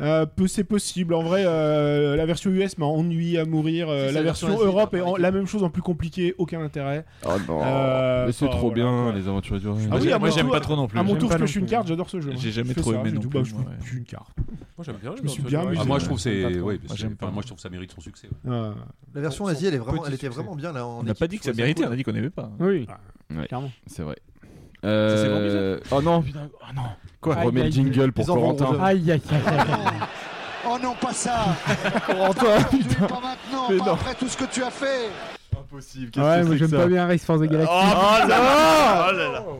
S2: Euh, peu- c'est possible. En vrai, euh, la version US m'a ennuyé à mourir. euh,
S3: Si, c'est
S2: la
S3: la
S2: version
S3: version US,
S2: Europe est
S3: pareil.
S2: en- la même chose en plus compliqué, aucun intérêt.
S1: Oh non.
S2: Euh,
S1: Mais c'est
S2: enfin,
S1: trop
S2: voilà,
S1: bien
S2: quoi.
S1: les aventures du rail.
S2: Ah oui, à
S11: moi
S2: mon
S11: j'aime
S2: tour-
S11: pas trop non plus.
S2: À mon
S4: J'aime
S2: tour,
S4: pas
S2: je
S4: non
S2: pêche une
S4: plus.
S2: carte, j'adore ce jeu. moi.
S11: J'ai
S2: Je
S11: jamais
S2: fais
S11: trop
S2: ça,
S11: aimé
S2: je
S11: non
S2: dis,
S11: plus,
S2: bah, je
S11: moi,
S2: fais
S11: ouais.
S2: plus une carte.
S3: Moi j'aime bien.
S2: Je
S3: les
S2: me suis
S3: aventures
S2: bien
S3: du
S2: amusé.
S3: Rail.
S6: Ah, moi je trouve c'est
S3: J'aime pas
S6: ouais,
S11: Moi,
S6: parce
S11: j'aime
S6: que- enfin,
S11: pas.
S6: moi je trouve ça mérite son succès. ouais.
S2: Euh,
S10: La version
S3: Son-
S10: Asie, elle est
S3: son
S10: vraiment,
S3: petit
S10: elle était
S3: succès.
S10: vraiment bien là. en
S11: On n'a
S10: équipe,
S11: pas dit que
S10: je
S11: ça
S10: trouvais
S11: méritait, on a
S10: cool.
S11: dit qu'on n'aimait pas. hein.
S4: Oui,
S1: Ouais.
S4: clairement.
S1: C'est vrai.
S11: c'est bon,
S1: Euh... Oh non, putain. Oh non. Quoi
S4: Aïe,
S1: Remets le
S4: aïe.
S1: jingle pour
S10: Les enfants
S1: Corentin.
S10: gros
S4: Aïe aïe aïe. aïe.
S12: Oh non, pas ça
S1: Corentin,
S12: Aujourd'hui, pas maintenant,
S1: Mais
S12: pas
S1: non.
S12: après tout ce que tu as fait
S1: impossible. Qu'est-ce
S4: Ouais,
S1: que
S4: moi
S1: c'est que
S4: j'aime pas
S1: ça Ah,
S4: bien Race for the Galaxy.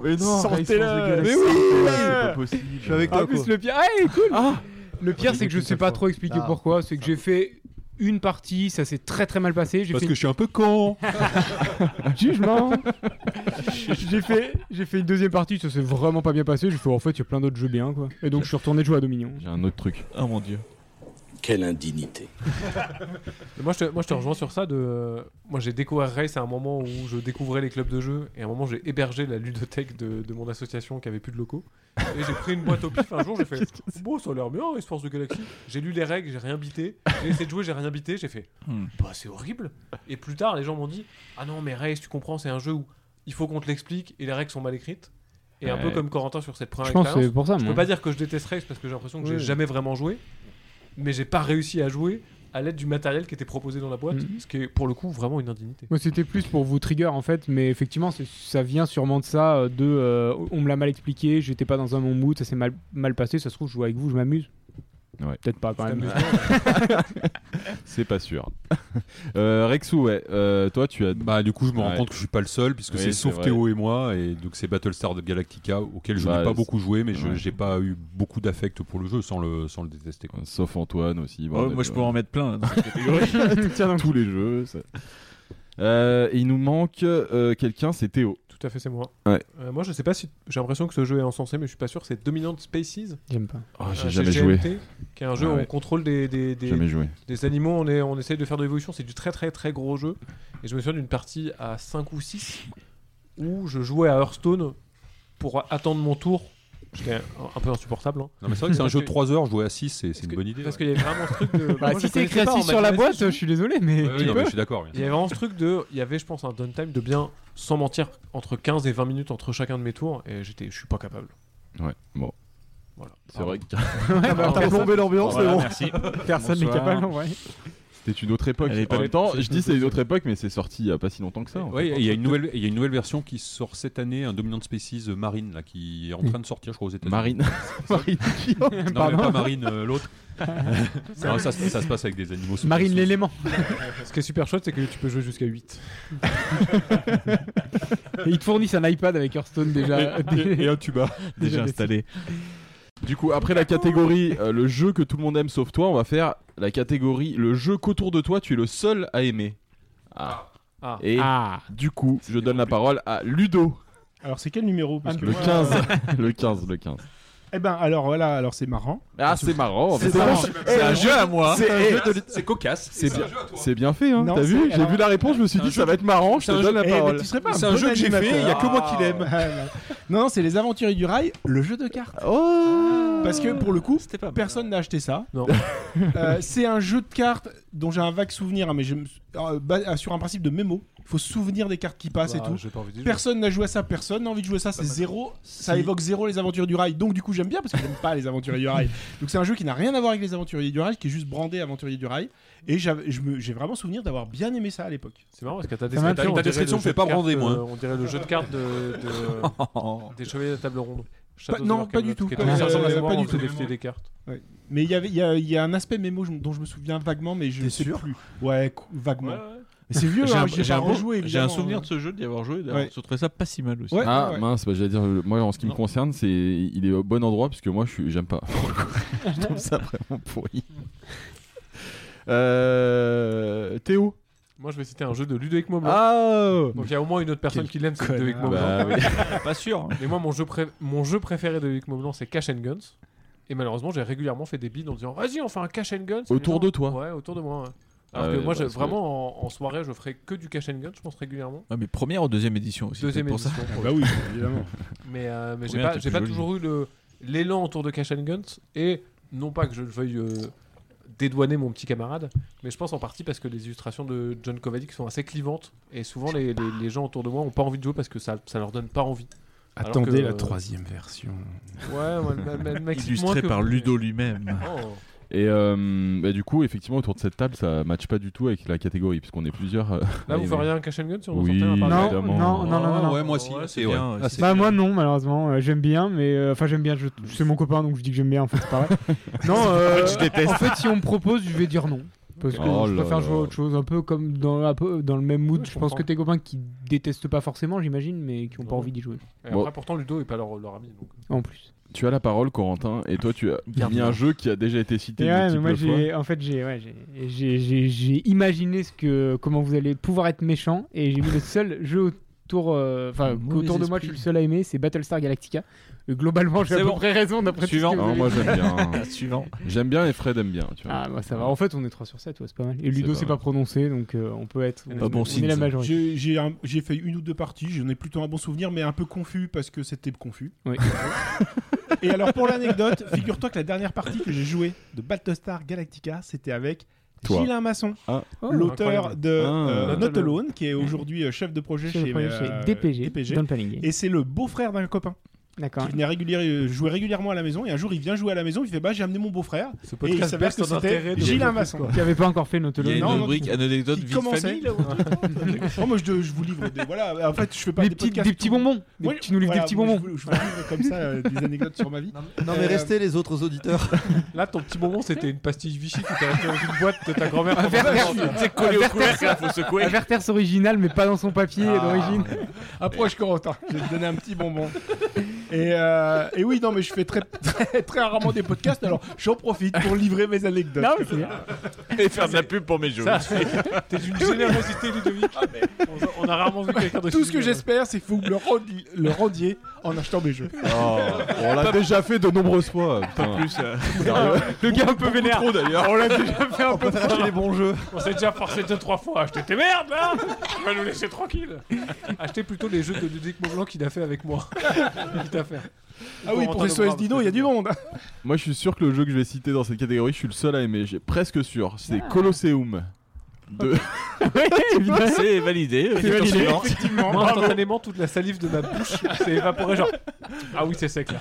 S1: Mais non,
S2: Sortez-le.
S1: Mais oui, c'est pas possible.
S10: Je suis avec
S4: Ah, En
S10: toi. quoi.
S4: plus, le pire, hey, cool.
S1: Ah.
S4: le pire, c'est que je sais pas trop expliquer
S10: Ah.
S4: pourquoi. C'est que j'ai fait une partie, ça s'est très très mal passé. J'ai
S6: Parce
S4: fait
S6: que je suis un peu con.
S4: une- jugement. j'ai fait, j'ai fait une deuxième partie, ça s'est vraiment pas bien passé. J'ai fait en fait, il y a plein d'autres jeux bien quoi. Et donc je suis retourné jouer à Dominion.
S1: J'ai un autre truc.
S11: Oh mon dieu.
S8: Quelle indignité.
S3: Mais Moi je, te, moi, je te rejoins sur ça. De... Moi, j'ai découvert Race à un moment où je découvrais les clubs de jeux et à un moment, j'ai hébergé la ludothèque de, de mon association qui avait plus de locaux. Et j'ai pris une boîte au pif un jour, j'ai fait Bon, ça a l'air bien, Race Force de Galaxy. J'ai lu les règles, j'ai rien bité. J'ai essayé de jouer, j'ai rien bité. J'ai fait
S11: Hmm.
S3: Bah, c'est horrible. Et plus tard, les gens m'ont dit Ah non, mais Race, tu comprends, c'est un jeu où il faut qu'on te l'explique et les règles sont mal écrites. Et un peu
S1: Ouais.
S3: comme Corentin sur cette première
S4: Je pense que
S3: expérience.
S4: c'est pour ça.
S3: Je
S4: moi.
S3: peux pas dire que je déteste Rex parce que j'ai l'impression que
S4: Oui.
S3: j'ai jamais vraiment joué, mais j'ai pas réussi à jouer à l'aide du matériel qui était proposé dans la boîte,
S4: Mhm.
S3: ce qui est pour le coup vraiment une indignité.
S4: Moi, c'était plus pour vous trigger en fait, mais effectivement, c'est- ça vient sûrement de ça. euh, De, euh, on me l'a mal expliqué, j'étais pas dans un bon mood, ça s'est mal, mal passé. Ça se trouve, je joue avec vous, je m'amuse.
S1: Ouais.
S4: Peut-être pas quand même.
S1: C'est pas sûr. Euh, Rexou, ouais. Euh, toi, tu as.
S6: Bah du coup je me rends
S1: Ouais.
S6: compte que je suis pas le seul puisque
S1: Oui,
S6: c'est
S1: c'est
S6: sauf
S1: vrai.
S6: Théo et moi et donc c'est Battlestar de Galactica auquel je
S1: Bah,
S6: n'ai pas
S1: c'est-
S6: beaucoup joué mais je-
S1: Ouais.
S6: j'ai pas eu beaucoup d'affect pour le jeu sans le sans le détester. quoi.
S1: Sauf Antoine aussi.
S11: Oh,
S1: bordel,
S11: moi je
S1: ouais.
S11: pourrais en mettre plein là, dans cette catégorie.
S4: Tiens donc.
S1: Tous les jeux. ça- Euh, et il nous manque euh, quelqu'un, c'est Théo.
S3: Tout à fait, c'est moi.
S1: Ouais.
S3: Euh, moi, je sais pas si. J'ai l'impression que ce jeu est encensé, mais je suis pas sûr. C'est Dominant Spaces. Euh,
S4: J'aime pas.
S1: Oh, j'ai
S2: Euh,
S3: c'est
S1: jamais
S3: GMT,
S1: joué.
S3: Qui est un jeu
S1: Ah
S3: où
S1: ouais.
S3: on contrôle des, des, des-
S1: Jamais joué.
S3: des animaux, on, est, on essaye de faire de l'évolution. C'est du très très très gros jeu. Et je me souviens d'une partie à 5 ou 6 où je jouais à Hearthstone pour attendre mon tour. J'étais un, un peu insupportable. hein.
S6: Non, mais c'est vrai que c'est un jeu de
S3: Parce que-
S6: 3 heures joué à 6, c'est c'est une bonne idée.
S3: Parce
S6: ouais.
S3: qu'il y avait vraiment ce truc de.
S4: Bah,
S3: moi,
S4: si c'est
S3: je connaissais
S4: écrit
S3: pas, on
S4: assis
S3: m'a
S4: sur la
S3: donné
S4: boîte,
S3: sous.
S4: je suis désolé, mais.
S6: Ouais, ouais,
S4: tu
S6: non,
S4: peux.
S6: mais je suis d'accord, oui.
S3: Il y avait vraiment ce truc de. Il y avait, je pense, un downtime de bien, sans mentir, entre 15 et 20 minutes entre chacun de mes tours. Et j'étais. Je suis pas capable.
S1: Ouais, bon.
S3: Voilà.
S1: C'est vrai que.
S4: Ouais, bah,
S10: T'as plombé l'ambiance, mais bon.
S4: Personne n'est
S11: Bonsoir.
S4: capable, en vrai.
S1: C'était une autre époque.
S11: Elle est
S1: En
S11: pas-
S1: même temps,
S11: c'est
S1: je dis c'est une autre époque, mais c'est sorti il y a pas si longtemps que ça. hein. en fait.
S6: Ouais, et il y, a une nouvelle- il y a une nouvelle version qui sort cette année, un Dominant Species euh, Marine, là, qui est en train de sortir, je crois, aux États-Unis.
S1: Marine. Marine qui
S6: Non, mais pas Marine, euh, l'autre. Non, ça, se- ça se passe avec des animaux. sauvages.
S4: Marine l'élément.
S3: Ce qui est super chouette, c'est que tu peux jouer jusqu'à 8.
S4: Et Ils te fournissent un iPad avec Hearthstone déjà.
S6: Et un tuba.
S4: Déjà
S1: déjà installé. Du coup, après la catégorie euh, le jeu que tout le monde aime sauf toi, on va faire la catégorie le jeu qu'autour de toi tu es le seul à aimer. Ah.
S3: Ah.
S1: Et
S4: Ah.
S1: du coup, je donne la parole à Ludo.
S2: Alors, c'est quel numéro
S11: Ah,
S2: Parce que
S1: Le
S2: moi,
S1: 15.
S2: euh,
S1: le 15, le 15.
S2: Eh ben, alors voilà, alors c'est marrant.
S1: Ah, c'est marrant. en fait.
S2: C'est marrant.
S1: C'est un jeu à moi.
S6: C'est
S1: C'est-
S6: un jeu de- C'est cocasse.
S1: C'est bien,
S6: un jeu à toi.
S1: c'est bien fait, hein.
S2: Non,
S1: T'as vu
S2: c'est-
S1: J'ai
S2: alors-
S1: vu la réponse, je me suis dit ça va être marrant. Je
S6: c'est un
S1: te donne la
S2: Eh, mais
S1: parole.
S2: tu serais pas
S6: C'est un
S2: bon
S6: jeu que j'ai fait,
S2: animateur. Ah,
S6: il y a que moi qui l'aime.
S2: non, non, c'est les aventuriers du rail, le jeu de cartes.
S1: Oh
S2: Parce que pour le coup,
S11: C'était pas mal.
S2: personne n'a acheté ça.
S3: Non.
S2: Euh, c'est un jeu de cartes dont j'ai un vague souvenir, hein, mais je me sou- euh, ba- sur un principe de mémo. Il faut se souvenir des cartes qui passent
S6: Bah,
S2: et tout.
S3: J'ai pas envie de jouer.
S2: Personne n'a joué à ça, personne n'a envie de jouer à ça, c'est zéro. Ça
S6: Si.
S2: évoque zéro les aventures du rail. Donc du coup j'aime bien parce que j'aime pas les aventuriers du rail. Donc c'est un jeu qui n'a rien à voir avec les aventuriers du rail, qui est juste brandé aventuriers du rail. Et j'avais- je me- j'ai vraiment souvenir d'avoir bien aimé ça à l'époque.
S3: C'est marrant parce que ta
S4: m'a
S3: description,
S4: fait-
S3: on
S6: ta
S3: dirait
S6: description
S3: le jeu
S6: fait
S3: de
S6: pas
S3: cartes,
S6: brander, moi,
S3: euh,
S6: hein.
S3: On dirait le jeu de cartes de,
S11: Oh,
S3: de- des chevaliers de la table ronde. Shadows
S2: non,
S3: of
S2: pas du
S3: Arcanos,
S2: tout.
S3: qui est
S2: Ah,
S3: dans
S2: ouais,
S3: un sens de
S2: ouais,
S3: mémoire,
S2: pas du
S3: on fait
S2: tout.
S3: défiler des cartes.
S2: Mais il y avait- il y, a- il y a un aspect mémo je- dont je me souviens vaguement, mais je
S10: T'es
S2: sais
S10: sûr
S2: plus. Ouais, cou- vaguement. Mais c'est vieux,
S11: J'ai
S2: hein,
S11: un,
S2: j'ai
S11: j'ai
S2: pas
S11: un bon-
S2: rejoué,
S11: j'ai un
S2: évidemment.
S11: souvenir de ce jeu, d'y avoir joué, d'avoir
S2: Ouais.
S11: je trouvais ça pas si mal aussi.
S2: Ouais,
S1: Ah
S2: ouais.
S1: mince, bah, j'allais dire, le- moi en ce qui me
S11: Non.
S1: concerne, c'est il est au bon endroit parce que moi je suis, j'aime pas. je trouve ça vraiment pourri. Euh, Théo.
S3: Moi, je vais citer un jeu de Ludovic Moblin.
S1: Ah.
S2: Oh,
S3: Donc, il y a au moins une autre personne qui l'aime, c'est
S1: Quel
S3: Ludovic
S1: connard.
S3: Moblin.
S1: Bah oui.
S11: Ah, Pas sûr.
S3: Mais moi, mon jeu, pré- mon jeu préféré de Ludovic Moblin, c'est Cash and Guns. Et malheureusement, j'ai régulièrement fait des bides en disant Vas-y, on fait un Cash and Guns. Et les
S1: Autour
S3: gens-
S1: de toi.
S3: Ouais, autour de moi. ouais. Alors
S1: Ah
S3: que
S1: ouais,
S3: moi,
S1: bah,
S3: je-
S1: parce que-
S3: vraiment, en, en soirée, je ferai que du Cash and Guns, je pense régulièrement.
S11: Ouais, mais première ou deuxième édition aussi.
S3: Deuxième
S11: peut-être pour ça.
S3: édition.
S2: Ah Bah oui, évidemment.
S3: Mais, euh, mais j'ai
S11: Première
S3: pas,
S11: était
S3: j'ai
S11: plus
S3: pas
S11: jolie.
S3: toujours eu le- l'élan autour de Cash and Guns et non pas que je veuille euh, dédouaner mon petit camarade, mais je pense en partie parce que les illustrations de John Kovacic sont assez clivantes et souvent les, les- les gens autour de moi ont pas envie de jouer parce que ça, ça leur donne pas envie. Alors que, euh,
S2: troisième version.
S3: Ouais, ouais, elle- elle- elle m'excite moins
S11: Illustré
S3: que-
S11: par Ludo lui-même.
S3: Oh.
S1: Et euh, bah, du coup, effectivement, autour de cette table, ça matche pas du tout avec la catégorie puisqu'on est plusieurs. euh,
S3: Là,
S1: à
S3: vous
S1: aimer.
S3: feriez un Cash and Guns si on en
S1: Oui.
S3: sortait un par-
S1: Non.
S4: Non, non,
S1: Évidemment.
S4: non, non,
S3: Ah,
S4: non, non.
S6: Ouais, moi aussi.
S11: Ouais, c'est
S6: c'est ouais.
S11: bien,
S6: Ah,
S11: c'est
S6: c'est
S4: Bah
S6: bien.
S4: moi non malheureusement Euh, j'aime bien mais euh, enfin j'aime bien je- c'est mon copain donc je dis que j'aime bien en fait c'est pareil non euh, en fait si on me propose je vais dire non parce que
S1: Oh
S4: je
S1: là
S4: préfère
S1: là.
S4: jouer à autre chose un peu comme dans, un peu dans le même mood
S3: Ouais, je
S4: je, pense
S3: comprends.
S4: que tes copains qui détestent pas forcément j'imagine mais qui ont pas
S3: Ouais.
S4: envie d'y jouer
S3: Et
S1: Bon.
S3: après, pourtant, Ludo est pas leur, leur ami. donc.
S4: en plus
S1: Tu as la parole, Corentin, et toi, tu as mis
S11: Garde-la.
S1: un jeu qui a déjà été cité
S4: Et ouais, mais
S1: multiples
S4: moi
S1: fois.
S4: j'ai en fait j'ai ouais, j'ai- j'ai j'ai- j'ai imaginé ce que comment vous allez pouvoir être méchant et j'ai mis le seul jeu autour euh, enfin
S11: Un mauvais
S4: autour de moi je suis
S11: esprit.
S4: le seul à aimer c'est Battlestar Galactica Et globalement j'ai à
S11: C'est
S4: peu
S11: bon.
S4: près raison d'après tout ce que
S11: Suivant.
S4: vous
S1: Non,
S4: avez
S1: Ah, moi
S4: dit.
S1: j'aime bien.
S11: Suivant.
S1: J'aime bien et Fred aime bien. Tu vois.
S4: Ah bah ça va, en fait on est 3 sur 7, ouais, c'est pas mal. Et
S1: C'est
S4: Ludo
S1: pas
S4: c'est
S1: mal.
S4: pas prononcé donc euh, on peut être.
S11: Pas
S4: on,
S11: bon
S4: on
S11: signe,
S4: est la
S11: ça.
S4: majorité.
S2: J'ai j'ai un- j'ai fait une ou deux parties, j'en ai plutôt un bon souvenir, mais un peu confus parce que c'était confus.
S4: Oui.
S2: Et alors pour l'anecdote, figure-toi que la dernière partie que j'ai jouée de Battlestar Galactica, c'était avec
S1: Toi.
S2: Gilles Masson,
S1: Ah.
S4: Oh.
S2: l'auteur de
S1: Ah.
S2: euh,
S3: Not
S2: Not Alone, qui est aujourd'hui euh, chef de projet
S4: C'est
S2: chez,
S4: le premier chez
S2: euh,
S4: DPG, dans le planning.
S2: Et c'est le beau-frère d'un copain
S4: D'accord.
S2: qui venait régulier- euh, jouer régulièrement à la maison. Et un jour, il vient jouer à la maison, il fait bah j'ai amené mon beau-frère.
S3: Ce
S2: Et il
S3: podcast
S2: s'avère
S3: perd
S2: que
S3: son intérêt.
S2: c'était
S3: de-
S2: Gilles Masson.
S4: Qui avait pas encore fait notre
S11: Il y a une
S2: Non, non,
S11: rubrique
S2: qui-
S11: anecdote
S2: qui
S11: vie de
S2: commençait.
S11: famille. là,
S2: Oh, moi, je, je vous livre des. Voilà, en fait, je fais pas
S4: Des,
S2: des
S4: petits,
S2: podcasts
S4: des petits
S2: tout-
S4: bonbons. Des-
S2: Moi,
S4: tu nous livres
S2: voilà,
S4: des petits
S2: moi,
S4: bonbons.
S2: Je vous, je vous livre comme ça euh, des anecdotes sur ma vie.
S10: Non, mais
S2: Euh,
S10: restez les autres auditeurs.
S3: Là, ton petit bonbon, c'était une pastille Vichy qui t'est restée dans une boîte de ta grand-mère.
S4: Un
S3: pendant
S4: Werther's-
S3: longtemps.
S4: tu sais, collé au couvercle,
S11: faut secouer.
S4: un Werther's
S2: Ah.
S4: original mais pas dans son papier d'origine.
S2: Approche Corentin, je vais te donner un petit bonbon. Et, euh, et oui, non, mais je fais très, très, très rarement des podcasts, alors j'en profite pour livrer mes anecdotes.
S4: Non, mais c'est bien.
S11: Et faire de la pub pour mes jeux.
S2: Ça, c'est-
S3: T'es une générosité, Ludovic. on, a rarement vu quelqu'un de
S2: Tout ce que j'espère, c'est que vous me le, rendi- le rendiez en achetant mes jeux.
S1: Oh, on l'a déjà fait de nombreuses fois. putain.
S11: euh,
S1: Sérieux
S4: Ah, Le gars un peu vénère.
S1: trop, d'ailleurs.
S4: On l'a déjà fait un peu trop.
S1: les bons jeux.
S3: On s'est déjà forcé deux trois fois à acheter tes merdes là Tu vas nous laisser tranquille Achetez plutôt les jeux de Ludovic Montblanc qu'il a fait avec moi. Quitte à faire.
S2: Ah oui, pour SOS Dino, il y a du monde.
S1: Moi, je suis sûr que le jeu que je vais citer dans cette catégorie, je suis le seul à aimer. J'ai presque sûr. C'est Colosseum. De...
S11: C'est validé.
S1: C'est validé,
S3: effectivement. Moi, instantanément, toute la salive de ma bouche s'est évaporée genre. Ah oui, c'est sec là.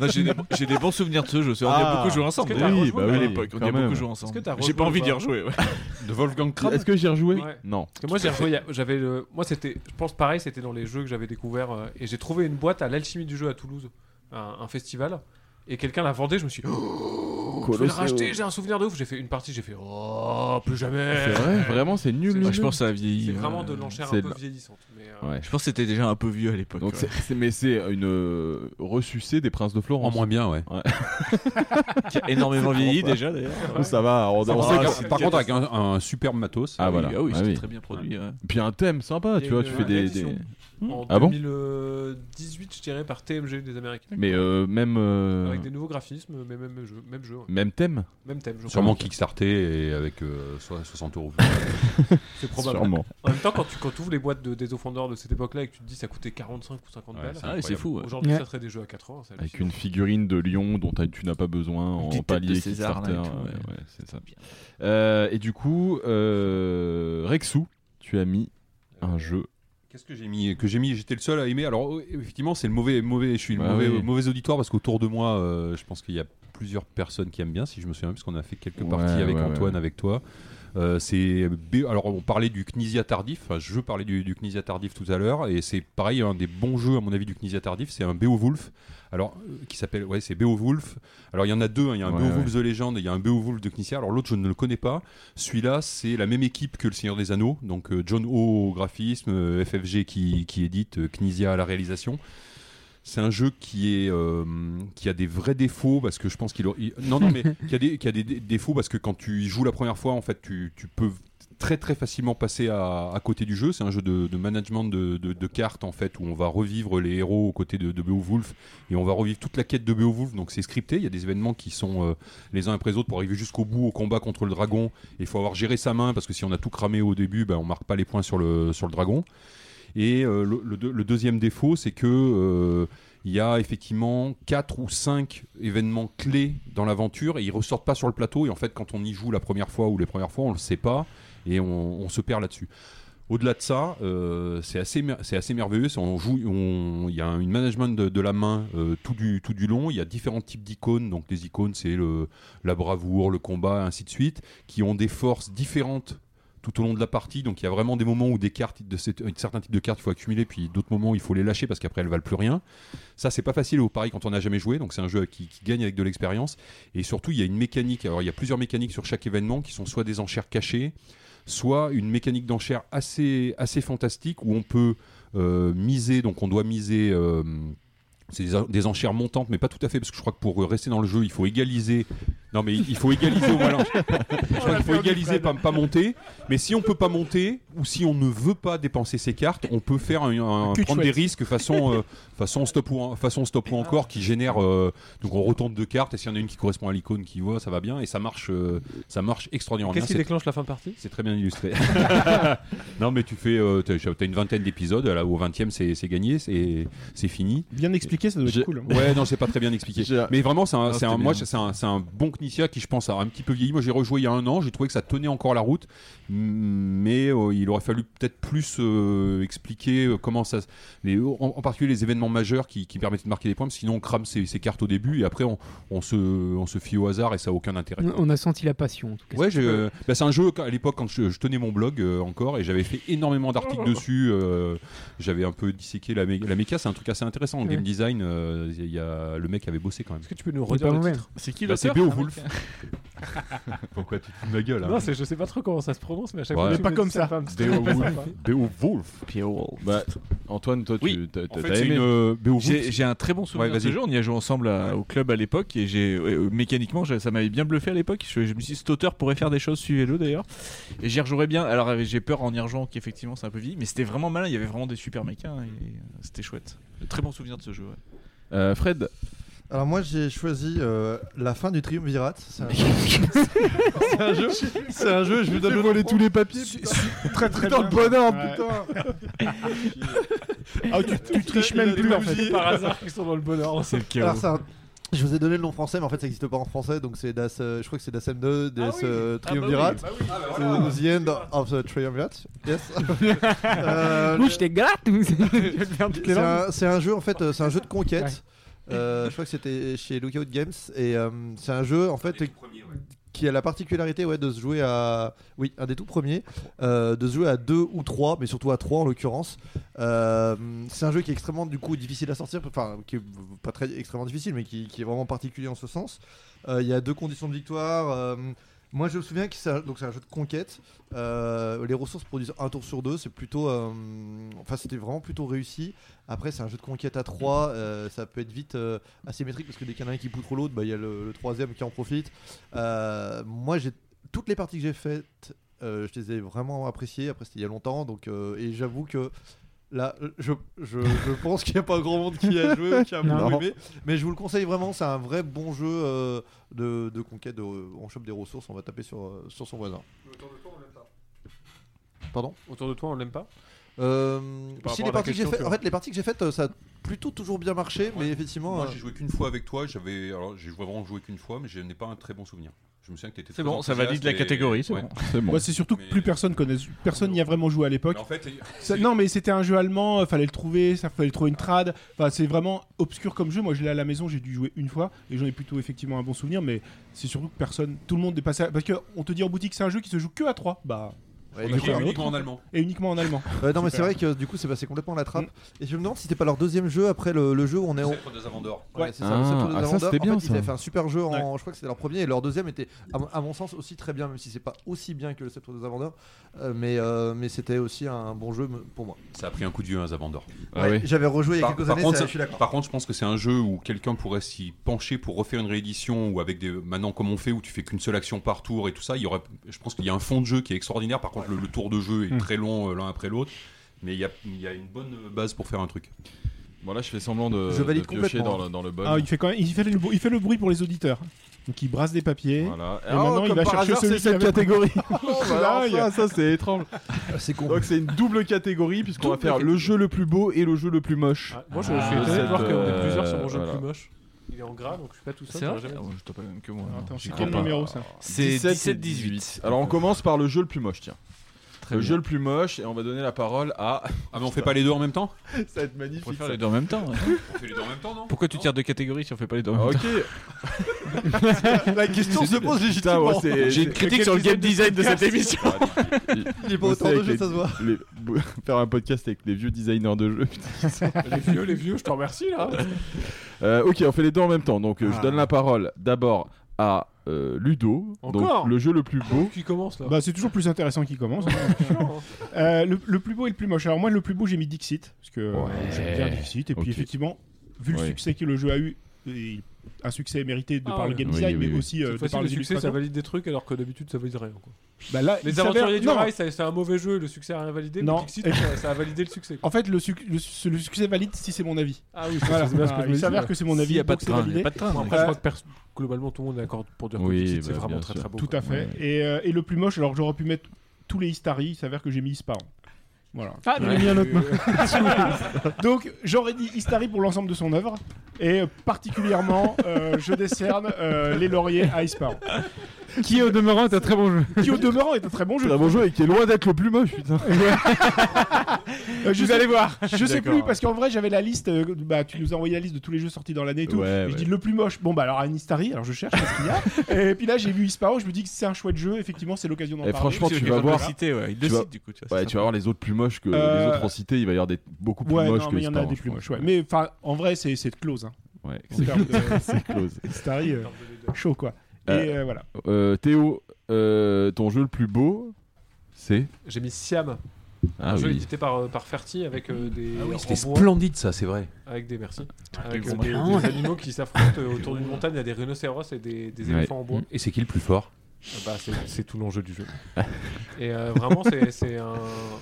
S11: Non, J'ai des, j'ai des bons souvenirs de ce jeu. c'est- On y a
S1: Ah.
S11: beaucoup joué ensemble. bah
S1: Est-ce que t'as
S11: d'ailleurs.
S1: rejoué
S11: à
S1: ou pas
S11: l'époque, on y
S1: Quand
S11: a
S1: même.
S11: beaucoup joué
S3: Est-ce que
S11: ensemble.
S3: t'as
S11: J'ai pas
S3: rejoué
S11: envie
S3: ou
S11: d'y
S3: pas
S11: rejouer. ouais.
S6: De Wolfgang Kram
S1: Est-ce que j'y ai rejoué
S3: Ouais.
S1: Non.
S3: Parce que moi, j'ai rejoué, j'avais le- Moi, c'était. Je pense pareil, c'était dans les jeux que j'avais découvert. euh, et j'ai trouvé une boîte à l'alchimie du jeu à Toulouse, un, un festival. Et quelqu'un l'a vendée, je me suis. dit, Oh, je vais le
S1: Colossal.
S3: racheter, j'ai un souvenir de ouf. J'ai fait une partie, j'ai fait. Oh, plus jamais.
S1: C'est vrai, vraiment, c'est nul.
S3: C'est-
S1: nul,
S11: Ouais, je
S1: nul.
S11: pense que ça a vieilli.
S3: C'est
S11: ouais.
S3: vraiment de l'enchère
S1: c'est
S3: un
S1: de
S3: peu
S1: la-
S3: vieillissante. Mais, euh,
S1: Ouais.
S11: Je pense que c'était déjà un peu vieux à l'époque.
S1: Donc
S11: ouais.
S1: c'est- c'est- mais c'est une euh, ressucée des princes de
S6: En
S1: Florence.
S6: moins bien, ouais.
S1: Ouais.
S11: Qui a énormément vieilli
S1: Ouais.
S11: déjà d'ailleurs.
S1: Ça va. on-
S11: Ça
S1: on
S11: va,
S1: sait
S11: c'est-
S1: que-
S11: c'est-
S6: Par contre, avec un, un superbe matos.
S1: Ah, voilà.
S11: Ah oui,
S1: Ah
S11: c'était
S1: oui.
S11: très bien produit. ouais.
S1: Puis un thème sympa,
S3: il y a
S1: tu vois,
S3: eu
S1: tu
S3: une
S1: fais des,
S3: réédition
S1: des-
S3: En
S1: Ah bon
S3: 2018, je dirais, par TMG des Américains.
S1: mais euh, même euh,
S3: Avec des nouveaux graphismes, mais même jeu, même, jeu, ouais.
S1: même thème,
S3: même thème. je
S6: Sûrement
S3: crois.
S6: kickstarté et avec euh, so- 60 euros.
S3: C'est probable.
S1: sûrement.
S3: En même temps, quand tu, quand tu ouvres les boîtes de, des offendeurs de cette époque-là et que tu te dis ça coûtait 45 ou 50
S6: Ouais,
S3: balles,
S6: c'est
S11: Ah oui, c'est
S6: incroyable.
S11: fou. ouais.
S3: aujourd'hui
S4: Ouais.
S3: ça serait des jeux à 80. c'est
S1: Avec une figurine de lion dont t'as- tu n'as pas besoin
S11: Une
S1: en
S11: petite tête de
S1: palier
S11: César, là, et
S1: Kickstarter.
S11: tout,
S1: ouais,
S11: ouais.
S1: ouais, c'est ça. Euh, et du coup, euh, Rexou, tu as mis un jeu.
S6: Qu'est-ce que j'ai mis Que j'ai mis, j'étais le seul à aimer. Alors euh, effectivement, c'est le mauvais, mauvais. Je suis le
S1: Ah
S6: mauvais,
S1: oui.
S6: mauvais auditoire parce qu'autour de moi, euh, je pense qu'il y a plusieurs personnes qui aiment bien, si je me souviens, bien, parce qu'on a fait quelques
S1: Ouais,
S6: parties avec
S1: ouais,
S6: Antoine,
S1: ouais.
S6: avec toi. Euh, c'est B- alors on parlait du Knizia tardif. Enfin, je parlais du, du Knizia tardif tout à l'heure, et c'est pareil un des bons jeux à mon avis du Knizia tardif. C'est un Beowulf. Alors euh, qui s'appelle ouais, c'est Beowulf. Alors il y en a deux. hein. Il y a un
S1: Ouais,
S6: Beowulf The Legend et il y a un Beowulf de Knizia. Alors l'autre je ne le connais pas. Celui-là, c'est la même équipe que Le Seigneur des Anneaux, donc euh, John O au graphisme, euh, FFG qui, qui édite, euh, Knizia à la réalisation. C'est un jeu qui est euh, qui a des vrais défauts parce que je pense qu'il aurait- il- non non mais qui a des qui a des dé- défauts parce que quand tu y joues la première fois en fait tu, tu peux très très facilement passer à, à côté du jeu. C'est un jeu de, de management de, de- de cartes en fait où on va revivre les héros aux côtés de, de Beowulf et on va revivre toute la quête de Beowulf. Donc c'est scripté. Il y a des événements qui sont euh, les uns après les autres pour arriver jusqu'au bout au combat contre le dragon. Il faut avoir géré sa main parce que si on a tout cramé au début, bah, on marque pas les points sur le sur le dragon. Et euh, le, le deux- le deuxième défaut, c'est que euh, il y a effectivement quatre ou cinq événements clés dans l'aventure et ils ressortent pas sur le plateau. Et en fait, quand on y joue la première fois ou les premières fois, on le sait pas et on, on se perd là-dessus. Au-delà de ça, euh, c'est assez, mer- c'est assez merveilleux. c'est- On joue, on- il y a un une management de, de la main euh, tout du tout du long. Il y a différents types d'icônes. Donc les icônes, c'est le la bravoure, le combat, ainsi de suite, qui ont des forces différentes tout au long de la partie. Donc il y a vraiment des moments où des cartes, de cette- euh, certains types de cartes, il faut accumuler, puis d'autres moments où il faut les lâcher parce qu'après elles valent plus rien. Ça, c'est pas facile au pari quand on n'a jamais joué. Donc c'est un jeu qui, qui gagne avec de l'expérience. Et surtout, il y a une mécanique. Alors il y a plusieurs mécaniques sur chaque événement qui sont soit des enchères cachées, soit une mécanique d'enchères assez assez fantastique où on peut euh, miser. Donc on doit miser. euh, c'est des, en- des enchères montantes, mais pas tout à fait, parce que je crois que pour euh, rester dans le jeu, il faut égaliser. Non, mais il il faut égaliser au moins l'en- je crois qu'il faut égaliser, pas, pas monter. Mais si on peut pas monter, ou si on ne veut pas dépenser ses cartes, on peut faire un- un-
S2: Un cul de
S6: prendre des
S2: chouette.
S6: risques façon, euh, façon stop ou en- façon stop ou encore qui génère. euh, donc on retourne deux cartes, et s'il y en a une qui correspond à l'icône qui voit, ça va bien, et ça marche, euh, ça marche extraordinairement bien.
S3: Qu'est-ce qui
S6: C'est-
S3: déclenche la fin de partie
S6: c'est très bien illustré. non, mais tu fais, euh, t'as t'as une vingtaine d'épisodes. Là, au 20e, c'est c'est gagné, c'est c'est fini.
S2: Bien expliqué, ça doit
S1: J'ai-
S2: être cool. hein.
S6: Ouais, non, c'est pas très bien expliqué.
S1: J'ai-
S6: Mais vraiment, c'est un,
S1: Non,
S6: c'est
S1: c'était
S6: un-
S1: bien.
S6: moi, c'est un, c'est un bon Knizia qui, je pense, a un petit peu vieilli. Moi, j'ai rejoué il y a un an, j'ai trouvé que ça tenait encore la route, mais euh, il aurait fallu peut-être plus euh, expliquer euh, comment ça, se- les, en, en particulier les événements majeurs qui, qui permettaient de marquer des points, parce que sinon on crame ses, ses cartes au début et après on, on se, on se fie au hasard et ça a aucun intérêt.
S4: On on a senti la passion en tout cas.
S6: Ouais, j'ai, euh, bah, c'est un jeu quand- à l'époque quand je, je tenais mon blog euh, encore et j'avais fait énormément d'articles dessus. euh, j'avais un peu disséqué la, mé- la méca, c'est un truc assez intéressant en
S4: Ouais.
S6: game design. euh, Il y a- il y a, le mec avait bossé quand même.
S3: Est-ce que tu peux nous
S4: Il est
S3: redire
S4: pas
S3: le
S4: mauvais.
S3: titre
S11: C'est qui
S6: Bah, c'est Beowulf. Pourquoi tu te fous de ma gueule hein
S3: Non, c'est- je sais pas trop comment ça se prononce, mais à chaque
S1: Ouais.
S3: fois.
S1: Mais
S3: tu
S1: pas
S3: me
S1: comme
S3: dis
S1: ça.
S3: fait un petit truc
S1: Beowulf.
S3: sympa.
S1: Beowulf. Bah, Antoine, toi, tu t'as
S11: En
S1: t'as
S11: fait, c'est
S1: aimé
S11: une, euh,
S1: Beowulf
S11: J'ai j'ai un très bon souvenir
S1: Ouais,
S11: de
S1: vas-y.
S11: ce jeu. On y a joué ensemble à- au club à l'époque et j'ai euh, mécaniquement j'ai- ça m'avait bien bluffé à l'époque. Je, je me suis dit cet auteur pourrait faire des choses. Suivez-le d'ailleurs. Et j'y rejouerai bien. Alors euh, j'ai peur en y rejouant qu'effectivement c'est un peu vieilli, mais c'était vraiment malin. Il y avait vraiment des super mechas et euh, c'était chouette. Très bon souvenir de ce jeu. ouais.
S1: Euh, Fred,
S10: Alors moi j'ai choisi euh, la fin du Triumvirat. C'est un...
S1: C'est un jeu C'est un jeu, je vous donne le volé tous les papiers.
S2: Très très
S1: Dans
S2: bien.
S1: le bonhomme,
S2: Ouais.
S1: putain
S2: Ah, tu, tu triches même plus en fait.
S3: Par hasard, ils sont dans le bonheur.
S11: C'est le chaos.
S10: Alors ça, je vous ai donné le nom français, mais en fait ça n'existe pas en français, donc c'est Das, euh, je crois que c'est Das M2, Das euh,
S3: Ah bah oui,
S10: Triumvirat,
S3: bah oui. Ah bah
S10: ou
S3: voilà.
S10: The End of the Triumvirat. Yes. Euh,
S4: Moi, je t'ai gratte ou c'est- je vais le faire toutes les
S10: c'est
S4: langues.
S10: un- c'est un, jeu en fait, euh, c'est un jeu de conquête.
S4: Ouais.
S10: Euh, je crois que c'était chez Lookout Games et euh, c'est un jeu en fait qui a la particularité ouais, de se jouer à oui un des tout premiers euh, de se jouer à deux ou trois mais surtout à trois en l'occurrence Euh, c'est un jeu qui est extrêmement du coup difficile à sortir enfin qui est pas très extrêmement difficile mais qui, qui est vraiment particulier en ce sens Euh, il y a deux conditions de victoire euh, moi je me souviens que c'est un, donc c'est un jeu de conquête Euh, les ressources produisent un tour sur deux c'est plutôt euh, enfin c'était vraiment plutôt réussi après c'est un jeu de conquête à trois euh, ça peut être vite euh, asymétrique parce que dès qu'il y en a un qui poutre l'autre bah, il y a le, le troisième qui en profite Euh, moi j'ai toutes les parties que j'ai faites euh, je les ai vraiment appréciées après c'était il y a longtemps donc euh, et j'avoue que Là, je, je, je pense qu'il n'y a pas grand monde qui a joué, qui a
S4: Non.
S10: beaucoup aimé. Mais je vous le conseille vraiment, c'est un vrai bon jeu euh, de, de conquête. de- on chope des ressources, on va taper sur, euh, sur son voisin. Pardon
S3: Autour de toi, on l'aime pas
S10: Euh,
S3: Par rapport à
S10: si les
S3: la
S10: parties que j'ai
S3: question
S10: faites,
S3: que-
S10: en fait, les parties que j'ai faites, euh, ça a plutôt toujours bien marché, mais effectivement.
S6: Moi,
S10: euh,
S6: j'ai joué qu'une fois avec toi. J'avais, alors, j'ai joué- vraiment joué qu'une fois, mais je n'ai pas un très bon souvenir. Je me souviens que t'étais.
S11: C'est
S6: très
S11: bon, ça
S6: enthousiaste
S11: valide la
S6: et-
S11: catégorie, c'est
S6: ouais.
S11: bon.
S2: Bah, c'est surtout que plus personne connaît, personne n'y a vraiment joué à l'époque.
S6: Mais en fait,
S2: Ça- non, mais c'était un jeu allemand, euh, fallait le trouver, ça fallait trouver une trad. Enfin, c'est vraiment obscur comme jeu. Moi, je l'ai à la maison, j'ai dû jouer une fois et j'en ai plutôt effectivement un bon souvenir. Mais c'est surtout que personne, tout le monde est passé. À... Parce que on te dit en boutique c'est un jeu qui se joue que à 3 Bah,
S10: Ouais,
S2: on
S10: et
S2: a
S10: du
S2: fait
S10: coup,
S2: un
S10: uniquement
S2: autre.
S6: en allemand.
S2: Et uniquement en allemand.
S10: Ouais, non, mais c'est
S2: Super.
S10: vrai que euh, du coup, c'est passé complètement à la trappe. Et je me demande si c'était pas leur deuxième jeu après le, le jeu où on est.
S6: Le
S10: en-
S6: Sceptre des Avandors.
S10: Ouais, c'est ça,
S1: Ah,
S10: le Sceptre
S1: ah,
S10: des
S1: ça,
S10: Avandors.
S1: c'était
S10: En
S1: bien,
S10: fait, Ils avaient
S1: ça.
S10: fait un super jeu, en... je crois que c'était leur premier, et leur deuxième était, à, mon- à mon sens, aussi très bien, même si c'est pas aussi bien que le Sceptre des Avandors. Euh, mais euh, mais c'était aussi un bon jeu me- pour moi.
S6: Ça a pris un coup de vieux, hein, Zavandor.
S10: Ah Ouais, oui. j'avais rejoué il y a quelques années,
S6: Contre,
S10: ça,
S6: ça-
S10: je suis d'accord.
S6: Par contre, je pense que c'est un jeu où quelqu'un pourrait s'y pencher pour refaire une réédition ou avec des. Maintenant, comme on fait, où tu fais qu'une seule action par tour et tout ça, il y aurait. Je pense qu'il y a un fond de jeu qui est extraordinaire. Par contre, le, le tour de jeu est
S10: Hmm.
S6: très long euh, l'un après l'autre. Mais il y a, il y a une bonne base pour faire un truc.
S1: Bon, là, je fais semblant de,
S6: Je valide
S1: de piocher
S6: complètement.
S1: dans le, dans le bol.
S2: Ah, il fait quand même, il fait le, il fait le bruit pour les auditeurs. Donc il brasse des papiers.
S1: Voilà.
S2: Et
S1: Ah,
S2: maintenant il
S1: comme
S2: va
S1: par
S2: chercher
S1: hasard,
S2: celui
S1: c'est cette
S2: qui avait-
S1: catégorie.
S2: Là, il y a-
S1: ça, c'est étrange.
S10: C'est con.
S1: Donc, c'est une double catégorie, puisqu'on va
S3: Double
S1: faire le jeu le plus beau et le jeu le plus moche.
S3: Moi, je,
S1: De
S3: Ah, je suis étonné de
S1: cette,
S3: voir qu'on est plusieurs sur mon
S1: euh,
S3: jeu le
S1: voilà.
S3: plus moche. Il est en gras, donc je suis pas tout seul.
S11: C'est vrai
S3: j'aurais jamais
S11: Ah,
S3: dit.
S11: ouais, Je t'en pas même que moi. non.
S2: Attends,
S11: J'y
S2: c'est
S11: crois
S2: quel
S11: pas.
S2: numéro ça
S11: C'est
S1: 17 et
S11: 17-18.
S1: Alors, on commence par le jeu le plus moche, tiens.
S11: Très
S1: le
S11: bien.
S1: jeu le plus moche, et on va donner la parole à.
S6: Ah, mais on fait pas les deux en même temps
S1: Ça va être magnifique.
S11: On peut faire
S1: ça.
S11: les deux en même temps. ouais.
S6: On fait les deux en même temps, non
S11: Pourquoi tu tires deux catégories si on fait pas les deux en
S1: Ah,
S11: même temps
S1: Ok.
S10: La question se pose
S1: Putain, ouais,
S10: légitimement.
S1: c'est-
S11: J'ai une
S1: c'est-
S11: critique sur le game design de cette émission.
S10: Il est pas
S1: Bosser
S10: auteur de
S1: avec
S10: jeu,
S1: les-
S10: ça se voit.
S1: les- bo- Faire un podcast avec les vieux designers de jeux.
S3: Les vieux, les vieux, je t'en remercie là.
S1: Euh, ok, on fait les deux en même temps. Donc, euh, je
S3: Ah.
S1: donne la parole d'abord à euh, Ludo.
S3: Encore
S1: donc, le jeu le plus beau.
S3: Qui commence là
S2: Bah, c'est toujours plus intéressant qu'il commence. hein. Euh, le, le plus beau et le plus moche. Alors moi, le plus beau, j'ai mis Dixit parce que euh,
S1: Ouais.
S2: j'aime bien Dixit. Et puis
S1: Ok.
S2: effectivement, vu le
S1: Ouais.
S2: succès que le jeu a eu, et un succès mérité de
S3: Ah
S2: par le
S3: ouais.
S2: game
S1: Oui,
S2: design,
S1: oui,
S2: mais
S1: oui.
S2: aussi euh,
S3: Cette
S2: de
S3: fois-ci,
S2: par
S3: le
S2: les
S3: succès, ça
S2: illustrateurs.
S3: valide des trucs alors que d'habitude, ça valide rien. quoi.
S2: Bah là, il
S3: Les
S2: s'avère-
S3: aventuriers du
S2: non.
S3: rail, ça- c'est un mauvais jeu et le succès a rien validé.
S2: Non.
S3: Mais Dixit, ça, ça a validé le succès. quoi.
S2: En fait, le, suc- le su- le succès valide si c'est mon avis.
S3: Ah oui,
S2: Voilà.
S3: c'est bien ce que
S2: Ah,
S3: je me
S2: il
S3: dis,
S2: s'avère
S3: ouais.
S2: que c'est mon avis,
S11: S'il y a pas
S2: donc
S11: de
S2: c'est
S11: train, il y
S2: validé.
S11: a pas de train.
S3: Bon,
S11: mais-
S3: après,
S2: Euh,
S3: je crois que perso- globalement, tout le monde est d'accord pour dire que
S1: Oui,
S3: Dixit, c'est
S1: bah,
S3: vraiment
S1: bien
S3: très
S1: sûr.
S3: très beau.
S2: Tout
S3: quoi.
S2: à fait. Et, euh, et le plus moche, alors j'aurais pu mettre tous les Istari, il s'avère que j'ai mis Ispahan. Voilà.
S4: Ah,
S2: J'aurais
S4: ouais.
S2: mis un autre mot. Donc j'aurais dit Istari pour l'ensemble de son œuvre, et euh, particulièrement euh, je décerne euh, les lauriers à Ispahan,
S4: Qui au demeurant est un très bon jeu.
S2: qui au demeurant est un très bon jeu.
S1: Très bon jeu et qui est loin d'être le plus moche, putain.
S2: Euh, je
S4: Vous
S2: sais-
S4: allez voir.
S2: Je sais
S1: D'accord,
S2: plus parce qu'en vrai j'avais la liste. euh, bah tu nous as envoyé la liste de tous les jeux sortis dans l'année et tout.
S1: Ouais,
S2: Et Je
S1: ouais.
S2: dis le plus moche. Bon bah alors un Istari, alors je cherche qu'est-ce qu'il y a. et puis là j'ai vu Ispahan, je me dis que c'est un chouette jeu. Effectivement c'est l'occasion d'en
S1: Et
S2: parler.
S1: franchement,
S11: Parce
S1: tu
S11: que
S1: vas
S11: quand on
S1: voir-
S11: l'a cité, ouais, Il
S1: tu
S11: le
S1: vas-
S11: cite du coup. tu vois,
S1: Ouais,
S11: c'est
S1: tu vas voir les autres plus moches que
S2: Euh,
S1: les autres en cité, il va y avoir des beaucoup plus
S2: Ouais,
S1: moches
S2: non,
S1: que
S2: mais il y en a
S1: Star,
S2: des
S1: je
S2: plus
S1: pense.
S2: moches. ouais. Mais enfin, en vrai, c'est c'est de close. Hein,
S1: Ouais,
S2: en
S1: c'est
S2: termes de-
S1: c'est close.
S2: Starry, euh, chaud quoi. Et euh, voilà.
S1: Euh, Théo, euh, ton jeu le plus beau, c'est
S3: J'ai mis Siam.
S1: Ah
S3: un jeu
S1: oui.
S3: édité par, euh, par Ferti avec euh, des.
S6: Ah oui, c'était
S3: robots.
S6: splendide, ça, c'est vrai.
S3: Avec des. Merci.
S6: Ah,
S3: Avec
S6: t'es
S3: euh,
S6: bon.
S3: des, des animaux qui s'affrontent euh, autour d'une montagne. Il y a des rhinocéros et des, des éléphants en bois.
S6: Et c'est qui le plus fort
S3: Ah bah, c'est- c'est tout l'enjeu du jeu. Et euh, vraiment, c'est c'est un.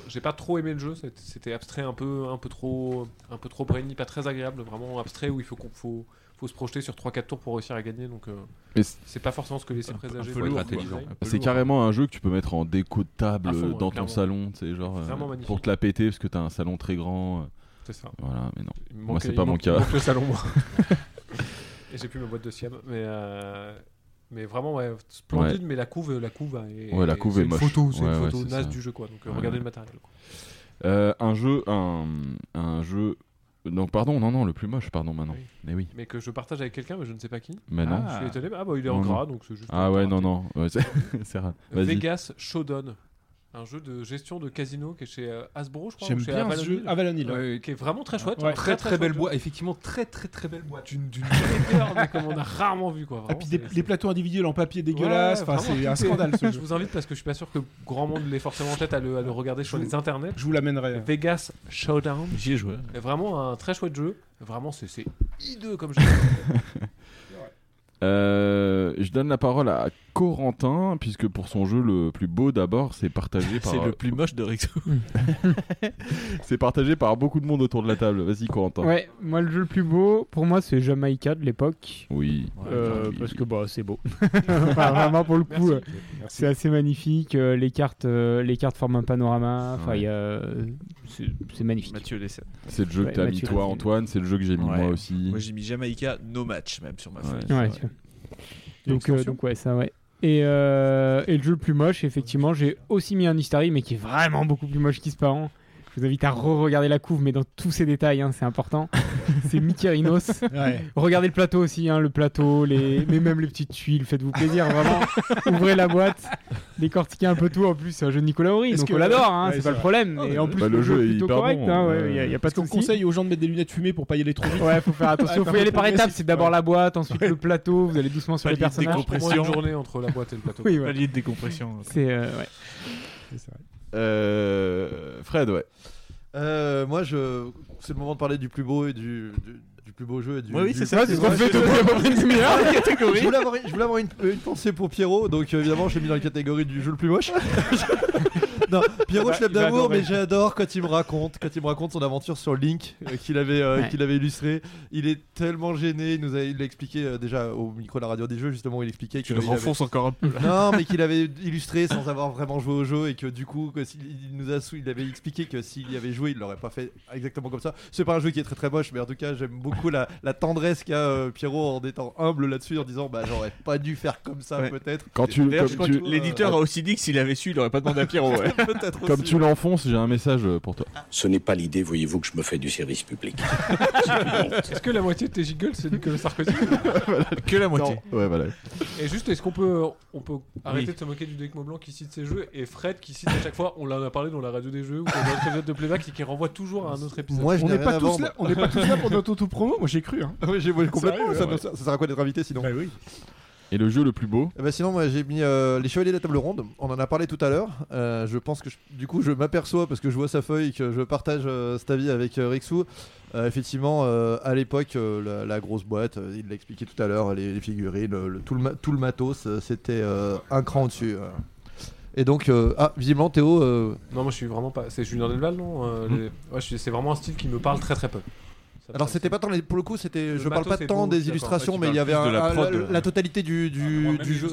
S3: J'ai pas trop aimé le jeu. c'est- C'était abstrait, un peu, un peu trop, un peu trop brainy, pas très agréable. Vraiment abstrait où il faut qu'on faut, faut se projeter sur 3-4 tours pour réussir à gagner. Donc, euh,
S1: Mais c'est-
S3: c'est pas forcément ce que laissait présager.
S6: peu
S3: le
S6: lourd,
S3: jeu.
S6: quoi. Intelligent.
S1: C'est carrément un jeu que tu peux mettre en déco de table
S3: hein À fond,
S1: euh,
S3: ouais,
S1: dans ton
S3: clairement.
S1: salon, tu sais, genre euh,
S3: Vraiment magnifique.
S1: pour te la péter parce que t'as un salon très grand. euh.
S3: C'est ça.
S1: Voilà, mais non.
S3: Il me
S1: Moi,
S3: manque-
S1: c'est
S3: il
S1: pas
S3: me
S1: mon
S3: manque- il me
S1: cas.
S3: manque le salon, moi. Et j'ai plus ma boîte de Siam. Mais, euh, mais vraiment, ouais, splendide,
S1: Ouais.
S3: mais la couve, la couve hein, est,
S1: Ouais, la couve
S3: c'est
S1: est
S3: une
S1: moche.
S3: photo, c'est
S1: Ouais,
S3: une
S1: ouais,
S3: photo
S1: c'est
S3: naze
S1: ça.
S3: du jeu, quoi. Donc euh,
S1: Ouais.
S3: regardez le matériel. quoi.
S1: Euh, un jeu, un, un jeu. Donc pardon, non, non, le plus moche, pardon maintenant. Mais oui.
S3: Mais que je partage avec quelqu'un, mais je ne sais pas qui.
S1: Mais non.
S3: Je suis étonné. mais- Ah, bah il est en
S1: Non, non.
S3: gras, donc c'est juste.
S1: Ah ouais, non, non. Ouais, c'est c'est rare. Vas-y.
S3: Vegas Showdown. Un jeu de gestion de casino qui est chez euh, Hasbro, je crois.
S2: J'aime
S3: ou chez
S2: bien ce
S3: Avalon
S2: jeu.
S3: Hill.
S2: Avalon Hill,
S3: Ouais,
S2: ouais.
S3: Qui est vraiment très chouette. hein.
S2: Ouais.
S3: Très, très
S6: belle
S3: chouette
S6: boîte,
S3: jeu.
S6: effectivement, très très très belle boîte.
S3: D'une d'une grandeur, mais comme on a rarement vu, quoi.
S2: Et
S3: vraiment,
S2: Ah, puis des,
S3: c'est-
S2: les plateaux individuels en papier dégueulasse,
S3: Ouais,
S2: enfin,
S3: vraiment,
S2: c'est un
S3: tout est-
S2: scandale ce
S3: Je
S2: jeu.
S3: vous invite parce que je suis pas sûr que grand monde l'ait forcément en tête à le, à le regarder sur les internets.
S2: Je vous l'amènerai. hein.
S3: Vegas Showdown.
S11: J'y ai joué.
S3: est Vraiment un très chouette jeu. Vraiment, c'est c'est hideux comme jeu.
S1: Euh, je donne la parole à Corentin, puisque pour son jeu le plus beau d'abord, c'est partagé par.
S11: C'est le plus moche de Rexo.
S1: c'est partagé par beaucoup de monde autour de la table. Vas-y, Corentin.
S4: Ouais, moi le jeu le plus beau, pour moi c'est Jamaica de l'époque.
S1: Oui.
S4: Euh,
S1: Oui.
S4: Parce que bah c'est beau. Enfin, vraiment pour le coup,
S2: Merci.
S4: euh, c'est assez magnifique. euh, les cartes, euh, les cartes forment un panorama. Enfin,
S1: Ouais.
S4: il y a, euh, c'est c'est magnifique.
S11: Mathieu Lesset.
S1: C'est le jeu
S4: Ouais,
S1: que t'as mis
S4: Mathieu
S1: toi,
S4: Lesset.
S1: Antoine. C'est le jeu que j'ai mis
S11: Ouais.
S1: moi aussi.
S11: Moi j'ai mis Jamaïca no match même sur ma
S1: Ouais.
S11: feuille.
S1: Ouais,
S4: tu vois. Donc, euh, donc ouais, ça ouais. Et, euh, et le jeu le plus moche, effectivement, j'ai aussi mis un Easter egg, mais qui est vraiment beaucoup plus moche qu'Ispahan. Je vous invite à re-regarder la couve, mais dans tous ses détails, hein, c'est important. c'est Mickey Rhinos.
S2: Ouais.
S4: Regardez le plateau aussi, hein, le plateau, les... mais même les petites tuiles, faites-vous plaisir, vraiment. Ouvrez la boîte, décortiquez un peu tout. En plus, c'est un jeu de Nicolas Horry,
S2: Est-ce
S4: donc
S2: que-
S4: on l'adore, hein,
S2: Ouais,
S4: c'est
S2: c'est
S4: pas le
S2: vrai.
S4: problème.
S2: Ah,
S4: et
S2: mais
S4: en
S2: le-
S4: plus,
S1: bah,
S4: le, jeu est
S1: hyper
S4: plutôt correct,
S1: bon,
S4: hein, ouais,
S1: euh,
S4: il y a, il y a pas
S2: Parce
S4: de
S2: qu'on
S4: souci.
S2: conseille aux gens de mettre des lunettes fumées pour pas y aller trop vite.
S4: Ouais, faut faire attention,
S2: Ouais,
S4: faut y aller
S2: faut
S4: par étapes.
S2: progressif,
S4: C'est d'abord
S2: ouais.
S4: la boîte, ensuite le plateau, vous allez doucement sur les
S11: Palier de
S4: personnages.
S3: Pour moi, une
S11: décompression.
S3: journée entre la boîte et le plateau.
S4: Oui, voilà.
S11: Palier de décompression.
S4: C'est euh, ouais.
S1: Euh, Fred, ouais.
S10: Euh, moi, je... c'est le moment de parler du plus beau et du, du, du plus beau jeu. Et du,
S11: Ouais, oui,
S10: du-
S11: c'est ça, c'est ce qu'on
S10: Ouais,
S11: fait
S10: je-
S11: depuis à peu près une demi-heure, la catégorie.
S10: Je voulais avoir, je voulais avoir une, une pensée pour Pierrot, donc euh, évidemment, je l'ai mis dans la catégorie du jeu le plus moche. non, Pierrot,
S2: Il va-
S10: je l'aime
S2: il va
S10: d'amour,
S2: adorer.
S10: mais j'adore quand il me raconte, quand il me raconte son aventure sur Link euh, qu'il avait, euh,
S4: Ouais.
S10: qu'il avait illustré. Il est tellement gêné. Il nous a, il l'a expliqué euh, déjà au micro de la radio des jeux, justement, où il expliquait
S11: Tu
S10: que
S11: le
S10: il avait-
S11: renfonces encore un peu là.
S10: non, mais qu'il avait illustré sans avoir vraiment joué au jeu et que du coup, que s'il- il nous a sou- il avait expliqué que s'il y avait joué, il l'aurait pas fait exactement comme ça. C'est pas un jeu qui est très très moche, mais en tout cas, j'aime beaucoup la, la tendresse qu'a euh, Pierrot en étant humble là-dessus, en disant bah j'aurais pas dû faire comme ça
S11: Ouais.
S10: peut-être.
S1: Quand tu,
S11: D'ailleurs,
S1: comme
S11: je crois
S1: tu-
S11: que l'éditeur a aussi dit que s'il avait su, il aurait pas demandé à Pierrot. ouais.
S10: Peut-être
S1: comme
S10: aussi.
S1: tu l'enfonces, j'ai un message euh, pour toi.
S13: Ce n'est pas l'idée, voyez-vous, que je me fais du service public.
S6: Ah,
S3: Est-ce que la moitié de tes gigoles, c'est Nicolas Sarkozy
S11: Que la moitié.
S1: Ouais, voilà.
S3: Et juste, est-ce qu'on peut, on peut arrêter de se moquer du Decmo Blanc qui cite ses jeux et Fred qui cite à chaque fois, on en a parlé dans la radio des jeux ou dans notre épisode de playback et qui renvoie toujours à un autre épisode
S10: Moi, je
S2: On
S10: n'ai
S2: n'est
S10: rien
S2: pas,
S10: à
S2: tous
S10: vendre.
S2: là- on n'est pas tous là pour notre auto-promo, moi j'ai cru. Hein.
S10: Ah Oui, j'ai moi, complètement.
S2: Sérieux,
S10: ça,
S2: ouais.
S10: ça- ça sert à quoi d'être invité sinon
S2: Bah oui.
S1: Et le jeu le plus beau
S10: Eh ben, sinon, moi j'ai mis euh, Les Chevaliers de la Table Ronde. On en a parlé tout à l'heure. Euh, je pense que je- du coup, je m'aperçois parce que je vois sa feuille que je partage euh, cet avis avec euh, Rixou. Euh, effectivement, euh, à l'époque, euh, la, la grosse boîte, euh, il l'a expliqué tout à l'heure, les, les figurines, le, le- tout, le ma- tout le matos, euh, c'était euh, un cran au-dessus. euh. Et donc, euh, ah, visiblement, Théo, euh,
S3: Non, moi je suis vraiment pas. C'est Julien Delval, non Euh, les- ouais, je suis- C'est vraiment un style qui me parle très très peu. Ça me-
S10: Alors c'était pas tant les- pour le coup c'était je parle
S3: matos
S10: pas
S3: est
S10: tant
S3: beau,
S10: des
S3: d'accord.
S10: illustrations
S3: Ouais, tu
S10: mais il y
S3: parles
S10: avait
S11: plus de
S10: un-
S11: la
S10: un- la,
S11: prod, euh.
S10: la totalité du
S6: Ah,
S10: du, du jeu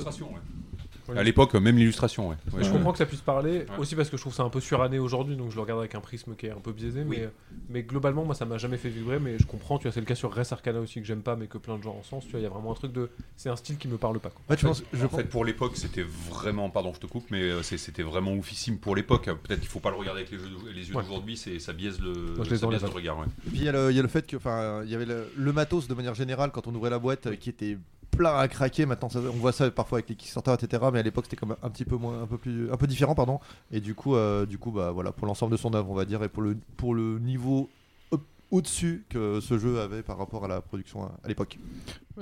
S3: Ouais.
S6: À l'époque, même l'illustration, ouais.
S3: Mais
S6: Ouais,
S3: je
S6: ouais.
S3: comprends que ça puisse parler aussi parce que je trouve ça un peu suranné aujourd'hui donc je le regarde avec un prisme qui est un peu biaisé mais, mais globalement moi ça m'a jamais fait vibrer mais je comprends tu vois c'est le cas sur Res Arcana aussi que j'aime pas mais que plein de gens en sens tu vois il y a vraiment un truc de c'est un style qui me parle pas quoi.
S10: Ouais, tu penses- je
S6: en
S10: pense-
S6: fait, pour l'époque, c'était vraiment, pardon, je te coupe, mais euh, c'est- c'était vraiment oufissime pour l'époque. Euh, Peut-être qu'il faut pas le regarder avec les, jeux- les yeux
S3: Ouais.
S6: d'aujourd'hui, c'est ça biaise le,
S3: Moi, je les
S6: ça
S3: enlève.
S6: biaise le regard. ouais.
S10: Et puis il y, a le- il y a le fait que, enfin, il y avait le, le matos de manière générale quand on ouvrait la boîte euh, qui était plein à craquer. Maintenant, ça- on voit ça parfois avec les Kickstarter, etc. Mais à l'époque, c'était quand même un petit peu moins, un peu plus, un peu différent, pardon. Et du coup, euh, du coup, bah voilà, pour l'ensemble de son œuvre, on va dire, et pour le pour le niveau au- au-dessus que ce jeu avait par rapport à la production à, à l'époque.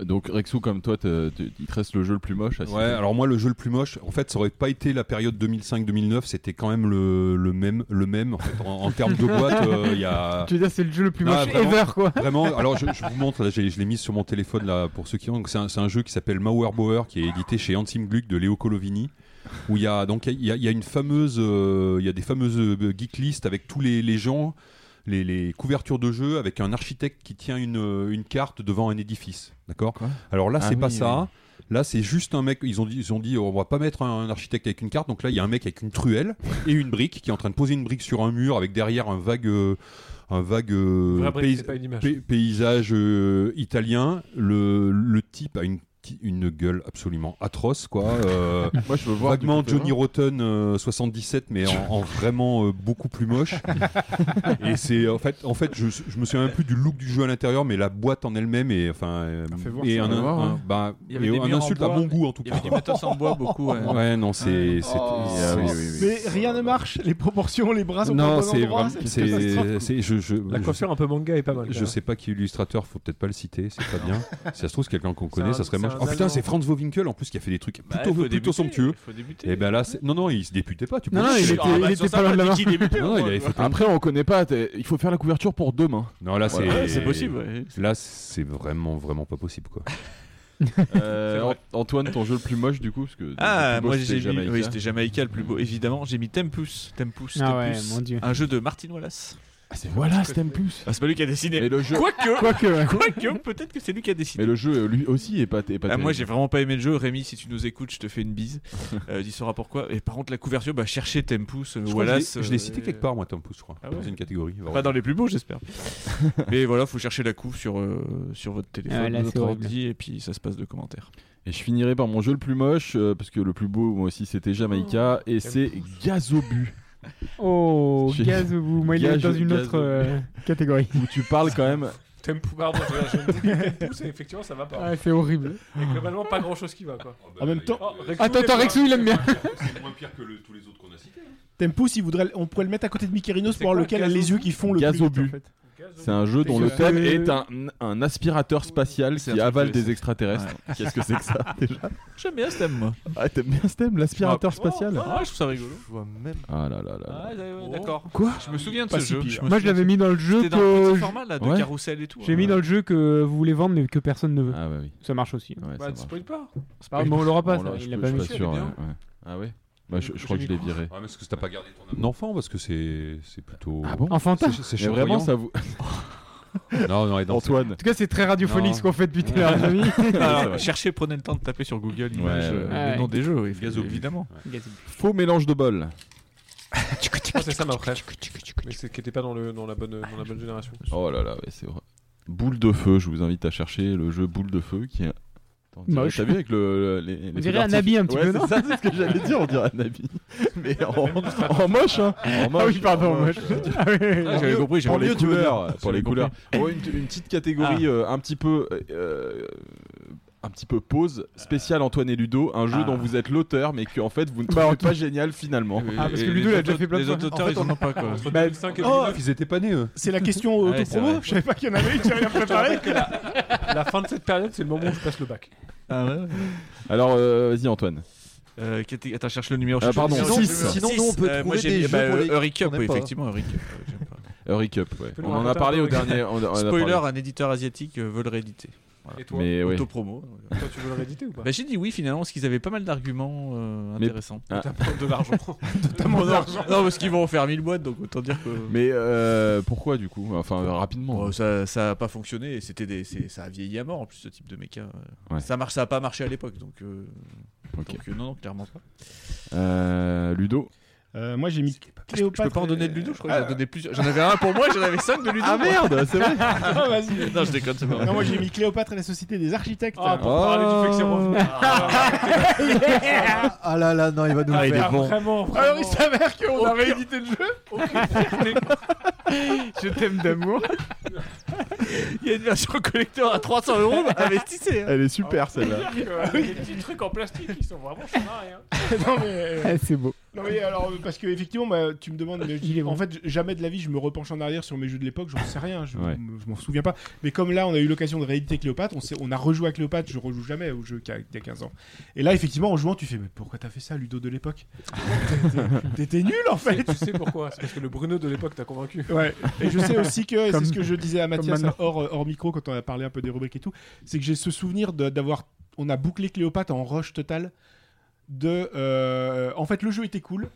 S1: Donc Rexou, comme toi, te- te- il te reste le jeu le plus moche. à citer.
S6: Ouais, alors moi le jeu le plus moche, en fait, ça aurait pas été la période 2005-2009, c'était quand même le, le même, le même en, fait, en, en termes de boîte. euh, Il y a.
S4: Tu veux dire, c'est le jeu le plus
S6: Non,
S4: moche ever, quoi.
S6: Vraiment. Alors je, je vous montre, là, j'ai- je l'ai mis sur mon téléphone là pour ceux qui ont. Donc, C'est un, c'est un jeu qui s'appelle Mauer Bauer, qui est édité chez Hansim Gluck de Léo Colovini. Où il y a donc il y a, il y a une fameuse, euh, il y a des fameuses euh, geek list avec tous les, les gens. Les, les couvertures de jeu avec un architecte qui tient une, euh, une carte devant un édifice. D'accord Alors là,
S1: Ah
S6: c'est pas
S1: oui,
S6: ça.
S1: oui.
S6: Là, c'est juste un mec. Ils ont dit, ils ont dit, on va pas mettre un, un architecte avec une carte. Donc là, il y a un mec avec une truelle et une brique qui est en train de poser une brique sur un mur avec derrière un vague, euh, un vague euh,
S3: Vraie brique,
S6: pays-
S3: c'est pas une image.
S6: pa- paysage euh, italien. Le, le type a une ti- une gueule absolument atroce quoi Euh,
S1: Moi, je veux voir
S6: vaguement
S1: du coup,
S6: Johnny Rotten euh, 77 mais en, en vraiment euh, beaucoup plus moche et c'est en fait en fait je, je me souviens même plus du look du jeu à l'intérieur mais la boîte en elle-même est enfin euh,
S1: fait voir,
S6: et
S1: ça,
S6: un,
S1: on va
S6: un-
S1: voir,
S6: un-
S1: ouais.
S6: bah,
S11: Il y avait
S6: et
S11: des
S6: un
S11: murs en
S6: insulte à
S11: bois,
S6: mon goût en tout
S11: il y
S6: cas
S11: avait du matos en bois, beaucoup, ouais.
S6: ouais non c'est c'est-
S1: Oh.
S6: c'est-
S1: Oui, oui, oui.
S2: Mais rien ne marche, les proportions, les bras sont pas
S6: non
S2: Ah, au bon
S6: c'est
S2: endroit.
S6: vraiment c'est c'est- je, je-
S3: La
S6: je-
S3: coiffure un peu manga est pas mal.
S6: je sais pas qui est illustrateur, faut peut-être pas le citer, c'est pas bien. Si ça se trouve, c'est quelqu'un qu'on connaît,
S3: un-
S6: ça serait
S3: c'est
S6: moche.
S3: un
S6: Oh putain,
S3: Allemand.
S6: c'est Franz Wowinkel en plus qui a fait des trucs
S11: Bah,
S6: plutôt,
S11: faut
S6: plutôt
S11: débuter,
S6: somptueux.
S11: faut débuter.
S6: Et ben là, c'est- non, non, il se débutait pas, tu
S4: Non,
S6: peux-
S4: non, il était-
S11: Ah, bah,
S4: il
S11: sur
S4: était
S11: ça,
S4: pas loin de la
S11: t'as
S4: marque.
S11: dit qu'il débutait,
S6: Non,
S11: ouais.
S6: il avait fait plein de-
S1: Après, on connaît pas. t'es- Il faut faire la couverture pour demain.
S6: Non, là, c'est.
S11: Ouais, c'est possible, ouais.
S6: Là, c'est vraiment, vraiment pas possible, quoi.
S1: Euh, An- Antoine, ton jeu le plus moche du coup, parce que
S11: Ah,
S1: le plus moche,
S11: moi
S1: c'était
S11: j'ai mis.
S1: Jamaïca.
S11: Oui, c'était Jamaïca le plus beau, évidemment. J'ai mis Tempus. Tempus,
S4: Ah ouais,
S11: Tempus.
S4: mon Dieu.
S11: Un jeu de Martin Wallace.
S1: Ah, c'est voilà, c'était plus.
S11: Ah, c'est pas lui qui a dessiné.
S1: Et le jeu,
S11: Quoique,
S4: Quoique, ouais.
S11: quoique, peut-être que c'est lui qui a dessiné.
S1: mais le jeu lui aussi est pas. Est pas
S11: Ah, moi
S1: terrible.
S11: j'ai vraiment pas aimé le jeu. Rémi, si tu nous écoutes, je te fais une bise. Euh, tu sauras pourquoi. Et par contre, la couverture, bah cherchez Tempus, euh,
S6: Je crois que
S11: Wallace.
S6: je l'ai- je l'ai
S11: euh,
S6: cité
S11: et-
S6: quelque part, moi, Tom Pouce, je crois.
S11: Ah ouais
S6: Dans une catégorie.
S11: Pas dans les plus beaux, j'espère. Mais voilà, faut chercher la couve sur, euh, sur votre téléphone,
S4: Ah ouais, là,
S11: votre
S4: c'est horrible.
S11: ordi, et puis ça se passe de commentaires.
S1: Et je finirai par mon jeu le plus moche, euh, parce que le plus beau, moi aussi, c'était
S11: Oh.
S1: Jamaïca, et c'est Gazobu,
S4: Oh,
S1: J'ai-
S4: gaz au bout. Moi, il est
S1: Gage-
S4: dans une
S1: gaz
S4: autre
S1: au-
S4: euh, catégorie.
S1: où tu parles quand même.
S3: Tempo, pardon, je je me dis Tempo, c'est- effectivement, ça va pas.
S4: Ah, c'est horrible.
S3: Et globalement, pas grand chose qui va quoi.
S2: En même temps,
S3: Oh,
S4: Attends,
S3: Rexou, il est
S4: attends,
S3: pas-
S4: Rexou, il aime bien.
S6: C'est moins pire que tous les autres qu'on a cités.
S2: Tempus, il voudrait, on pourrait le mettre à côté de Mikerinos
S3: C'est
S2: pour voir
S3: quoi,
S2: lequel a
S3: Gazobu
S2: les yeux qui font le
S1: Gazobu.
S2: plus. vite, en fait.
S1: C'est un jeu dont
S2: C'est
S1: le
S2: que-
S1: thème est un, un aspirateur spatial
S11: C'est
S1: qui
S11: un truc
S1: avale
S11: de-
S1: des extraterrestres. Qu'est-ce que c'est que ça déjà
S11: J'aime bien ce thème, moi.
S1: Ah, t'aimes bien ce thème, l'aspirateur spatial
S11: Ah, je trouve ça rigolo.
S10: Je vois même.
S1: Ah là là là. là.
S11: d'accord.
S4: Quoi
S11: Je me souviens de
S2: Pas
S11: ce
S2: si
S11: jeu.
S2: pire.
S11: Je me
S4: Moi, je
S11: souviens de
S4: l'avais mis dans le
S11: ce-
S4: jeu
S11: C'était dans le
S4: que.
S11: petit
S4: je-
S11: format là, de
S1: Ouais.
S11: carrousel et tout. hein.
S4: J'ai mis dans le jeu que vous voulez vendre, mais que personne ne veut.
S1: Ah bah oui.
S4: Ça marche aussi. hein.
S1: Ouais, ça
S3: Bah,
S1: marche.
S3: spoil pas.
S4: Ah, mais on l'aura pas,
S1: Bon, là,
S4: ça,
S1: je
S4: il l'a
S1: peux-
S4: pas
S1: je
S4: mis.
S1: suis pas sûr.
S3: la
S1: ouais,
S3: vidéo.
S1: ouais. Ah ouais Bah, je, je crois que je l'ai viré.
S6: Ouais, mais est-ce que t'as pas gardé ton enfant Parce que c'est c'est plutôt.
S1: Ah bon
S4: Enfantin.
S6: C'est- C'est
S1: Mais vraiment,
S6: chatoyant.
S1: ça vous.
S6: Non, non, et dans-
S1: Antoine.
S4: En tout cas, c'est très radiophonique
S6: Non.
S4: ce qu'on fait depuis tout à l'heure, les amis.
S1: c'est vrai.
S11: Alors, cherchez, prenez le temps de taper sur Google Images
S1: ouais.
S11: euh,
S4: Ouais.
S11: le nom des jeux, oui,
S6: Gazobu.
S11: évidemment.
S1: Faux mélange de bol.
S3: Je pense que Ah, c'est ça ma préf. Mais c'est qui était pas dans, le, dans, la bonne, dans la bonne génération.
S1: Oh là là, ouais, c'est vrai. Boule de feu, je vous invite à chercher le jeu Boule de feu qui est. Attends, on dirait-
S4: Moche.
S1: T'as vu avec le. le- les, les
S4: Bah, On
S1: trucs
S4: dirait un
S1: d'artifice-
S4: habit un petit
S1: Ouais,
S4: peu,
S1: c'est
S4: non
S1: ça, c'est ce que j'allais dire, on dirait un habit. Mais en, en moche, hein En moche.
S4: Ah oui, pardon,
S1: en
S4: moche. Ah oui, oui, oui.
S11: Ah, J'avais compris,
S1: Pour
S11: j'avais
S1: les
S11: les
S1: couleurs, pour
S11: J'ai
S1: les
S11: compris.
S1: couleurs.
S11: Ah.
S1: Bon, une, une petite catégorie euh, un petit peu, euh, un petit peu pause spéciale Antoine et Ludo, un jeu
S11: Ah.
S1: dont vous êtes l'auteur, mais que en fait vous ne
S4: Bah,
S1: trouvez
S4: en tout-
S1: pas génial finalement.
S4: Ah, parce
S11: Et
S4: que Ludo,
S11: les
S4: il a déjà
S11: autres-
S4: fait plein de
S11: Les
S4: fois.
S11: autres auteurs, ils en ont pas, quoi.
S3: Entre 2005 et
S6: Oh,
S3: 2009,
S6: ils étaient pas nés, eux.
S2: C'est la question
S11: Ouais, c'est
S2: autopromo.
S11: vrai.
S2: Je savais pas qu'il y en avait une qui avait rien préparé.
S3: la fin de cette période, c'est le moment où je passe le bac.
S11: Ah,
S1: Alors euh, vas-y Antoine.
S11: Euh, caté- Attends, cherche le numéro.
S1: Ah,
S11: cherche le
S1: pardon,
S11: numéro.
S1: six.
S10: Sinon, nous, on peut
S11: Euh, moi,
S10: trouver
S11: j'ai
S10: des
S11: mis-
S10: jeux
S11: bah,
S10: pour les-
S11: euh, Hurry Cup,
S10: qu'on aime
S11: oui,
S10: pas.
S11: effectivement, Hurry Cup, euh, j'aime pas.
S1: Hurry Cup, ouais.
S3: peux nous
S1: On en a
S3: raconter
S1: parlé
S3: un
S1: au
S3: peu, Hurry
S1: dernier. on- on en a
S11: Spoiler,
S1: parlé.
S11: un éditeur asiatique euh, veut le rééditer.
S3: Et toi,
S1: Mais ouais.
S11: Autopromo.
S3: toi, tu veux le rééditer ou pas
S11: Bah, j'ai dit oui finalement parce qu'ils avaient pas mal d'arguments euh,
S1: Mais-
S11: intéressants.
S3: T'apportes de l'argent.
S11: Notamment d'argent. Non parce qu'ils vont en faire 1000 boîtes donc autant dire que
S1: Mais euh, pourquoi du coup Enfin euh, rapidement.
S11: Bon, ça ça a pas fonctionné et c'était des c'est- ça a vieilli à mort en plus ce type de méca. euh.
S1: Ouais.
S11: Ça marche ça a pas marché à l'époque donc, euh,
S1: Ok.
S11: donc, euh, non non clairement pas.
S1: Euh, Ludo.
S2: Euh, Moi, j'ai mis
S11: Je peux
S2: Cléopâtre.
S11: pas en donner de
S2: et-
S11: Ludo je crois que j'en donnais plusieurs. J'en avais un pour moi, j'en avais 5 de Ludo.
S1: Ah
S11: moi.
S1: merde, c'est vrai.
S2: Ah, vas-y.
S11: Non je déconne c'est pas vrai.
S2: Non, moi j'ai mis Cléopâtre et la Société des Architectes.
S3: Ah, pour parler du fait que c'est revenu.
S10: Ah, ah là là, non, il va nous le faire.
S3: Vraiment, vraiment.
S2: Alors Ah il s'avère qu'on a réédité.
S11: le jeu
S4: Je t'aime d'amour.
S11: Il y a une version collector à 300 euros, bah, investissez. hein.
S1: Elle est super celle-là.
S3: Il y a des petits trucs en plastique qui sont vraiment chouettes.
S2: Non, mais, euh,
S4: Ah, c'est beau.
S2: Non mais alors parce que effectivement bah, tu me demandes mais je-
S4: Il est bon.
S2: en fait jamais de la vie je me repenche en arrière sur mes jeux de l'époque j'en sais rien je,
S1: Ouais.
S2: m- je m'en souviens pas mais comme là on a eu l'occasion de rééditer Cléopâtre on, s'est- on a rejoué à Cléopâtre je rejoue jamais au jeu qu'il y a- il y a 15 ans et là effectivement en jouant tu fais mais pourquoi t'as fait ça Ludo de l'époque T'étais- t'étais nul en fait
S3: Tu sais pourquoi C'est parce que le Bruno de l'époque t'a convaincu.
S2: Ouais. Et je sais aussi que, et
S3: Comme-
S2: c'est ce que je disais à
S3: comme
S2: Mathias
S3: maintenant.
S2: hors, hors micro quand on a parlé un peu des rubriques et tout, c'est que j'ai ce souvenir de- d'avoir. On a bouclé Cléopâtre en rush total. De, euh, en fait, le jeu était cool.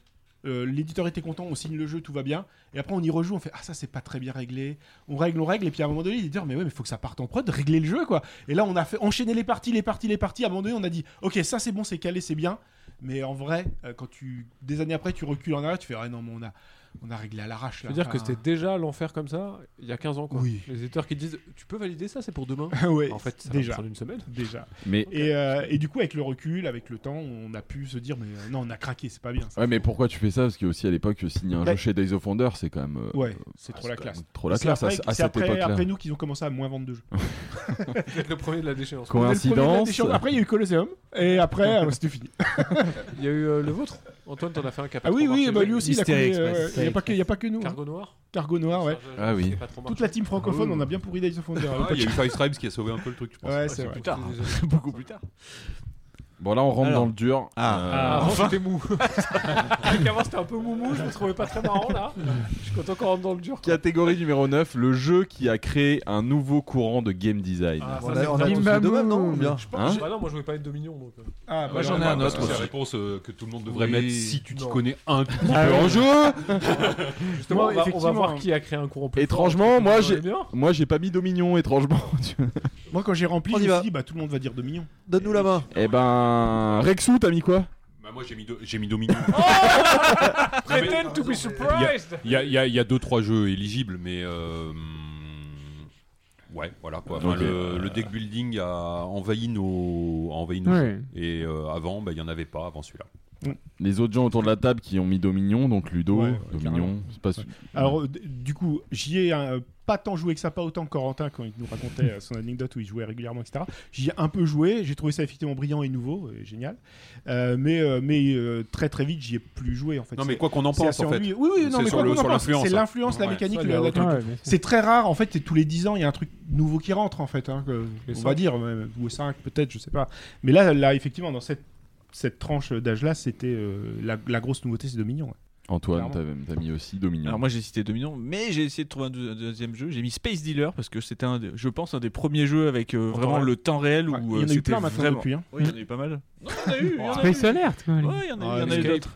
S2: euh, L'éditeur était content, on signe le jeu, tout va bien. Et après, on y rejoue, on fait Ah, ça, c'est pas très bien réglé. On règle, on règle. Et puis à un moment donné, l'éditeur, mais ouais, mais faut que ça parte en prod, régler le jeu, quoi. Et là, on a fait enchaîner les parties, les parties, les parties. À un moment donné, on a dit Ok, ça, c'est bon, c'est calé, c'est bien. Mais en vrai, euh, quand tu. Des années après, tu recules en arrière, tu fais Ah non, mais on a, on a réglé à l'arrache.
S3: Je
S2: là.
S3: veux dire que
S2: Enfin,
S3: c'était déjà l'enfer comme ça il y a 15 ans. Quoi.
S2: Oui.
S3: Les éditeurs qui disent Tu peux valider ça, c'est pour demain.
S2: Ah Ouais,
S3: en fait, ça
S2: déjà.
S3: va prendre une semaine.
S2: Déjà.
S1: Mais-
S2: Et, euh, et du coup, avec le recul, avec le temps, on a pu se dire, mais euh, non, on a craqué, c'est pas bien. ça.
S1: Ouais, mais pourquoi tu fais ça Parce que aussi à l'époque, euh, signer un
S2: Bah-
S1: jeu chez Days of Wonder, c'est quand même. euh,
S2: Ouais,
S1: euh,
S2: c'est trop la
S1: quand même
S2: classe.
S1: Trop la
S2: C'est
S1: classe à-
S2: après-
S1: à,
S2: c'est
S1: cette
S2: après,
S1: époque-là.
S2: après nous qu'ils ont commencé à moins vendre de jeux.
S3: Vous êtes le premier de la déchéance.
S2: On est le premier de la
S1: Coïncidence.
S2: déchéance. Après, il y a eu Colosseum, et après, euh, c'était fini.
S3: Il y a eu euh, le vôtre. Antoine, t'en as fait un qui a pas
S2: Ah oui,
S3: trop
S2: oui,
S3: marché.
S2: bah, lui aussi, il a
S3: Mystère
S2: connu,
S3: Express.
S2: euh, Il n'y a, pas que- il y a pas que nous. hein.
S3: Cargo Noir
S2: Cargo Noir, ouais.
S1: Ah oui.
S3: C'est pas trop
S2: Toute
S3: marché.
S2: la team francophone,
S3: Ah oui.
S2: on a bien pourri Days of Wonder. à
S6: Ah, Il y a eu
S2: l'époque.
S6: Five Stripes qui a sauvé un peu le truc, je pense.
S2: Ouais, c'est vrai.
S3: Plus tard.
S11: Beaucoup plus tard.
S1: Bon, là, on rentre
S11: Alors.
S1: dans le dur.
S11: Ah.
S1: Euh,
S3: Avant, c'était mou. Avant, c'était un peu moumou. Je me trouvais pas très marrant là. Je suis content qu'on rentre dans le dur. quoi.
S1: Catégorie numéro 9, le jeu qui a créé un nouveau courant de game design.
S3: Ah, ça,
S10: On
S3: c'est
S10: a, on a
S3: vrai.
S10: tous fait de même, non ou bien
S3: Je
S1: Hein
S3: pense. Bah non, moi je voulais pas être Dominion donc. euh.
S2: Ah, bah,
S6: Moi,
S2: non,
S6: j'en ai
S2: bah,
S6: un autre.
S1: aussi.
S6: C'est la réponse euh, que tout le monde devrait
S11: Oui.
S6: mettre si tu t'y
S3: Non.
S6: connais un tout petit peu.
S1: Un peu en jeu
S3: Justement,
S2: Moi,
S3: on va, on va voir
S2: effectivement.
S3: qui a créé un courant plus
S1: hein. Étrangement,
S3: fort.
S1: moi,
S3: Dans
S1: j'ai-
S3: les miens.
S1: Moi, j'ai pas mis Dominion, étrangement. tu vois.
S2: Moi, quand j'ai rempli,
S10: On
S2: je
S10: y
S2: me
S10: va.
S2: suis dit, bah, tout le monde va dire 2 millions.
S10: Donne-nous la main.
S1: Eh ben. Rexou, t'as mis quoi
S6: Bah, moi, j'ai mis, Do- j'ai mis Dominion.
S3: Pretend to be surprised.
S6: Il y a, il y a- il y a deux trois jeux éligibles, mais euh, ouais, voilà quoi. Enfin,
S1: Ok.
S6: le, le deck building a envahi nos, a envahi nos
S4: Ouais.
S6: jeux. Et euh, avant, bah, il y en avait pas avant celui-là.
S1: Les autres gens autour de la table qui ont mis Dominion, donc Ludo,
S2: Ouais, ouais,
S1: Dominion, c'est pas su-
S2: Alors, euh, d- du coup, j'y ai euh, pas tant joué que ça, pas autant que Corentin quand il nous racontait euh, son anecdote où il jouait régulièrement, etc. J'y ai un peu joué, j'ai trouvé ça effectivement brillant et nouveau, et génial. Euh, mais euh, mais euh, très très vite, j'y ai plus joué en fait.
S6: Non
S2: C'est-
S6: mais quoi qu'on en
S2: c'est
S6: pense
S2: assez
S6: en fait.
S2: ennuyeux. Oui, oui, non,
S6: C'est
S2: mais
S6: sur
S2: quoi
S6: le-
S2: qu'on en
S6: sur
S2: pense,
S6: l'influence,
S2: C'est
S6: hein.
S2: l'influence, la
S6: Ouais.
S2: mécanique,
S3: Ça,
S2: le-
S3: il y a
S2: la
S3: aucun-
S2: truc.
S4: Ah ouais, bien sûr.
S2: C'est très rare, en fait, c'est tous les 10 ans, il y a un truc nouveau qui rentre, en fait, hein, que-
S3: Les
S2: on
S3: cinq.
S2: va dire, ouais, ou 5 peut-être, je sais pas. Mais là, là effectivement, dans cette, cette tranche d'âge-là, c'était euh, la, la grosse nouveauté, c'est Dominion. ouais.
S1: Antoine, t'as
S2: Clairement.
S1: t'as mis aussi Dominion.
S11: Alors moi j'ai cité Dominion, mais j'ai essayé de trouver un, deux- un deuxième jeu. J'ai mis Space Dealer parce que c'était un, des- je pense un des premiers jeux avec euh,
S2: temps
S11: vraiment
S2: réel.
S11: le temps réel
S2: Ouais, Il y
S11: où euh,
S2: en a eu
S11: c'était
S2: plein maintenant
S11: vraiment.
S2: depuis. hein.
S11: Oui, il y en a eu pas mal. Non, il y en a eu. il y en a eu.
S4: Space Alert, quand même.
S11: Ouais, il y en a eu, il y en a eu
S2: Escape.
S11: d'autres.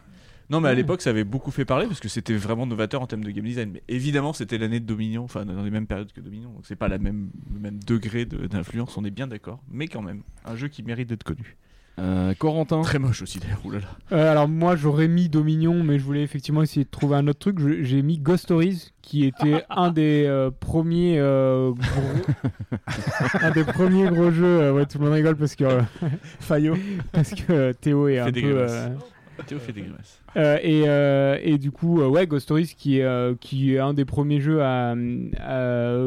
S11: Non, mais à l'époque, ça avait beaucoup fait parler parce que c'était vraiment novateur en termes de game design. Mais évidemment, c'était l'année de Dominion, enfin dans les mêmes périodes que Dominion, donc c'est pas la même, le même degré de- d'influence, on est bien d'accord. Mais quand même, un jeu qui mérite d'être connu.
S1: Euh, Corentin,
S11: Très moche aussi d'ailleurs, oulala.
S4: Euh, alors moi j'aurais mis Dominion, mais je voulais effectivement essayer de trouver un autre truc. Je- J'ai mis Ghost Stories, qui était un des euh, premiers euh, gros, un des premiers gros jeux. euh, ouais, tout le monde rigole parce que euh,
S2: Fayot.
S4: parce que euh, Théo est un
S11: des
S4: peu.
S11: grimaces.
S4: euh,
S11: Théo fait des grimaces.
S4: euh, et, euh, et du coup, euh, ouais, Ghost Stories qui est, euh, qui est un des premiers jeux à, à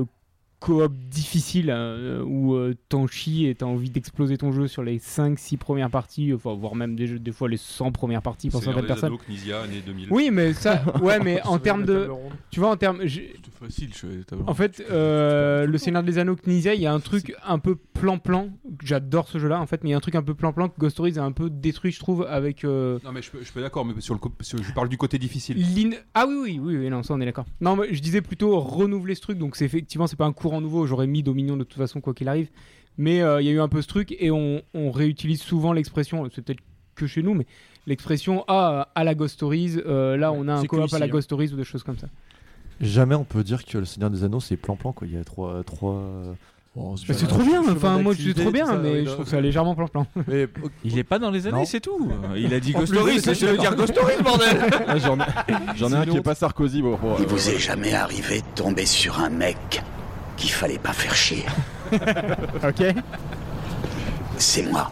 S4: coop difficile euh, où euh, t'en chies et t'as envie d'exploser ton jeu sur les 5-6 premières parties, enfin, voire même des, jeux, des fois les 100 premières parties pour
S6: C'est
S4: certaines
S6: des
S4: personnes.
S6: ados Knizia année 2000.
S4: Oui, mais ça, ouais, mais en
S3: Sur
S4: termes
S3: la
S4: de.
S3: table ronde.
S4: Tu vois, en termes. j'ai-
S11: C'était facile, je
S4: En fait, euh, le Seigneur des Anneaux Knizia, il y a un truc un peu plan-plan. J'adore ce jeu-là, en fait, mais il y a un truc un peu plan-plan que Ghost Stories a un peu détruit, je trouve, avec. euh,
S6: Non mais je, peux- je suis d'accord, mais sur le, co- sur- je parle du côté difficile.
S4: L'in- Ah oui, oui, oui, oui, non, ça on est d'accord. Non, mais je disais plutôt renouveler ce truc, donc c'est effectivement, c'est pas un courant nouveau, j'aurais mis Dominion de toute façon, quoi qu'il arrive. Mais euh, il y a eu un peu ce truc, et on, on réutilise souvent l'expression, c'est peut-être que chez nous, mais l'expression ah, à la Ghost Stories, euh, là
S2: Ouais,
S4: on a un
S2: c'est que
S4: coop
S2: ici,
S4: à la
S2: hein.
S4: Ghost Stories ou des choses comme ça.
S10: Jamais on peut dire que le Seigneur des Anneaux c'est plan-plan quoi. Il y a trois, trois.
S4: Mais Bah, c'est trop bien, enfin, moi je suis trop bien, mais je trouve ça légèrement plan-plan.
S10: Mais
S11: Il est pas dans les années,
S10: Non.
S11: c'est tout. Euh, Il a dit
S10: En
S11: Ghost
S10: plus,
S11: Story,
S10: c'est-
S11: c'est de dire Ghost Story, bordel
S1: Ah, j'en ai, j'en ai un qui est pas Sarkozy. Bon, bon,
S13: Il
S1: euh,
S13: vous est jamais arrivé de tomber sur un mec qu'il fallait pas faire chier.
S4: Ok
S13: C'est moi.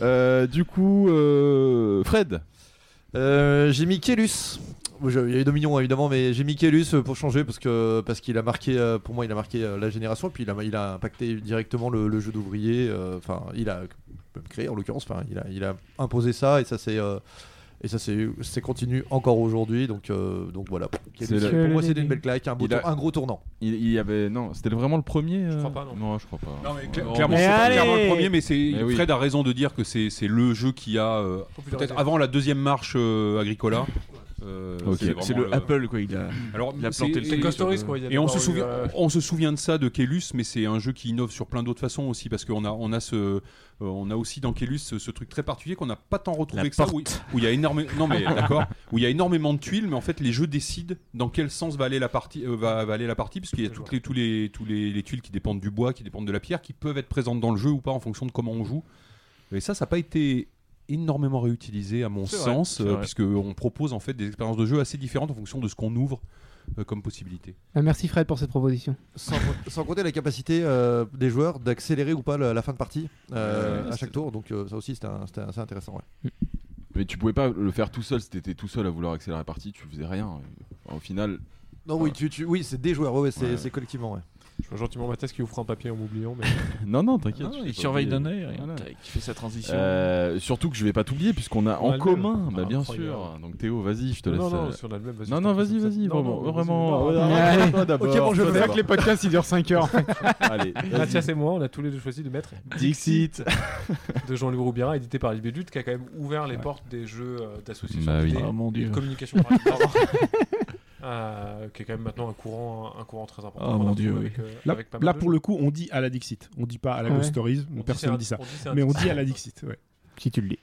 S1: euh, du coup, euh, Fred,
S10: Euh, j'ai mis Kélus. Bon, je- Il y a eu Dominion évidemment, mais j'ai mis Kélus euh, pour changer parce que parce qu'il a marqué, euh, pour moi, il a marqué euh, la génération. Puis il a, il a impacté directement le, le jeu d'ouvrier. euh, Enfin, il a même créé en l'occurrence. Enfin, il a, il a imposé ça et ça c'est. euh, Et ça, c'est c'est continu encore aujourd'hui. Donc, euh, donc voilà.
S1: C'est
S10: Pour
S1: le-
S10: moi, c'était une belle claque, un, beau
S1: Il a-
S10: tour- un gros tournant.
S1: Il, il y avait non, c'était vraiment le premier. Je crois pas non. je crois pas.
S6: Non, mais cla-
S1: Ouais,
S6: clairement,
S1: on-
S6: c'est pas
S1: allez
S6: clairement le premier, mais c'est
S1: Mais Eh oui.
S6: Fred a raison de dire que c'est c'est le jeu qui a euh, peut-être avant la deuxième marche euh, Agricola. euh,
S11: Ok.
S6: vraiment
S11: C'est le Apple, quoi, il a-
S6: Alors,
S11: il a
S6: c'est-
S11: planté le
S6: et-
S11: truc sur le-
S3: quoi, il y a
S6: Et on se
S3: d'abord eu,
S6: souvient,
S3: euh,
S6: on se souvient de ça de Kellus, mais c'est un jeu qui innove sur plein d'autres façons aussi parce qu'on a on a ce euh, on a aussi dans Kellus ce, ce truc très particulier qu'on n'a pas tant retrouvé
S11: La
S6: que ça
S11: porte.
S6: où il- où il y a énormément non mais d'accord où il y a énormément de tuiles mais en fait les jeux décident dans quel sens va aller la partie euh, va, va aller la partie puisqu'il y a toutes les tous les tous les, les tuiles qui dépendent du bois qui dépendent de la pierre qui peuvent être présentes dans le jeu ou pas en fonction de comment on joue et ça ça n'a pas été énormément réutilisé à mon
S11: C'est vrai,
S6: sens
S11: c'est
S6: euh,
S11: vrai.
S6: puisqu'on propose en fait des expériences de jeu assez différentes en fonction de ce qu'on ouvre euh, comme possibilité
S4: Ah, Merci Fred pour cette proposition.
S10: Sans, sans compter la capacité euh, des joueurs d'accélérer ou pas la, la fin de partie euh,
S1: Ouais,
S10: à chaque tour. Donc euh, ça aussi, c'était un- c'était assez intéressant. ouais.
S1: Mais tu pouvais pas le faire tout seul. Si t'étais tout seul à vouloir accélérer la partie, tu faisais rien. Enfin, au final.
S10: Non, oui, tu, tu- oui c'est des joueurs, ouais, ouais, c'est
S1: Ouais.
S10: c'est collectivement. Ouais.
S3: Je vois gentiment Mathias qui ouvre un papier en m'oubliant. Mais...
S1: Non, non, t'inquiète.
S3: Ah,
S1: je
S3: il
S1: t'ai pas
S3: surveille
S1: oublié.
S3: d'un œil, regarde,
S1: Voilà.
S3: tac, il fait sa transition.
S1: Euh, surtout que je vais pas t'oublier puisqu'on a
S3: On a
S1: en
S3: le
S1: commun,
S3: même.
S1: bah, bien
S3: Incroyable.
S1: sûr. Donc Théo, vas-y, je te laisse.
S3: Non, non, non,
S1: euh,
S3: si on a le même, vas-y,
S1: Non,
S3: je
S1: non,
S3: t'en prie,
S1: vas-y,
S3: comme
S1: vas-y,
S3: ça. Non,
S1: vraiment, vraiment.
S3: non, vas-y,
S1: ouais,
S3: vas-y.
S1: arrête-toi
S3: Allez.
S1: d'abord,
S3: Ok, bon, je
S1: toi
S3: vais-
S1: d'abord.
S3: que les podcasts,
S4: ils durent 5 heures.
S1: Allez, euh, vas-y.
S3: Mathias et moi, on a tous les deux choisi de mettre
S1: Dixit
S3: de Jean-Louis Roubira, édité par Libédut, qui a quand même ouvert les portes des jeux euh, d'association
S1: Bah oui.
S3: d'idées
S2: Ah,
S1: Oh, mon
S3: et
S1: Dieu.
S3: de communication. par exemple. Euh, qui est quand même maintenant un courant, un courant très important.
S2: Ah,
S11: Oh,
S3: qu'on
S11: mon
S3: retrouve
S11: Dieu, oui.
S3: avec, euh,
S2: Là,
S3: avec pas mal
S2: là
S3: de
S2: pour
S3: jeux.
S2: le coup, on dit à la Dixit. On dit pas à la
S4: Ah Ouais.
S2: Ghost Stories,
S3: On dit c'est
S2: personne
S3: un-
S2: dit ça.
S3: on dit c'est un
S2: Mais on
S3: Dixit.
S2: dit à la Dixit, ouais.
S4: Si tu le dis.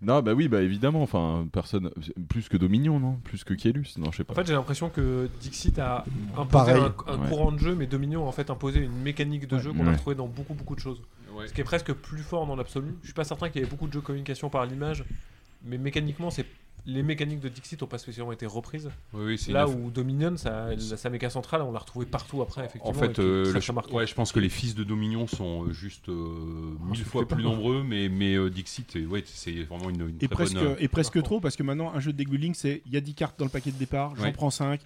S1: non, bah oui, bah évidemment. Enfin, personne. Plus que Dominion, non Plus que Kielus Non, je sais pas.
S3: En fait, j'ai l'impression que Dixit a imposé
S1: Pareil.
S3: un, un
S1: Ouais.
S3: courant de jeu, mais Dominion a en fait imposé une mécanique de jeu qu'on a
S1: Ouais.
S3: trouvé dans beaucoup beaucoup de choses. Ce qui est presque plus fort dans l'absolu. Je suis pas certain qu'il y avait beaucoup de jeux de communication par l'image, mais mécaniquement, c'est les mécaniques de Dixit n'ont pas spécialement été reprises.
S6: Oui, oui, c'est
S3: Là
S6: une aff-
S3: où Dominion, ça, la- sa méca centrale, on l'a retrouvée partout après, effectivement.
S6: En
S3: et
S6: fait,
S3: puis
S6: euh,
S3: très,
S6: le-
S3: très marquant.
S6: ouais, je pense que les fils de Dominion sont euh, juste euh, mille
S3: Insultez
S6: fois
S3: pas.
S6: plus nombreux, mais, mais euh, Dixit, et, ouais, c'est vraiment une, une
S2: Et
S6: très
S2: presque,
S6: bonne. euh,
S2: et presque trop, parce que maintenant, un jeu de deck-building, c'est il y a 10 cartes dans le paquet de départ, j'en
S6: Ouais.
S2: prends 5.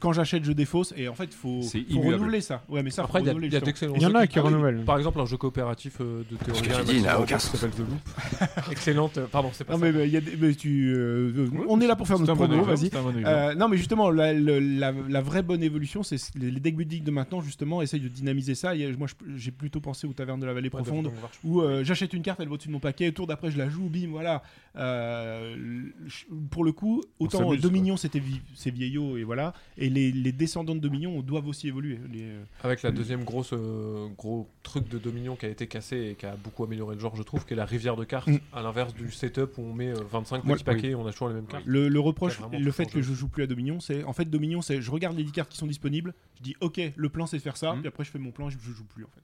S2: Quand j'achète, je défausse. Et en fait, faut,
S6: C'est
S2: faut
S6: immuable.
S2: renouveler ça. Ouais, mais ça,
S3: Après,
S2: faut
S3: il y a,
S2: renouveler,
S3: il y a
S2: justement.
S3: d'excellents
S2: Et il y en
S3: jeux
S2: a
S3: qui-
S2: qui
S3: ah oui,
S2: renouvellent.
S3: Par exemple, un jeu coopératif euh, de théorie.
S2: que tu dis, n'a aucun
S3: s'appelle The Loop. Excellente. euh, Pardon, c'est pas
S2: Non
S3: ça.
S2: mais, mais, il y a des- mais tu, euh, euh, on est là pour faire
S3: c'est
S2: notre
S3: un bon
S2: promo,
S3: exemple,
S2: vas-y.
S3: c'est un bon exemple.
S2: Euh, non mais justement, la, le- la- la vraie bonne évolution, c'est ce- les les deck building de maintenant justement essayent de dynamiser ça. Il y a- moi, je- j'ai plutôt pensé aux tavernes de la vallée
S3: Ouais,
S2: profonde,
S3: Dungeon Warfare.
S2: où euh, j'achète une carte, elle va au-dessus de mon paquet, et tour d'après, je la joue, bim, voilà. Euh, le- je- pour le coup,
S11: On
S2: autant
S11: s'amuse,
S2: Dominion, c'était vi- c'est vieillot et voilà, et les, les descendants de Dominion doivent aussi évoluer. Les, euh,
S3: Avec la deuxième grosse euh, gros truc de Dominion qui a été cassé et qui a beaucoup amélioré le genre, je trouve, qui est la rivière de cartes,
S2: Mm.
S3: à l'inverse du setup où on met euh, 25
S2: Moi-
S3: petits paquets et on a toujours les mêmes cartes.
S2: Le, le reproche,
S3: Qui a vraiment
S2: le
S3: tout
S2: fait
S3: changé.
S2: que je joue plus à Dominion, c'est en fait Dominion, c'est je regarde les 10 cartes qui sont disponibles, je dis ok, le plan c'est de faire ça, puis après je fais mon plan, et je, je joue plus en fait.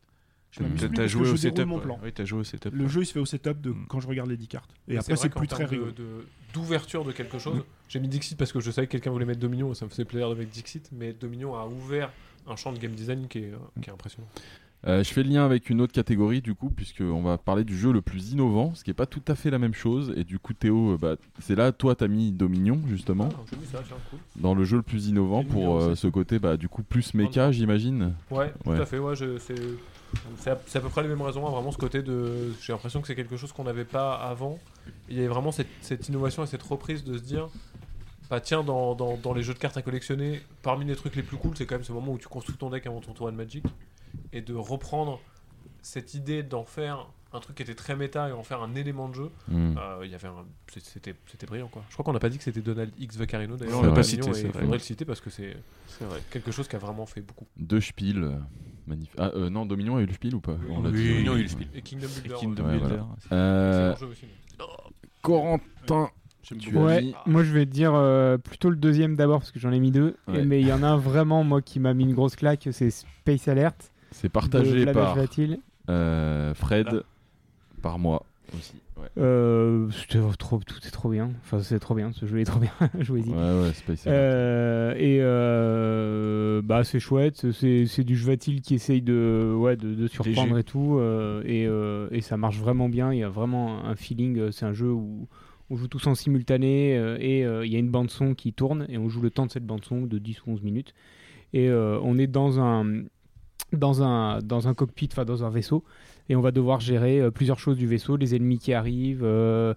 S2: Je m'amuse
S11: Mmh. T'as-
S2: plus
S11: t'as
S2: parce
S11: joué
S2: que
S11: au
S2: je déroule
S11: setup,
S2: mon
S11: ouais.
S2: plan.
S11: Oui, t'as joué au setup,
S2: Le
S11: ouais.
S2: jeu il se fait au setup de quand je regarde les 10 cartes. Et
S3: Mais
S2: après
S3: vrai
S2: c'est
S3: qu'en
S2: plus très
S3: termes de-
S2: rigolo.
S3: de- D'ouverture de, quelque chose. J'ai mis Dixit parce que je savais que quelqu'un voulait mettre Dominion et ça me faisait plaisir avec Dixit, mais Dominion a ouvert un champ de game design qui est, euh, qui est impressionnant.
S1: Euh, je fais le lien avec une autre catégorie du coup, puisqu'on va parler du jeu le plus innovant, ce qui n'est pas tout à fait la même chose. Et du coup, Théo, euh, bah, c'est là, toi, t'as mis Dominion, justement,
S3: j'ai mis Ah, ça, tiens, cool.
S1: dans le jeu le plus innovant
S3: Dominion,
S1: pour euh,
S3: c'est-
S1: ce côté, bah, du coup, plus méca, j'imagine.
S3: Ouais, tout à fait. Ouais, je- c'est c'est à, c'est à peu près les mêmes raisons. hein, vraiment, ce côté de. J'ai l'impression que c'est quelque chose qu'on n'avait pas avant. Il y avait vraiment cette, cette innovation et cette reprise de se dire bah tiens, dans, dans- dans les jeux de cartes à collectionner, parmi les trucs les plus cool, c'est quand même ce moment où tu construis ton deck avant ton tour de Magic. Et de reprendre cette idée d'en faire un truc qui était très méta et en faire un élément de jeu.
S6: Hmm.
S11: Mm.
S3: euh, il y avait un- c'est- C'était c'était brillant, quoi. Je crois qu'on n'a pas dit que c'était Donald X Vaccarino, d'ailleurs. Euh,
S11: Non, on l'a pas
S3: Mignon,
S11: cité,
S3: et
S11: c'est
S3: Il
S11: vrai.
S3: faudrait le citer parce que c'est quelque chose qui a vraiment fait beaucoup.
S1: Deux spiels. euh, magnif- Ah, euh, non, Dominion a eu le spiel ou pas On l'a
S6: oui,
S1: dit,
S6: Dominion a eu le
S1: ouais.
S6: spiel.
S3: Et Kingdom Builder.
S1: Ouais,
S3: Kingdom
S1: voilà.
S3: Builder, c'est-
S1: Euh,
S3: c'est un jeu aussi, mais-
S1: Corentin, tu as
S4: Ouais,
S1: mis-
S4: moi je vais te dire euh, plutôt le deuxième d'abord parce que j'en ai mis deux.
S1: Ouais.
S4: Et- mais il y en a un vraiment moi qui m'a mis une grosse claque, c'est Space Alert.
S1: C'est partagé
S4: de Vlad
S1: par
S4: Vatil.
S1: euh, Fred,
S4: Là.
S1: par moi aussi. Ouais.
S4: Euh, c'était trop, tout est trop bien. Enfin, c'est trop bien. Ce jeu est trop bien. Jouez-y.
S1: Ouais, ouais, Space Alert.
S4: Euh, et euh, bah, c'est chouette. c'est- C'est c'est du Jvatil qui essaye de, ouais, de, de surprendre
S11: Léger.
S4: et tout. euh, et, euh, et ça marche vraiment bien. Il y a vraiment un feeling. euh, C'est un jeu où on joue tous en simultané euh, et euh, il y a une bande son qui tourne et on joue le temps de cette bande son de 10 ou 11 minutes. Et euh, on est dans un dans un, dans un cockpit, enfin dans un vaisseau, et on va devoir gérer euh, plusieurs choses du vaisseau, les ennemis qui arrivent, euh,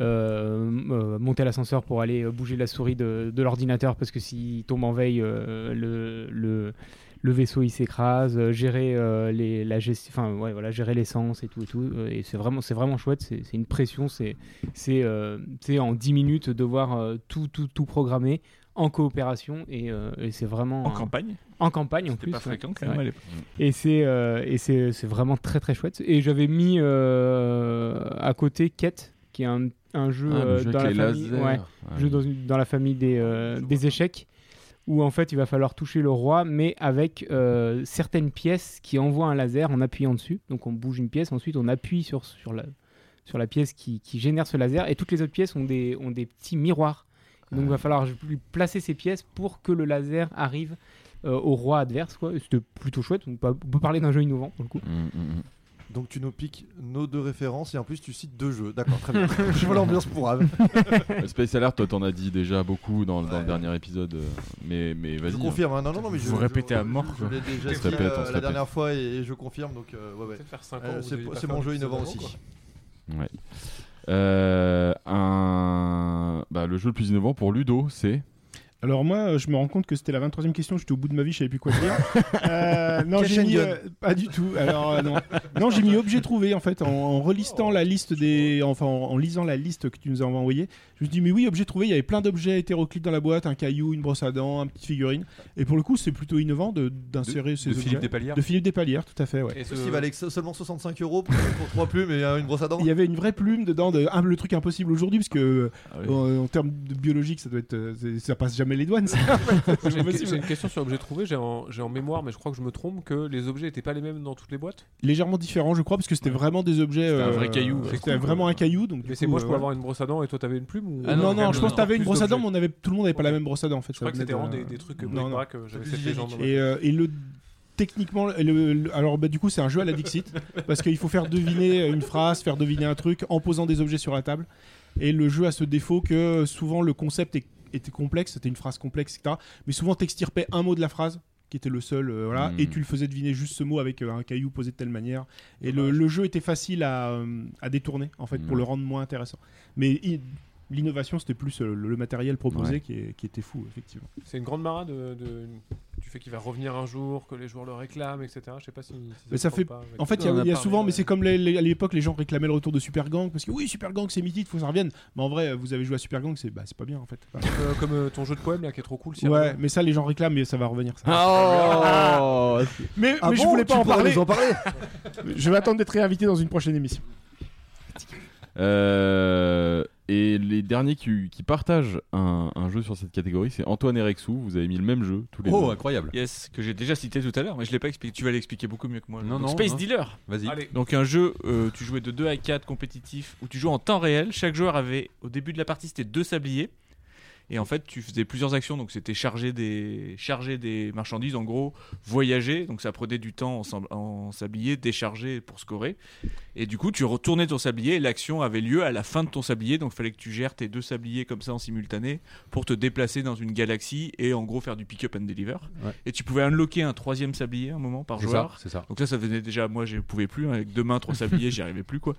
S4: euh, euh, monter l'ascenseur pour aller euh, bouger la souris de, de l'ordinateur parce que s'il tombe en veille, euh, le, le, le vaisseau il s'écrase, euh, gérer euh, les, la gesti- enfin ouais, voilà, gérer l'essence et tout et tout. euh, et c'est vraiment, c'est vraiment chouette. C'est c'est une pression. C'est, c'est, euh, c'est en 10 minutes devoir euh, tout, tout, tout programmer en coopération et, euh, et c'est vraiment
S11: En
S4: un-
S11: campagne
S4: en campagne en
S11: C'était
S4: plus
S11: pas
S4: ouais.
S11: fréquent quand même
S4: Ouais.
S11: à l'époque.
S4: et c'est euh, et c'est c'est vraiment très très chouette et j'avais mis euh, à côté Quête qui est un, un jeu,
S1: Ah, le
S4: euh,
S1: jeu
S4: dans la
S1: avec les
S4: famille
S1: lasers.
S4: ouais,
S1: Ouais.
S4: jeu dans, une- dans la famille des, euh, des échecs où en fait il va falloir toucher le roi mais avec euh, certaines pièces qui envoient un laser en appuyant dessus donc on bouge une pièce ensuite on appuie sur, sur, la, sur la pièce qui, qui génère ce laser et toutes les autres pièces ont des, ont des petits miroirs donc il va falloir lui placer ces pièces pour que le laser arrive euh, au roi adverse quoi Et c'était plutôt chouette on peut, on peut parler d'un jeu innovant pour
S1: Mm,
S4: le coup
S10: Donc tu nous piques nos deux références et en plus tu cites deux jeux. D'accord, très bien. Je vois l'ambiance pour Ave.
S1: Euh, Space Alert, toi, t'en as dit déjà beaucoup dans, dans le dernier épisode, euh, mais, mais vas-y.
S10: Je confirme, hein. non, non, non, mais je, je- je- Je,
S1: quoi.
S10: l'ai déjà
S1: On
S10: dit
S1: se répète, on
S10: euh,
S1: se
S10: la
S1: répète.
S10: dernière fois et, et je confirme, donc euh, ouais, ouais.
S3: faire cinq ans,
S10: Euh,
S3: vous
S10: c'est
S3: avez pas
S10: c'est
S3: fait
S10: mon
S3: un
S10: jeu
S3: épisode
S10: innovant
S3: avant,
S10: aussi.
S3: quoi.
S1: Ouais. Euh, un... bah, le jeu le plus innovant pour Ludo, c'est.
S2: Alors moi, euh, je me rends compte que c'était la 23e question, j'étais au bout de ma vie, je savais plus quoi dire. Euh, non,
S9: Cash
S2: j'ai
S9: and
S2: mis...
S9: gun.
S2: euh, pas du tout. Alors euh, non, non j'ai mis objet trouvé en fait, en, en relistant la liste des... Enfin, en, en lisant la liste que tu nous as envoyée. Je me suis dit, mais oui, objet trouvé, il y avait plein d'objets hétéroclites dans la boîte, un caillou, une brosse à dents, une petite figurine. Et pour le coup, c'est plutôt innovant de- d'insérer
S6: De-
S2: ces
S6: de
S2: objets.
S6: Philippe Despalières.
S2: De Philippe Despalières, tout à fait, ouais.
S10: Ce qui valait so- seulement 65 euros pour, pour trois plumes et euh, une brosse à dents.
S2: Il y avait une vraie plume dedans, de, un- le truc impossible aujourd'hui, parce que
S1: oui.
S2: euh, en, termes de biologique, ça doit être, euh, c'est- ça passe jamais les douanes. ça. C'est
S3: J'ai une,
S2: impossible.
S3: j'ai une question sur l'objet trouvé. J'ai en, j'ai en mémoire, mais je crois que je me trompe, que les objets n'étaient pas les mêmes dans toutes les boîtes.
S2: Légèrement différent, je crois, parce que c'était vraiment des objets.
S3: C'était un
S2: euh,
S3: vrai caillou. C'est
S2: C'était
S3: cool,
S2: vraiment
S3: quoi. Ah
S2: un caillou. Donc,
S3: Mais c'est moi, je pouvais avoir une brosse à dents et toi, t'avais une plume ou...
S2: euh, Ah non, non, je pense que t'avais une brosse à dents, mais on avait, tout le monde n'avait pas la même brosse à dents en fait.
S3: Je crois que c'était vraiment des, des trucs bric-brac. euh, J'avais cette légende.
S2: Et, euh, et le techniquement, le- le- alors bah, du coup, c'est un jeu à la Dixit parce qu'il faut faire deviner une phrase, faire deviner un truc en posant des objets sur la table. Et le jeu a ce défaut que souvent le concept est- était complexe, c'était une phrase complexe, etc. Mais souvent, t'extirpais un mot de la phrase qui était le seul, euh, voilà,
S9: Mhm.
S3: Hmm.
S2: et tu le faisais deviner juste ce mot avec euh, un caillou posé de telle manière. Et le, le jeu était facile à, euh, à détourner en fait pour
S3: Hmm.
S9: Mhm.
S2: le rendre moins intéressant. Mais i- l'innovation, c'était plus euh, le, le matériel proposé
S3: Ouais.
S2: qui, est- qui était fou, effectivement.
S3: C'est une grande marade de, de- du fait qu'il va revenir un jour, que les joueurs le réclament, etc. Je sais pas si. si
S2: Mais ça
S3: se
S2: fait.
S3: trompe pas avec-
S2: En fait, il y a, il y a souvent, mais c'est comme les- les- à l'époque, les gens réclamaient le retour de Super Gang parce que oui, Super Gang, c'est mythique, faut que ça revienne. Mais en vrai, vous avez joué à Super Gang, c'est bah, c'est pas bien en fait. Enfin,
S3: Euh, comme euh, ton jeu de poème là qui est trop cool. si
S2: ouais, mais ça, les gens réclament, mais ça va revenir. Ça.
S4: Oh.
S1: Ah
S2: mais
S3: Ah
S2: mais je
S3: bon,
S2: voulais pas
S3: tu
S2: en
S3: pourrais
S2: parler.
S3: nous en parler
S2: je vais attendre d'être réinvité dans une prochaine émission.
S1: Euh, et les derniers qui, qui partagent un, un jeu sur cette catégorie, c'est Antoine et Rexou. Vous avez mis le même jeu tous
S6: Oh,
S1: les deux.
S11: Yes, que j'ai déjà cité tout à l'heure, mais je l'ai pas expliqué. Tu vas l'expliquer beaucoup mieux que moi.
S1: Non, non,
S11: Donc, Space
S1: non.
S11: Dealer.
S1: Vas-y. Allez.
S11: Donc un jeu, euh, tu jouais de 2 à 4 compétitif, où tu jouais en temps réel. Chaque joueur avait, au début de la partie, c'était deux sabliers. Et en fait, tu faisais plusieurs actions. Donc c'était charger des, charger des marchandises, en gros, voyager. Donc ça prenait du temps en, sam- en sablier, décharger pour scorer. Et du coup, tu retournais ton sablier et l'action avait lieu à la fin de ton sablier. Donc il fallait que tu gères tes deux sabliers comme ça en simultané pour te déplacer dans une galaxie et en gros faire du pick-up and deliver.
S6: Ouais.
S11: Et tu pouvais unlocker un troisième sablier un moment par
S6: C'est
S11: joueur.
S6: ça, c'est ça.
S11: Donc ça, ça venait déjà, moi, je pouvais plus. hein, avec deux mains, trois sabliers, j'y arrivais plus, quoi.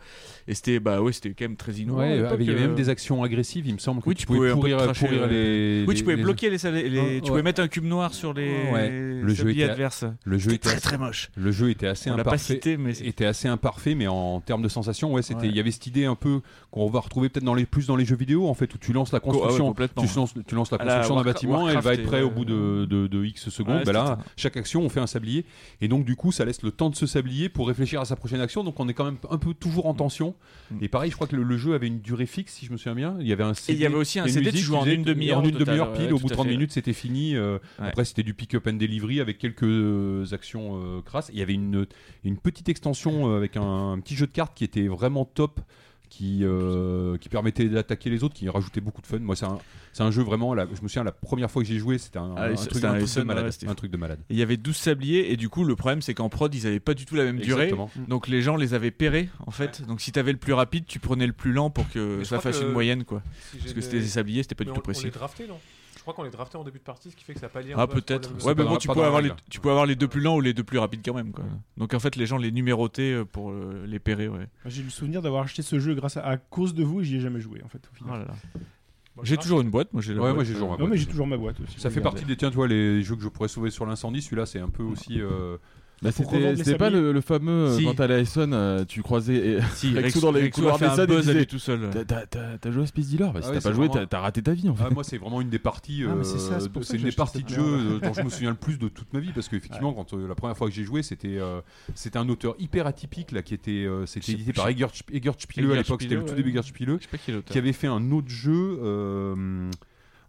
S11: Et c'était, bah ouais, c'était quand même très innovant. à
S6: Ouais,
S11: l'époque,
S6: avec- il y avait
S11: euh,
S6: même des actions agressives, il me semble. Que
S11: Oui,
S6: tu,
S11: tu
S6: pouvais
S11: pouvais un peu
S6: pourrir,
S11: cracher,
S6: pourrir
S11: euh,
S6: les.
S11: oui, tu pouvais
S6: les-
S11: bloquer les salés- les-
S6: Ouais.
S11: tu pouvais mettre un cube noir sur les
S6: Ouais. Le jeu
S11: sabliers
S6: était
S11: adverses.
S6: Le jeu
S11: C'était très
S6: était
S11: très moche.
S6: Le jeu était assez
S11: On l'a pas
S6: imparfait.
S11: cité, mais
S6: était assez imparfait, mais en termes de sensation, ouais, c'était.
S11: Ouais.
S6: Il y avait cette idée un peu qu'on va retrouver peut-être dans les plus dans les jeux vidéo en fait, où tu lances la
S11: Co- ah ouais,
S6: construction,
S11: complètement.
S6: tu lances, tu lances la
S11: À la
S6: construction d'un
S11: Warcra-
S6: bâtiment, elle va
S11: Warcraft
S6: être prête
S11: et,
S6: au bout de, de- de x secondes.
S11: Ouais,
S6: Bah là,
S11: c'était-
S6: chaque action, on fait un sablier, et donc du coup, ça laisse le temps de se sablier pour réfléchir à sa prochaine action. Donc on est quand même un peu toujours en tension. Et pareil, je crois que le, le jeu avait une durée fixe, si je me souviens bien. Il y avait un CD,
S11: Mm. il y avait aussi un
S6: une
S11: CD, tu
S6: musique,
S11: jouais en
S6: faisais-
S11: une demi-heure
S6: en
S11: au
S6: une
S11: total,
S6: demi-heure
S11: ouais,
S6: pile. au
S11: tout
S6: bout de
S11: à
S6: 30
S11: fait.
S6: minutes, c'était fini. euh, Après, c'était du pick-up and delivery avec quelques euh, actions euh, crasses. Il y avait une, une petite extension euh, avec un, un petit jeu de cartes qui était vraiment top. Qui, euh, qui permettait d'attaquer les autres, qui rajoutait beaucoup de fun. Moi, c'est un, c'est un jeu vraiment. la- je me souviens, la première fois que j'ai joué, c'était un,
S11: Ah,
S6: un
S11: ça,
S6: truc,
S11: c'était
S6: un
S11: un
S6: truc
S11: Essonne,
S6: de malade.
S11: ouais, c'était
S6: un
S11: fou.
S6: truc de malade.
S11: Et Il y avait 12 sabliers et du coup le problème c'est qu'en prod ils avaient pas du tout la même durée.
S6: Exactement.
S11: Donc les gens les avaient pérés en fait. Donc si t'avais le plus rapide tu prenais le plus lent pour que
S3: Mais je
S11: ça
S3: crois
S11: fasse
S3: que-
S11: une moyenne quoi.
S3: si j'ai
S11: Parce que
S3: des-
S11: c'était des sabliers c'était pas
S3: Mais
S11: du
S3: on-
S11: tout
S3: On les
S11: précis.
S3: draftait non crois qu'on les drafté en début de partie, ce qui fait que ça pallie un
S11: Ah
S3: peu à ce
S11: peut-être.
S3: problème de-
S11: Ouais mais bon tu peux avoir les tu peux avoir les deux plus lents ou les deux plus rapides quand même quoi. Donc en fait les gens les numérotaient euh, pour euh, les pérer ouais.
S2: Bah, J'ai le souvenir d'avoir acheté ce jeu grâce à, à cause de vous et j'y ai jamais joué en fait. Au final.
S11: Ah J'ai toujours une boîte, moi j'ai la
S6: Ouais,
S11: boîte. euh,
S6: moi j'ai toujours ma
S2: Non,
S6: boîte.
S2: mais j'ai toujours ma boîte aussi.
S6: Ça fait
S2: Regarde.
S6: partie des tiens, tu vois, les jeux que je pourrais sauver sur l'incendie. Celui-là, c'est un peu aussi. euh,
S1: Bah,
S6: pour
S1: c'était
S6: revendre les
S1: c'était pas
S6: sabliers.
S1: le, le fameux euh,
S6: Si.
S1: quand à la Essonne, euh, tu croisais et,
S11: Si,
S1: Rexou
S11: Rex-
S1: dans les
S11: Rexou a
S1: couloirs
S11: fait
S1: des
S11: un
S1: salles, il
S11: buzz à
S1: disait,
S11: lui tout seul.
S1: T'as- t'as- T'as t'as joué à Space Dealer, bah, si
S6: Ah ouais,
S1: t'as
S6: c'est
S1: pas joué,
S6: vraiment-
S1: t'as t'as raté ta vie en fait.
S6: Ah, moi, c'est vraiment une des parties.
S1: Ah, mais
S6: euh,
S1: c'est ça, c'est pour ça
S6: c'est
S1: que
S6: une
S1: j'ai
S6: des
S1: acheté
S6: parties de
S1: cette
S6: jeu
S1: merde.
S6: euh, dont je me souviens le plus de toute ma vie parce qu'effectivement, quand euh, la première fois que j'ai joué, c'était euh, c'était un auteur hyper atypique là qui était euh, c'était édité par Egert Sp- Egert Spiele à
S11: Egert
S6: l'époque. C'était le
S11: Spiele,
S6: tout
S11: ouais.
S6: début Egert Spiele
S11: Je sais pas qui est l'auteur.
S6: avait fait un autre jeu. euh,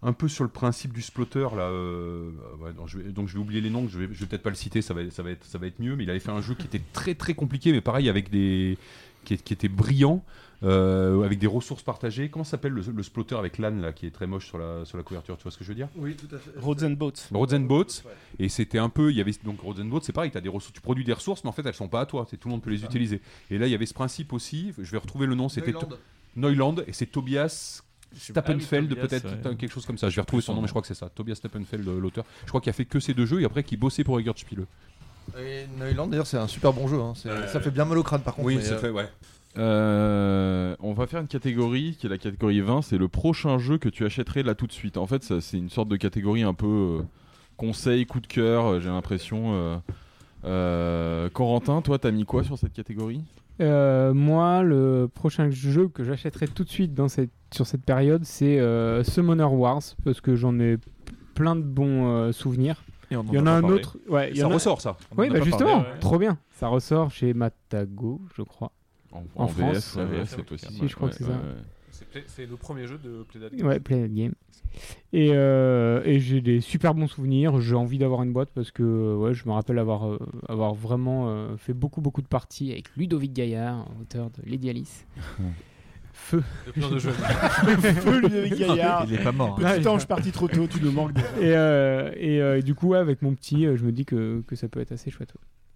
S6: un peu sur le principe du splotter là euh, ouais, non, je vais- donc je vais oublier les noms je vais, je vais peut-être pas le citer ça va, être- ça va être ça va être mieux mais il avait fait un jeu qui était très très compliqué mais pareil avec des qui, est- qui était brillant euh, avec des ressources partagées comment s'appelle le, le splotter avec l'âne là qui est très moche sur la sur la couverture tu vois ce que je veux dire
S9: Oui, tout à fait.
S2: Roads and Boats.
S6: Roads and Boats. Et c'était un peu, il y avait donc Roads and Boats, c'est pareil, as des ressources, tu produis des ressources, mais en fait elles sont pas à toi, c'est tout le monde peut les utiliser. Et là il y avait ce principe aussi, je vais retrouver le nom, c'était
S9: Neuland.
S6: To- Neuland, et c'est Tobias Stappenfeld
S9: Ah oui, Tobias,
S6: peut-être
S9: ouais.
S6: quelque chose comme ça. Je vais retrouver son nom, mais je crois que c'est ça, Tobias Stappenfeld euh, l'auteur. Je crois qu'il a fait que ces deux jeux et après qu'il bossait pour Egert Spiele.
S10: Et Neuland, d'ailleurs, c'est un super bon jeu. hein. C'est- ça fait bien mal au crâne, par contre. mais, euh,
S6: Ah.
S1: Euh, on va faire une catégorie qui est la catégorie 20, c'est le prochain jeu que tu achèterais là tout de suite. En fait, ça, c'est une sorte de catégorie un peu euh, conseil, coup de cœur, euh, j'ai l'impression. euh. Euh, Corentin, toi, t'as mis quoi sur cette catégorie
S4: Euh, moi, le prochain jeu que j'achèterai tout de suite dans cette, sur cette période, c'est euh, Summoner Wars, parce que j'en ai plein de bons euh, souvenirs.
S11: Et on en
S4: Il y en
S11: a
S4: a
S11: pas
S4: un
S11: parlé.
S4: autre. Ouais, il y
S11: Ça
S4: en a-
S11: ressort, ça. On
S4: Oui,
S11: en a
S4: bah
S11: pas
S4: justement,
S11: parlé, ouais.
S4: trop bien. Ça ressort chez Matago, je crois.
S1: En,
S3: en
S1: VF,
S4: France.
S1: ouais,
S4: euh,
S1: VF, c'est possible.
S4: Si, je crois
S1: Ouais,
S4: que c'est
S1: ouais,
S4: ça.
S1: ouais.
S3: C'est Play- C'est le premier jeu de Playdate Games.
S4: Ouais, Planet Game. Et, euh, et j'ai des super bons souvenirs. J'ai envie d'avoir une boîte parce que euh, ouais, je me rappelle avoir, euh, avoir vraiment euh, fait beaucoup, beaucoup de parties avec Ludovic Gaillard, auteur de Lady Alice. Feu.
S3: De plein de jeux.
S2: Feu, Ludovic Gaillard.
S4: Il est pas mort, hein.
S2: Ah, Petit temps, je suis parti trop tôt, tu nous manques. déjà.
S4: Et, euh, et, euh, et du coup, ouais, avec mon petit, euh, je me dis que, que ça peut être assez chouette.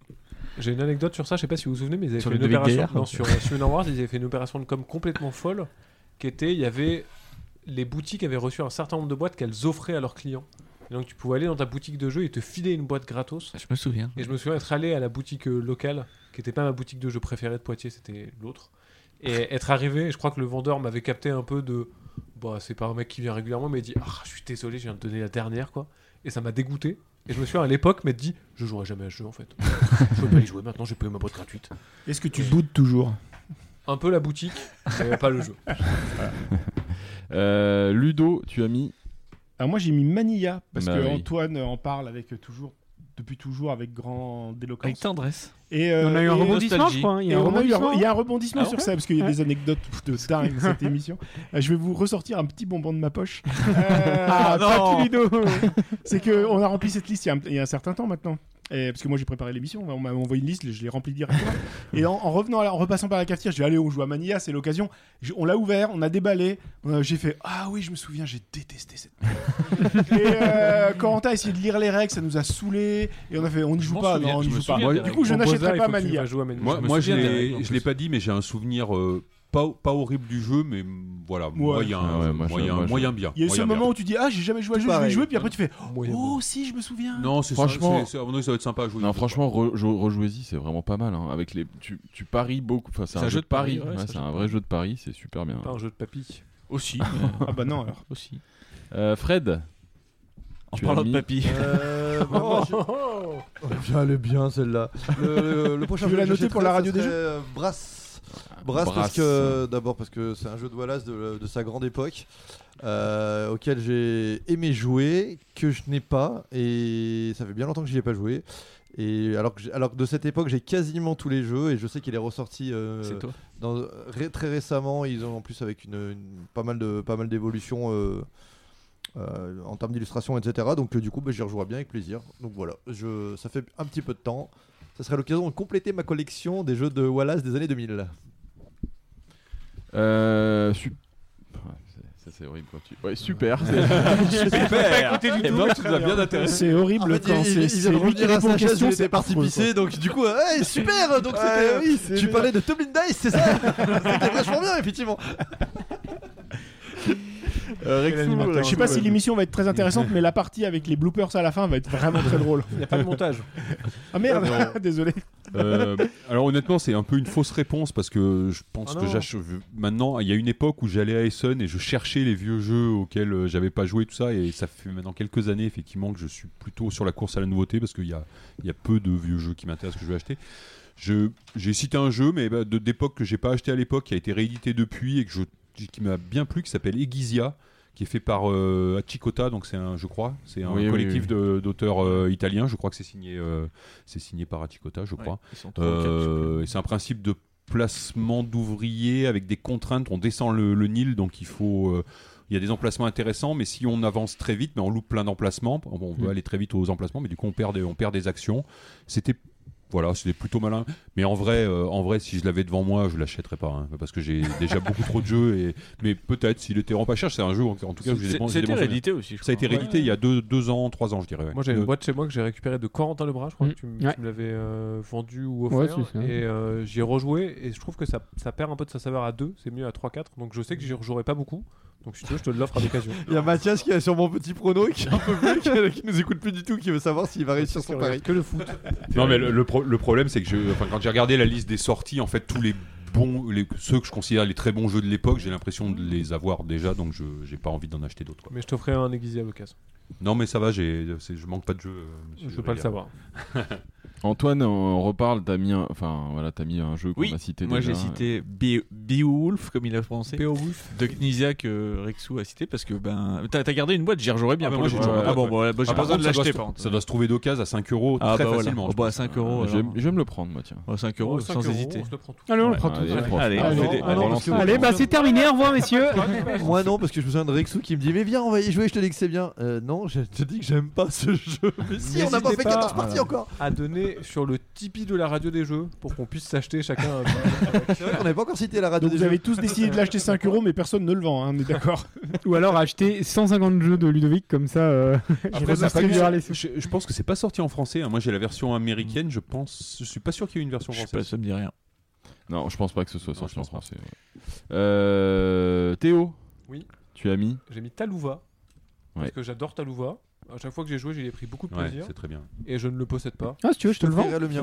S4: ouais.
S3: J'ai une anecdote sur ça, je sais pas si vous vous souvenez, mais ils avaient
S4: Sur
S3: fait une
S4: Ludovic
S3: opération
S4: Gaillard,
S3: non,
S4: donc.
S3: sur euh, Summoner Wars, ils avaient fait une opération de com complètement folle, qui était, il y avait les boutiques avaient reçu un certain nombre de boîtes qu'elles offraient à leurs clients. Et donc tu pouvais aller dans ta boutique de jeu et te filer une boîte gratos.
S11: Je me souviens.
S3: Et je me souviens être allé à la boutique euh, locale, qui n'était pas ma boutique de jeu préférée de Poitiers, c'était l'autre. Et être arrivé, je crois que le vendeur m'avait capté un peu de. Bah, c'est pas un mec qui vient régulièrement, mais il dit Ah, je suis désolé, je viens de donner la dernière, quoi. Et ça m'a dégoûté. Et je me souviens à l'époque m'être dit Je jouerai jamais à ce jeu, en fait. je peux pas y jouer maintenant, j'ai payé ma boîte gratuite.
S2: Est-ce que tu boudes toujours
S3: Un peu la boutique, mais pas le jeu.
S1: Euh, Ludo, tu as mis.
S2: Alors moi j'ai mis Manilla parce
S1: Bah
S2: que
S1: oui.
S2: Antoine en parle avec euh, toujours depuis toujours avec grand déloquence.
S11: Avec tendresse.
S2: Et euh,
S4: On a eu un
S2: et-
S4: rebondissement, Euh, Nostalgie. je crois, hein. Il y a
S2: Et
S4: un
S2: on eu
S4: rebondissement.
S2: il y a un rebondissement
S4: Ah
S2: sur
S4: ouais
S2: ça parce qu'il y a
S4: Ouais.
S2: des anecdotes de dingue dans cette émission. Euh, Je vais vous ressortir un petit bonbon de ma poche. Euh,
S4: Ah, non.
S2: pas Cluedo. C'est que on a rempli cette liste il y a un, il y a un certain temps maintenant. Et parce que moi j'ai préparé l'émission, on m'a envoyé une liste, je l'ai remplie directement. Et en, en revenant, à la- en repassant par la cafetière, je vais aller on joue à Mania, c'est l'occasion. Je- On l'a ouvert, on a déballé, on a- j'ai fait ah oui je me souviens, j'ai détesté cette. merde. et euh, Corentin a essayé de lire les règles, ça nous a saoulés et on a fait on n'y joue pas, non, on n'y joue pas. du coup je n'achèterai pas Mania.
S6: Moi, moi, je l'ai- je l'ai pas dit, mais j'ai un souvenir euh, pas, pas horrible du jeu, mais mm, voilà, moyen,
S1: Ah ouais, moi, je-
S6: moyen,
S1: moi, je-
S6: moyen bien.
S2: Il y a eu ce
S6: moyen bien.
S2: moment où tu dis ah j'ai jamais joué à ce jeu, je vais
S1: Pareil.
S2: y jouer, puis après tu fais
S3: Moyen
S2: oh si je me souviens.
S6: Non, c'est
S1: Franchement-
S6: franchement, ça, à mon avis, ça va être sympa à jouer.
S1: Non, franchement, re- jou- rejouez-y, c'est vraiment pas mal. hein, Avec les, tu, tu paries beaucoup. Enfin, c'est un, jeu de paris.
S3: ouais,
S1: ouais,
S3: c'est un
S1: c'est
S3: jeu
S1: un
S3: de
S1: vrai jeu de paris, c'est super bien.
S3: Pas un jeu de papy.
S11: Aussi.
S2: Ah bah non alors.
S11: Aussi.
S1: Euh, Fred.
S11: En
S1: tu as
S11: parlant de
S1: mis-
S11: papy.
S10: Euh, bon, moi, je- Oh, Elle est bien celle-là. Le, le prochain
S2: Tu veux
S10: jeu
S2: la
S10: que
S2: noter pour
S10: j'achèterai,
S2: la radio
S10: ce
S2: des jeux
S10: serait, euh, Brass. Brass,
S1: Brass.
S10: parce que d'abord parce que c'est un jeu de Wallace de, de sa grande époque euh, auquel j'ai aimé jouer que je n'ai pas et ça fait bien longtemps que j'y ai pas joué et alors que j'ai- alors que de cette époque j'ai quasiment tous les jeux et je sais qu'il est ressorti euh,
S11: C'est toi.
S10: dans- ré- très récemment ils ont en plus avec une, une- pas mal de pas mal d'évolutions euh, euh, en termes d'illustration, etc. Donc euh, du coup, bah, j'y rejouerai bien avec plaisir. Donc voilà, je, ça fait un petit peu de temps. Ça serait l'occasion de compléter ma collection des jeux de Wallace des années 2000.
S1: Euh, su- Ouais, c'est- Ça, c'est horrible quoi. Tu... Ouais, super.
S10: Je
S1: c'est-
S10: l'ai pas écouté du
S1: Eh
S10: tout,
S1: ben,
S10: mais
S1: tu
S10: très
S1: nous as bien
S10: bien.
S1: intéressé.
S2: C'est horrible
S10: En fait,
S2: quand
S10: il- il-
S2: c'est
S10: il vient
S2: c'est
S10: de
S2: lui qui
S10: revenir à
S2: répond aux
S10: sa chaise,
S2: questions,
S10: il était
S2: c'est
S10: parti
S2: affreux,
S10: pisser,
S2: quoi.
S10: donc du coup, euh, hey, super Donc c'était- tu parlais de Tomlin Dice, c'est ça C'était vachement bien, effectivement Euh, Rex Newell,
S2: Je sais pas si l'émission va être très intéressante, mais la partie avec les bloopers à la fin va être vraiment très drôle.
S3: Il n'y a pas de montage.
S2: Ah merde,
S6: Non.
S2: désolé.
S6: Euh, alors honnêtement, c'est un peu une fausse réponse parce que je pense
S2: Ah
S6: que
S2: non.
S6: j'achève. Maintenant, il y a une époque où j'allais à Essen et je cherchais les vieux jeux auxquels euh, j'avais pas joué, tout ça. Et ça fait maintenant quelques années, effectivement, que je suis plutôt sur la course à la nouveauté parce qu'il y a, il y a peu de vieux jeux qui m'intéressent que je vais acheter. Je- J'ai cité un jeu, mais bah, de- d'époque que j'ai pas acheté à l'époque, qui a été réédité depuis et que je- qui m'a bien plu, qui s'appelle Egizia, qui est fait par euh, Achikota, donc c'est un, je crois, c'est un
S1: Oui, oui,
S6: collectif
S1: oui.
S6: de- d'auteurs euh, italiens. Je crois que c'est signé, euh, c'est signé par Achikota, je crois.
S1: ils sont trois
S6: Euh,
S1: ou quatre, je sais plus.
S6: euh, et c'est un principe de placement d'ouvriers avec des contraintes. On descend le, le Nil, donc il faut. euh, il y a des emplacements intéressants, mais si on avance très vite, mais on loupe plein d'emplacements. On, on veut
S1: Mm.
S6: aller très vite aux emplacements, mais du coup on perd des, on perd des actions. C'était voilà, c'était plutôt malin. Mais en vrai, euh, en vrai, si je l'avais devant moi, je l'achèterais pas, hein, parce que j'ai déjà beaucoup trop de jeux. Et mais peut-être s'il était en pas cher, c'est un jeu en, en tout cas.
S11: C'est-
S6: que j'ai des bons- j'ai
S11: c'était
S6: des bons souvenirs.
S11: réédité aussi, je
S6: Ça a
S11: crois.
S6: été réédité il y a deux, deux ans, trois ans, je dirais. ouais.
S3: Moi, j'avais
S6: Deux-
S3: une boîte chez moi que j'ai récupérée de Corentin Lebras, je crois
S11: Mm.
S3: que tu, m- tu
S11: Ouais.
S3: me l'avais euh, vendu ou
S11: Ouais,
S3: offert.
S11: c'est ça.
S3: et euh, j'y ai rejoué et je trouve que ça, ça perd un peu de sa saveur à 2, c'est mieux à 3-4. Donc je sais que j'y rejouerai pas beaucoup. Donc si tu veux, je te l'offre à l'occasion.
S10: Il y a Mathias qui a sur mon petit prono et qui en peut plus, qui, qui nous écoute plus du tout, qui veut savoir s'il va réussir son pari.
S3: Que le foot.
S6: Non mais le, le pro- le problème c'est que je, enfin, quand j'ai regardé la liste des sorties, en fait tous les bons, les- ceux que je considère les très bons jeux de l'époque, j'ai l'impression de les avoir déjà, donc je j'ai pas envie d'en acheter d'autres. quoi.
S3: Mais je t'offrirai un aiguisé à l'occasion.
S6: Non mais ça va, j'ai, c'est- je manque pas de jeux. euh, monsieur
S3: Je veux pas le
S6: Régal.
S3: savoir.
S1: Antoine, on reparle. T'as mis, un... enfin voilà, t'as mis un jeu qu'on
S11: Oui,
S1: a cité.
S11: moi j'ai
S1: déjà.
S11: cité Be- Beowulf, comme il a prononcé.
S3: Beowulf.
S11: De Knizia que Rexou a cité parce que ben. T'as t'as gardé une boîte, j'y rejouerais bien.
S6: Ah, bah,
S11: pour
S6: moi,
S11: le
S6: j'ai
S11: coup.
S6: toujours ma
S11: ah bon,
S6: boîte,
S11: bon,
S6: ouais.
S11: là, bah, j'ai
S6: Ah, par
S11: pas besoin
S6: contre,
S11: de
S6: ça doit
S11: l'acheter
S6: se-
S11: par contre.
S6: Ça doit se trouver d'occasion à 5 euros
S11: Ah,
S6: très
S11: bah, voilà.
S6: facilement.
S11: Oh,
S6: je
S11: bah,
S6: pense.
S11: 5 euros,
S1: Je vais- je vais me Euh, le prendre, moi tiens.
S11: Oh, 5 euros, sans hésiter.
S4: Allez, on
S1: Ouais,
S4: le prend tout.
S1: allez,
S4: ouais.
S1: on prend.
S11: Allez,
S1: Ah,
S11: on
S1: non,
S11: fait des-
S1: ah, non, parce que-
S4: Allez, bah c'est terminé, au revoir messieurs.
S10: Moi non, parce que je me souviens de Rexou qui me dit Mais viens, on va y jouer, je te dis que c'est bien. Euh, non, je te dis que j'aime pas ce jeu. Mais si, on n'a pas
S3: N'hésitez
S10: fait 14 parties
S3: à-
S10: encore.
S3: À donner sur le Tipeee de la radio des jeux pour qu'on puisse s'acheter chacun. un-
S10: C'est vrai qu'on n'avait pas encore cité la radio
S2: Donc
S10: des
S2: vous
S10: jeux.
S2: avez tous décidé de l'acheter 5 euros, mais personne ne le vend, hein, on est d'accord.
S4: Ou alors acheter 150 jeux de Ludovic comme ça. euh,
S6: Après,
S4: on
S6: ça, c'est
S4: distribuera
S6: pas-
S4: les sous.
S6: je, je pense que c'est pas sorti en français. hein. Moi j'ai la version américaine, je pense. Je suis pas sûr qu'il y ait une version
S11: Je sais
S6: française.
S11: pas, ça me dit rien.
S1: Non, je pense pas que ce soit sorti
S6: je
S1: en
S6: pense pas.
S1: français. ouais. Euh, Théo,
S3: Oui.
S1: tu as mis
S3: J'ai mis Talouva. Parce
S1: Ouais.
S3: que j'adore Talouva. À chaque fois que j'ai joué, j'y ai pris beaucoup de
S6: Ouais,
S3: plaisir.
S6: c'est très bien.
S3: Et je ne le possède pas.
S4: Ah si tu veux, je te le vends.
S10: T'offrirais le mien.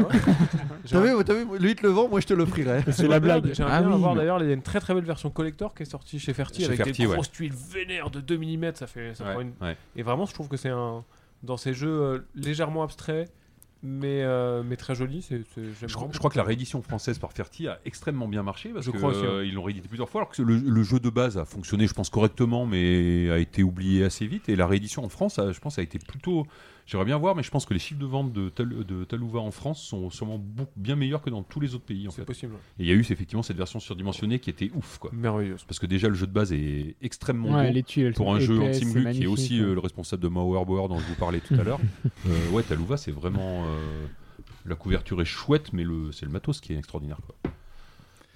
S10: T'as vu, t'as vu, lui il te le vend, moi je te l'offrirais.
S4: C'est la
S3: J'aimerais bien-
S4: blague.
S3: J'aimerais
S1: Ah
S3: bien
S1: oui,
S3: avoir
S1: mais-
S3: d'ailleurs, il y a une très très belle version collector qui est sortie chez Ferti
S6: Chez
S3: avec
S6: Ferti,
S3: des
S6: ouais.
S3: grosses tuiles vénères de 2 mm. Ça fait, ça
S6: Ouais,
S3: prend une-
S6: ouais.
S3: Et vraiment, je trouve que c'est un. Dans ces jeux euh, légèrement abstraits, mais, euh, mais très jolis, c'est. c'est- j'aime
S6: Je crois,
S3: vraiment.
S6: je crois que la réédition française par Ferti a extrêmement bien marché parce
S3: Je
S6: que,
S3: crois aussi,
S6: euh, ils l'ont réédité plusieurs fois alors que le, le jeu de base a fonctionné je pense correctement mais a été oublié assez vite et la réédition en France a- je pense a été plutôt j'aimerais bien voir mais je pense que les chiffres de vente de, Tal- de Talouva en France sont sûrement beaucoup- bien meilleurs que dans tous les autres pays en
S3: C'est
S6: fait.
S3: possible.
S6: Et il y a eu effectivement cette version surdimensionnée qui était ouf quoi.
S3: Merveilleuse.
S6: Parce que déjà le jeu de base est extrêmement
S4: Ouais,
S6: beau
S4: les tuiles, elles
S6: pour
S4: sont
S6: un jeu en
S4: épaisses,
S6: Team
S4: c'est
S6: Blue qui est
S4: magnifique,
S6: aussi
S4: ouais.
S6: euh, le responsable de Mower Bower dont je vous parlais tout à l'heure. Euh, ouais, Talouva, c'est vraiment. euh, la couverture est chouette, mais le, c'est le matos qui est extraordinaire. Quoi.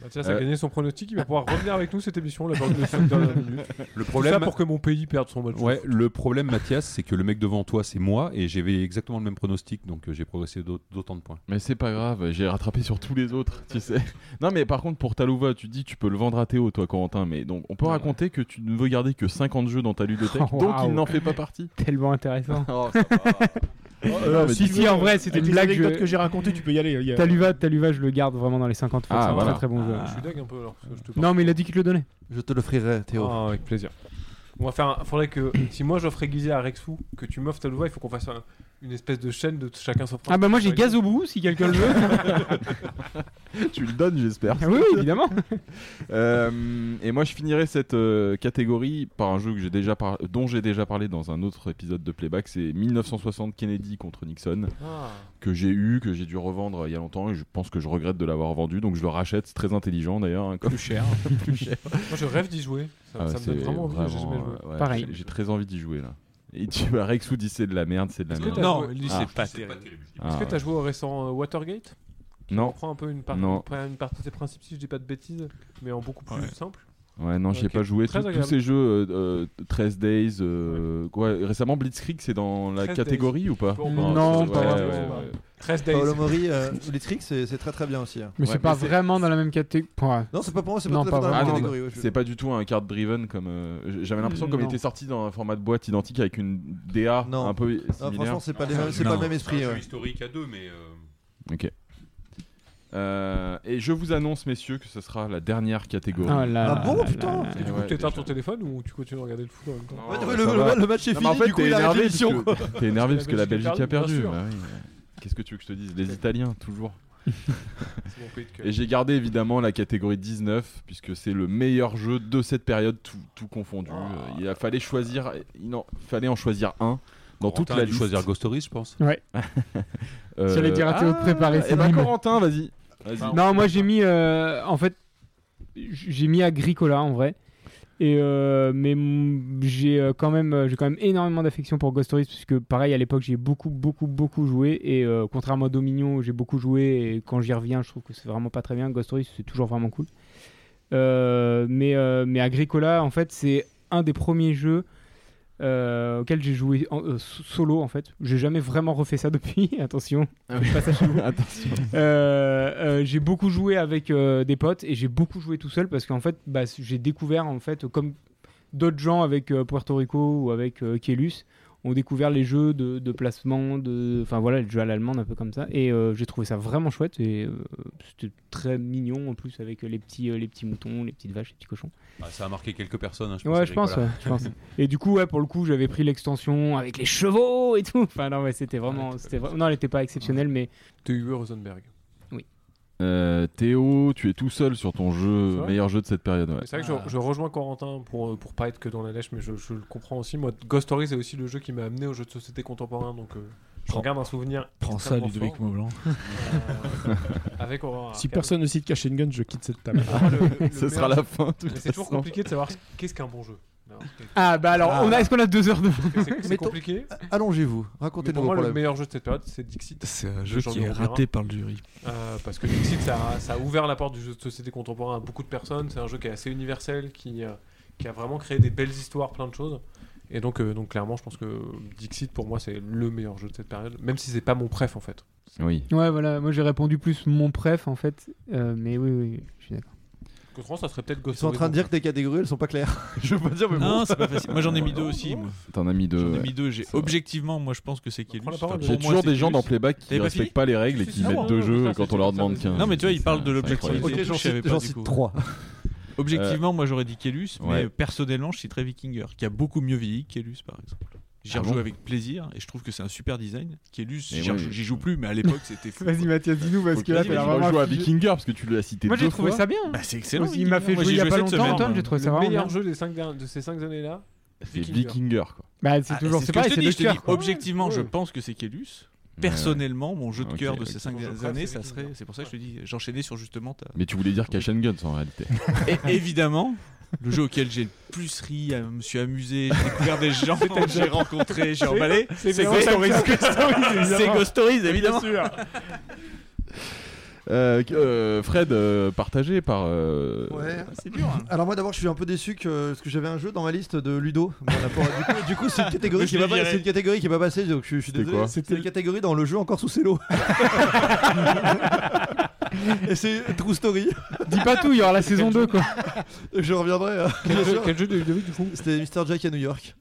S3: Mathias Bah, a
S1: Euh.
S3: gagné son pronostic, il va pouvoir revenir avec nous cette émission, la bande de cinq dernières minutes.
S6: Le
S3: Tout ça
S6: problème.
S3: pour que mon pays perde son match.
S6: Ouais, le problème, Mathias, c'est que le mec devant toi, c'est moi, et j'avais exactement le même pronostic, donc euh, j'ai progressé d'aut- d'autant de points.
S1: Mais c'est pas grave, j'ai rattrapé sur tous les autres, tu sais. Non, mais par contre, pour Talouva, tu dis tu peux le vendre à Théo, toi, Corentin. Mais donc, on peut raconter que tu ne veux garder que 50 jeux dans ta ludothèque,
S4: Oh,
S1: donc
S4: waouh.
S1: il n'en fait pas partie.
S4: Tellement intéressant.
S1: Non, mais
S4: si, si, en vrai, c'était
S2: Avec
S4: une
S2: les
S4: blague.
S2: anecdotes
S4: je-
S2: que j'ai racontées, tu peux y aller. il y a-
S4: Taluva, Taluva, je le garde vraiment dans les 50 fois.
S1: Ah,
S4: c'est un
S1: voilà.
S4: très très bon jeu.
S3: Je suis deg un peu alors. parce que je te parle.
S4: Non, mais il a dit qu'il te le donnait.
S10: Je te l'offrirais, Théo.
S3: Ah, avec plaisir. On va faire un... Faudrait que si moi j'offre aiguisé à Rexou, que tu m'offres Talouva, il faut qu'on fasse un- une espèce de chaîne de chacun s'offre.
S4: Ah bah moi j'ai gaz au bout si quelqu'un le veut.
S1: tu le donnes, j'espère.
S4: Ah oui, oui, évidemment.
S1: Euh, et moi, je finirai cette euh, catégorie par un jeu que j'ai déjà par- dont j'ai déjà parlé dans un autre épisode de Playback. C'est 1960 Kennedy contre Nixon.
S3: Ah.
S1: que j'ai eu, que j'ai dû revendre euh, il y a longtemps, et je pense que je regrette de l'avoir vendu, donc je le rachète, c'est très intelligent d'ailleurs. hein, comme-
S11: cher.
S3: Moi je rêve d'y jouer. Ça,
S1: Ah,
S3: ça me
S1: c'est
S3: donne vraiment envie, mais j'ai jamais
S1: vraiment,
S3: joué.
S1: euh, ouais,
S4: Pareil.
S1: j'ai- J'ai très envie d'y jouer là. Et tu vois, Rexou dit c'est de la merde, c'est de la
S3: Est-ce que
S1: merde.
S3: t'as
S11: Non,
S3: joué-
S11: lui
S1: Ah,
S11: c'est pas
S6: C'est pas
S11: terrible.
S6: terrible.
S1: Ah,
S3: Est-ce que t'as joué au récent euh, Watergate
S1: Non,
S3: On prend un peu une, par-
S1: Non.
S3: une partie des principes, si je dis pas de bêtises, mais en beaucoup plus
S11: Ouais.
S3: simple.
S1: Ouais, non, j'y ai
S3: Ok.
S1: pas joué.
S3: Très
S1: Tous- Tous
S3: agréable.
S1: ces jeux, euh, euh, 13 Days, euh, quoi, récemment Blitzkrieg, c'est dans la
S3: 13
S1: catégorie
S3: Days.
S1: ou pas
S3: Pour moi, Non,
S1: Ouais,
S3: pas
S1: ouais,
S3: vraiment.
S1: ouais.
S10: Paolo Mori, euh, les tricks, c'est c'est très très bien aussi. hein.
S4: Mais c'est pas vraiment dans la même catégorie.
S10: Non, c'est pas pour moi, c'est pas
S4: Non,
S10: tout à
S4: pas
S10: fait dans la
S4: vraiment.
S10: même catégorie, ouais, je-
S1: C'est pas du tout un card driven comme. euh, j- J'avais l'impression comme il
S10: Non.
S1: était sorti dans un format de boîte identique avec une DA
S10: Non.
S1: un peu
S10: Ah,
S1: similaire.
S10: franchement, c'est pas, les-
S6: Non,
S10: c'est
S6: non.
S10: pas le même
S6: C'est
S10: esprit.
S6: un jeu
S10: ouais.
S6: historique à deux, mais. euh,
S1: Ok. Euh, et je vous annonce, messieurs, que ce sera la dernière catégorie.
S4: Ah là Ah bon, là
S3: putain
S1: Et
S3: Et du coup,
S1: ouais,
S3: t'éteins ton téléphone ou tu continues de regarder le foot en même temps
S1: Ouais, ouais, le- Ah, Ça le- va. le match est
S3: Non, mais en
S1: fini,
S3: fait,
S1: du coup,
S3: t'es
S1: il arrête
S3: énervé
S1: l'émission,
S3: parce
S1: quoi.
S3: que-
S1: T'es énervé parce que la
S3: a
S1: Belgique a perdu,
S3: bien sûr.
S1: bah oui. Qu'est-ce que tu veux que je te dise Les Italiens, toujours.
S3: C'est mon pays de cœur.
S1: Et j'ai gardé évidemment la catégorie 19, puisque c'est le meilleur jeu de cette période, tout, tout confondu. Euh, Il a fallait choisir, il en, fallait en choisir un dans toute
S6: Corentin a
S1: la
S6: dû
S1: liste.
S6: choisir Ghost Stories, je pense.
S4: Ouais. J'allais dire à Théo de préparer, c'est
S1: Et ben
S4: nul.
S1: Corentin, vas-y. Vas-y.
S4: Non, moi j'ai mis. euh, en fait, j'ai mis Agricola en vrai. Et euh, mais mm, j'ai euh, quand même euh, j'ai quand même énormément d'affection pour Ghost Stories puisque pareil à l'époque j'ai beaucoup beaucoup beaucoup joué et euh, contrairement à Dominion où j'ai beaucoup joué et quand j'y reviens je trouve que c'est vraiment pas très bien Ghost Stories c'est toujours vraiment cool Euh, mais euh, mais Agricola en fait c'est un des premiers jeux euh, auquel j'ai joué en- euh, so- solo en fait j'ai jamais vraiment refait ça depuis attention
S1: Ah oui.
S4: Pas ça chez vous.
S1: Attention.
S4: Euh, euh, j'ai beaucoup joué avec euh, des potes et j'ai beaucoup joué tout seul parce qu'en fait, bah, c- j'ai découvert en fait comme d'autres gens avec euh, Puerto Rico ou avec euh, Kielus ont découvert les jeux de, de placement, de, enfin voilà, les jeux à l'allemande un peu comme ça. Et euh, j'ai trouvé ça vraiment chouette et euh, c'était très mignon en plus avec euh, les petits, euh, les petits moutons, les petites vaches, les petits cochons.
S6: Ah, ça a marqué quelques personnes, hein, je pense.
S4: Ouais, je pense, ouais,
S6: Nicolas.
S4: je pense. Et du coup, ouais, pour le coup, j'avais pris l'extension avec les chevaux et tout. Enfin, non, Ah, ouais, c'était vraiment. c'était vra- Non, elle n'était pas exceptionnelle, mais.
S3: De Uwe Rosenberg.
S1: Euh, Théo, tu es tout seul sur ton jeu,
S3: C'est vrai
S1: meilleur jeu de cette période. ouais.
S3: Mais C'est vrai que je, je rejoins Corentin pour, euh, pour pas être que dans la lèche, mais je, je le comprends aussi. Moi, Ghost Stories est aussi le jeu qui m'a amené aux jeux de société contemporain, donc euh, je regarde un souvenir.
S11: prends ça,
S3: extrêmement
S11: Ludovic
S3: fort.
S11: Maublanc.
S3: Euh, avec Aurora.
S2: Si
S3: Arcade.
S2: personne ne cite Cash and Gun, je quitte cette table.
S3: Pour moi, le- le- le
S1: Ce
S3: meilleur-
S1: sera la fin, de toute
S3: Mais C'est toujours
S1: façon.
S3: compliqué de savoir ce- qu'est-ce qu'un bon jeu. Alors,
S4: Ah, bah alors, on a, est-ce qu'on a deux heures de.
S3: c'est- c'est- C'est
S10: Mettons-
S3: compliqué.
S10: Allongez-vous,
S3: Mais
S10: racontez-nous
S3: pour
S10: vos
S3: moi, le
S10: problèmes.
S3: meilleur jeu de cette période, c'est Dixit.
S11: C'est un
S3: de
S11: jeu qui
S3: Jean-Louis
S11: est
S3: Romarin.
S11: raté par le jury.
S3: Euh, parce que Dixit, ça, a- ça a ouvert la porte du jeu de société contemporain à beaucoup de personnes. C'est un jeu qui est assez universel, qui, euh, qui a vraiment créé des belles histoires, plein de choses. Et donc, euh, donc clairement, je pense que Dixit, pour moi, c'est le meilleur jeu de cette période, même si c'est pas mon préf en fait.
S1: Oui.
S4: Ouais, voilà, moi j'ai répondu plus mon préf en fait, euh, mais oui, oui, oui, je suis d'accord.
S3: Contrairement, ça serait peut-être
S10: Ils sont en train de dire que tes catégories elles sont pas claires. je veux pas dire, mais bon.
S11: Non, c'est pas facile. Moi, j'en ai mis deux aussi. moi.
S1: T'en as mis deux.
S11: J'en ai
S1: ouais.
S11: mis deux. J'ai objectivement, moi, je pense que c'est Kielus.
S3: la parole.
S1: J'ai toujours des gens dans Playback qui
S11: T'avais pas
S1: respectent
S11: fini
S1: pas les règles et
S3: Si,
S1: qui
S3: si, si. Ah
S1: mettent
S3: ouais,
S1: deux
S3: ouais,
S1: jeux
S3: ça, c'est
S1: quand on
S3: tout,
S1: leur
S3: ça,
S1: demande
S3: c'est-
S1: qu'un.
S11: Non, mais tu vois, il
S1: C'est-
S11: parle
S1: c'est
S11: de
S1: incroyable.
S11: l'objectivité.
S10: Ok, j'en
S11: Je savais
S10: cite-
S11: pas,
S10: j'en
S11: du coup.
S10: cite trois.
S11: Objectivement, moi, j'aurais dit Kielus,
S1: Euh, Ouais.
S11: mais personnellement, je citerais Vikinger, qui a beaucoup mieux vieilli que Kielus, par exemple. J'y
S1: Ah
S11: rejoue
S1: bon
S11: avec plaisir et je trouve que c'est un super design. Kielus,
S1: Et
S11: j'y
S1: ouais,
S11: rejoue-
S1: mais-
S11: j'y joue plus, mais à l'époque, c'était fou.
S4: Vas-y, Mathias, dis-nous parce que
S1: Là,
S4: là, t'as
S11: Vas-y,
S1: tu
S11: vas-y,
S4: vraiment.
S1: rejoues à
S4: affligé.
S1: Vikinger parce que tu l'as cité
S4: Moi
S1: deux
S4: j'ai trouvé
S1: fois.
S4: ça bien.
S11: Bah, c'est excellent.
S4: Il m'a fait
S11: Moi,
S4: jouer
S11: j'y
S4: il y a
S11: jouais
S4: pas
S11: cette semaine,
S4: longtemps,
S11: moi.
S4: Antoine, j'ai trouvé ça
S3: Le
S4: vraiment bien.
S3: meilleur jeu des cinq derni- de ces cinq années-là,
S1: C'est Vikinger quoi.
S4: Bah, c'est
S11: Ah,
S4: toujours,
S11: ce
S4: c'est
S11: que
S4: pareil,
S11: je
S4: c'est
S11: te dis,
S4: le
S11: je te dis,
S4: cœur. quoi.
S11: Objectivement,
S3: Ouais.
S11: je pense que c'est Kélus. Personnellement, mon jeu de
S1: Ok,
S11: cœur de
S1: ok.
S11: ces cinq
S3: Mon jeu de cœur,
S11: années,
S3: c'est
S11: ça serait.
S3: Vikinger.
S11: C'est pour ça que je te dis, j'enchaînais sur justement. ta-
S1: Mais tu voulais dire Cash and Guns en réalité.
S11: Et évidemment, le jeu auquel j'ai le plus ri, euh, me suis amusé, j'ai découvert des gens, j'ai rencontré, j'ai emballé,
S4: c'est
S11: c'est
S4: bien
S11: Ghost
S4: ça,
S11: Stories. C'est
S4: évidemment.
S11: Ghost Stories, évidemment.
S1: Euh, euh, Fred, euh, partagé par. euh,
S10: Ouais.
S11: C'est dur. hein.
S10: Alors moi d'abord je suis un peu déçu que parce que j'avais un jeu dans ma liste de Ludo. Bon, on a pas- du coup, du coup, c'est une catégorie
S11: Mais je
S10: qui va
S11: l'ai
S10: pas,
S11: viré.
S10: c'est une catégorie qui va passer donc je, je suis
S1: C'était quoi
S10: désolé. C'était une catégorie dans le jeu encore sous cello. Et c'est True Story.
S4: Dis pas tout, il y aura la saison 2 quoi.
S10: Je reviendrai. hein.
S3: Quel
S10: Bien
S3: jeu,
S10: sûr.
S3: quel jeu de Ludovic du coup
S10: C'était Mr Jack à New York.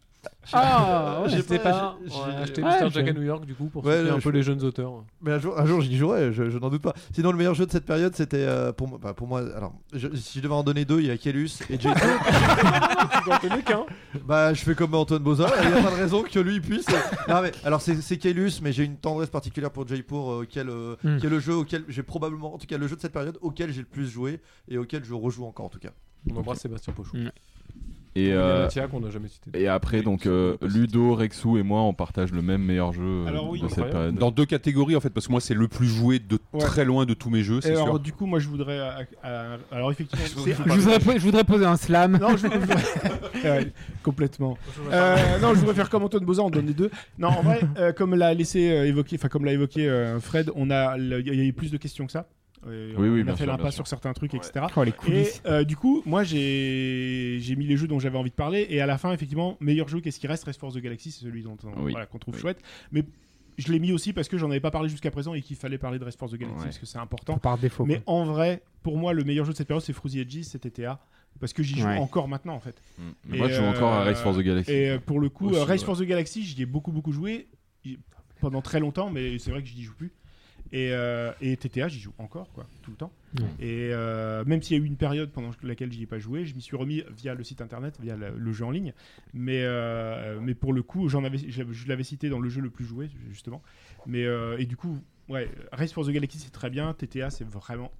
S4: Ah, ouais.
S10: J'ai
S3: J'étais
S10: pas-
S3: pas.
S10: j'ai-
S3: J'ai
S10: Ah, j'ai-
S3: acheté
S4: ouais,
S3: Mr. Jack
S4: j'ai-
S3: à New York du coup pour
S10: Ouais,
S3: soutenir un
S10: je-
S3: peu les jeunes auteurs.
S10: Mais un jour, un jour j'y jouerai, je, je n'en doute pas. Sinon, le meilleur jeu de cette période, c'était euh, pour moi. bah, pour moi, alors, je- si je devais en donner deux, il y a Kellus et Jay. bah, je fais comme Antoine Boza, il n'y a pas de raison que lui il puisse. euh, Non, mais, alors, c'est c'est Kellus, mais j'ai une tendresse particulière pour Jaipur, euh, auquel, euh,
S4: Mm.
S10: qui est le jeu auquel j'ai probablement, en tout cas, le jeu de cette période auquel j'ai le plus joué et auquel je rejoue encore, en tout cas.
S3: On embrasse Sébastien
S6: Euh,
S3: Pochou.
S1: Et,
S3: Et
S1: euh,
S3: Mathia qu'on n'a jamais cité.
S1: et après, donc, euh, Ludo, Rexou et moi, on partage le même meilleur jeu euh,
S2: Alors oui,
S1: de cette
S3: incroyable.
S1: période.
S6: Dans deux catégories, en fait, parce que moi, c'est le plus joué de
S2: Ouais.
S6: très loin de tous mes jeux,
S2: Et
S6: c'est
S2: alors,
S6: sûr.
S2: du coup, moi, je voudrais. euh, euh, alors, effectivement, c'est-
S4: Je voudrais, po- je voudrais poser un slam.
S2: Non, je, je- ouais, complètement. Euh, non, je voudrais faire comme Antoine Bozan, on donne les deux. Non, en vrai, euh, comme l'a laissé euh, évoquer, enfin comme l'a évoqué euh, Fred, on a, le- il y a eu plus de questions que ça. Euh,
S1: Oui, oui,
S2: on
S1: bien
S2: a fait
S1: sûr, bien
S2: l'impasse
S1: sûr.
S2: sur certains trucs,
S1: Ouais.
S2: etc.
S4: Oh, les coulisses.
S2: Et euh, du coup, moi, j'ai j'ai mis les jeux dont j'avais envie de parler. Et à la fin, effectivement, meilleur jeu, qu'est-ce qui reste Race Force the Galaxy, c'est celui dont on-
S1: Oui.
S2: voilà, qu'on trouve
S1: Oui.
S2: chouette. Mais je l'ai mis aussi parce que j'en avais pas parlé jusqu'à présent et qu'il fallait parler de Race Force the Galaxy
S4: Ouais.
S2: parce que c'est important.
S4: Par défaut,
S2: Mais en vrai, pour moi, le meilleur jeu de cette période, c'est Fruzy Edgy, c'est TTA. Parce que j'y joue
S1: Ouais.
S2: encore maintenant, en fait.
S1: Mm. Moi, je joue encore à Race for the Galaxy.
S2: Et euh, pour le coup,
S1: Aussi,
S2: euh, Race
S1: ouais.
S2: for the Galaxy, j'y ai beaucoup, beaucoup joué y- pendant très longtemps, mais c'est vrai que je n'y joue plus. Et, euh, et TTA, j'y joue encore, quoi, tout le temps.
S4: Ouais.
S2: Et euh, même s'il y a eu une période pendant laquelle j'y ai pas joué, je m'y suis remis via le site internet, via le, le jeu en ligne. Mais, euh, mais pour le coup, j'en avais, je, je l'avais cité dans le jeu le plus joué, justement. Mais, euh, et du coup, ouais, Race for the Galaxy, c'est très bien. TTA, c'est vraiment.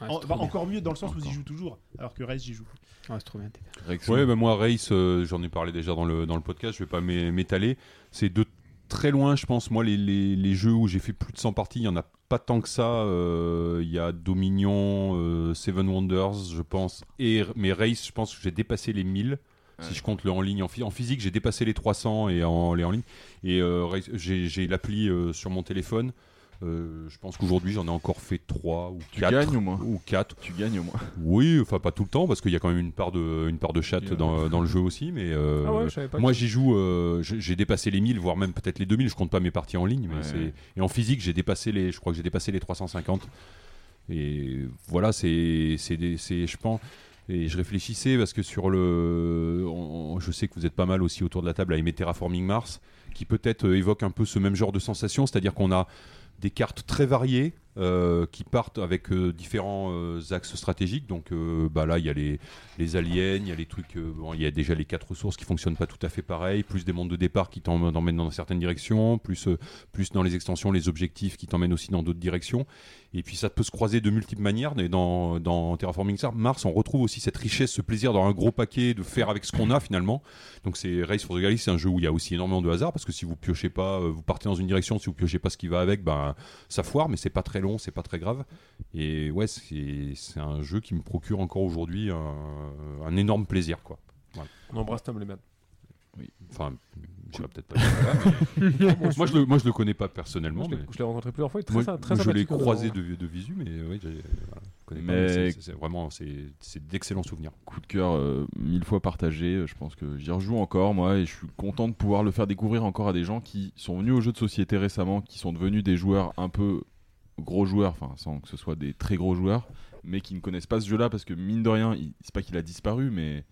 S4: Ouais, c'est
S2: en-
S4: trop
S2: bah,
S4: bien.
S2: encore mieux dans le sens où j'y joue toujours, alors que Race, j'y joue plus.
S4: Ouais, c'est trop bien, TTA.
S6: Ouais, bah moi, Race, euh, j'en ai parlé déjà dans le, dans le podcast, je vais pas m'é- m'étaler. C'est de très loin, je pense, moi, les, les, les jeux où j'ai fait plus de 100 parties, il y en a pas tant que ça. Euh, Il y a Dominion, euh, Seven Wonders, je pense. Et, mais Race, je pense que j'ai dépassé les 1000. Si je compte le en ligne, en, phy- en physique, j'ai dépassé les 300 et en, les en ligne. Et euh, Race- j'ai j'ai l'appli euh, sur mon téléphone. Euh, je pense qu'aujourd'hui j'en ai encore fait 3 ou
S1: Tu
S6: 4
S1: gagnes au moins.
S6: ou 4
S1: Tu gagnes au moins.
S6: oui, enfin pas tout le temps parce qu'il y a quand même une part de une part de chatte dans, dans le jeu aussi, mais euh,
S1: Ah ouais, je savais pas
S6: moi
S1: que-
S6: j'y joue, euh, j'ai j'ai dépassé les 1000 voire même peut-être les 2000. Je compte pas mes parties en ligne, mais
S1: Ouais.
S6: c'est et en physique j'ai dépassé les, je crois que j'ai dépassé les 350. Et voilà, c'est c'est des- c'est je pense. Et je réfléchissais parce que sur le, on- on- je sais que vous êtes pas mal aussi autour de la table à aimer Terraforming Mars, qui peut-être euh, évoque un peu ce même genre de sensation, c'est-à-dire qu'on a des cartes très variées euh, qui partent avec euh, différents euh, axes stratégiques. Donc euh, bah là, il y a les, les aliens, il y a les trucs, euh, bon, il y a déjà les quatre ressources qui fonctionnent pas tout à fait pareil, plus des mondes de départ qui t'emmènent t'emmènent dans certaines directions, plus, euh, plus dans les extensions, les objectifs qui t'emmènent aussi dans d'autres directions. Et puis ça peut se croiser de multiples manières. Et dans, dans Terraforming Mars, on retrouve aussi cette richesse, ce plaisir dans un gros paquet de faire avec ce qu'on a finalement. Donc c'est Race for the Galaxy, c'est un jeu où il y a aussi énormément de hasard parce que si vous piochez pas, euh, vous partez dans une direction, si vous piochez pas ce qui va avec, ben ça foire, mais c'est pas très long, c'est pas très grave. Et ouais, c'est c'est un jeu qui me procure encore aujourd'hui un, un énorme plaisir quoi. Voilà.
S3: On embrasse Tom Lehman.
S6: Oui. Enfin, je dirais peut-être pas. mais- moi, je le, moi je le connais pas personnellement.
S3: Je l'ai-
S6: mais-
S3: je l'ai rencontré plusieurs fois, il est très
S6: Moi,
S3: sy- très
S6: Je l'ai
S3: sympathique, vraiment.
S6: croisé de, de visu, mais euh, oui, j'ai- voilà, je connais pas,
S1: Mais-
S6: mais c'est- c'est- c'est vraiment c'est c'est d'excellents souvenirs.
S1: coup de cœur euh, mille fois partagé. Euh, Je pense que j'y rejoue encore, moi, et je suis content de pouvoir le faire découvrir encore à des gens qui sont venus aux jeux de société récemment, qui sont devenus des joueurs un peu gros joueurs, enfin, sans que ce soit des très gros joueurs, mais qui ne connaissent pas ce jeu-là parce que, mine de rien, il- c'est pas qu'il a disparu, mais.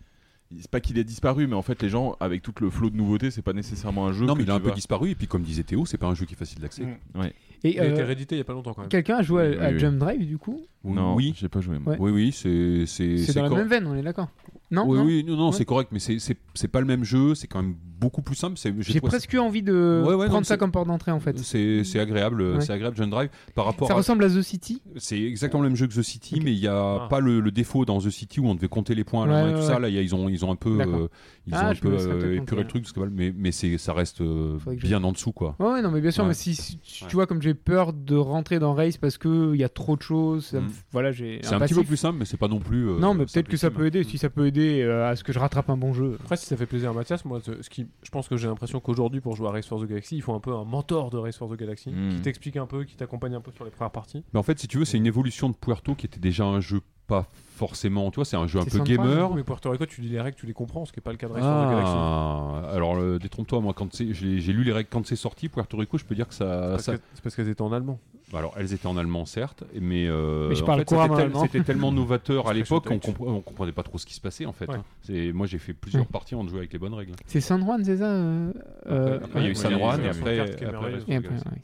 S1: C'est pas qu'il est disparu, mais en fait, les gens, avec tout le flot de nouveautés, c'est pas nécessairement un jeu.
S6: Non,
S1: que
S6: mais il a
S1: tu
S6: un peu
S1: vas-
S6: disparu, et puis comme disait Théo, c'est pas un jeu qui est facile
S4: Mm.
S6: d'accès.
S1: Ouais.
S4: Et, euh,
S3: Il a été réédité il y a pas longtemps quand même.
S4: Quelqu'un a joué à, à
S6: Oui, oui.
S4: Jump Drive du coup
S1: Non,
S6: oui,
S1: j'ai pas joué. moi.
S4: Ouais.
S6: Oui, oui, c'est c'est
S4: C'est
S6: c'est
S4: dans la
S6: cor-
S4: même veine, on est d'accord Non
S6: oui,
S4: non
S6: oui, non, non,
S4: Ouais.
S6: c'est correct, mais c'est- c'est c'est pas le même jeu, c'est quand même beaucoup plus simple. c'est-
S4: J'ai
S6: trouvé ça-
S4: presque eu envie de
S6: Ouais, ouais, non, mais
S4: prendre ça
S6: c'est-
S4: comme porte d'entrée en fait.
S6: C'est c'est agréable, euh,
S4: Ouais.
S6: c'est agréable John Drive par rapport.
S4: Ça
S6: à-
S4: ressemble à The City
S6: C'est exactement le même jeu que The City, mais il n'y a pas le, le défaut dans The City où on devait compter les points à la
S4: Ouais,
S6: main et tout
S4: ouais,
S6: ça.
S4: ouais.
S6: Là, il y a- ils ont, ils ont un peu,
S4: D'accord.
S6: euh, ils
S4: Ah,
S6: ont un
S4: je me
S6: peu
S4: laisserai
S6: euh,
S4: peut-être
S6: épuré le
S4: compter,
S6: truc, parce que, voilà, mais, mais c'est- ça reste euh,
S4: Faudrait que je-
S6: bien en dessous, quoi.
S4: Ouais, ouais, non, mais bien sûr,
S6: Ouais.
S4: mais si, si- tu
S6: Ouais.
S4: tu vois, comme j'ai peur de rentrer dans Race parce que il y a trop de choses, ça me-
S6: Mm.
S4: voilà, j'ai.
S6: C'est un, petit
S4: passif.
S6: peu plus simple, mais c'est pas non plus. euh,
S4: non, mais peut-être que ça
S6: simplissime.
S4: peut aider. Si ça peut aider euh, à ce que je rattrape un bon jeu.
S3: Après, si ça fait plaisir à Mathias, moi, ce ce qui, je pense que j'ai l'impression qu'aujourd'hui, pour jouer à Race for the Galaxy, il faut un peu un mentor de Race for the Galaxy
S1: Hmm.
S6: Mm.
S3: qui t'explique un peu, qui t'accompagne un peu sur les premières parties.
S6: Mais en fait, si tu veux, c'est une évolution de Puerto qui était déjà un jeu pas forcément, tu vois, c'est un jeu un
S3: C'est
S6: peu
S3: sympa,
S6: gamer.
S3: Mais Puerto Rico, tu lis les règles, tu les comprends, ce qui n'est pas le cas de Race for the Galaxy.
S6: Ah, alors euh, détrompe-toi, moi quand c'est- j'ai j'ai lu les règles quand c'est sorti, Puerto Rico, je peux dire que ça.
S3: parce
S6: ça-
S3: que- C'est parce qu'elles étaient en allemand.
S6: Bah Alors elles étaient en allemand certes, mais, euh,
S3: Mais je
S6: en
S3: parle
S6: fait,
S3: couramment
S6: c'était tel-
S3: allemand.
S6: C'était tellement novateur à
S3: Très
S6: l'époque qu'on
S3: chouette.
S6: compre- on comprenait pas trop ce qui se passait en fait.
S3: Ouais.
S6: hein. C'est moi j'ai fait plusieurs parties en jouant avec les bonnes règles.
S4: C'est San Juan, c'est ça euh, euh,
S6: Après, il y a eu
S4: ouais.
S6: San Juan et
S3: Ouais.
S6: après.
S3: Carte qui est
S6: après,
S3: merveilleuse.
S6: Race of
S4: Et après,
S6: Galaxy.
S4: ouais.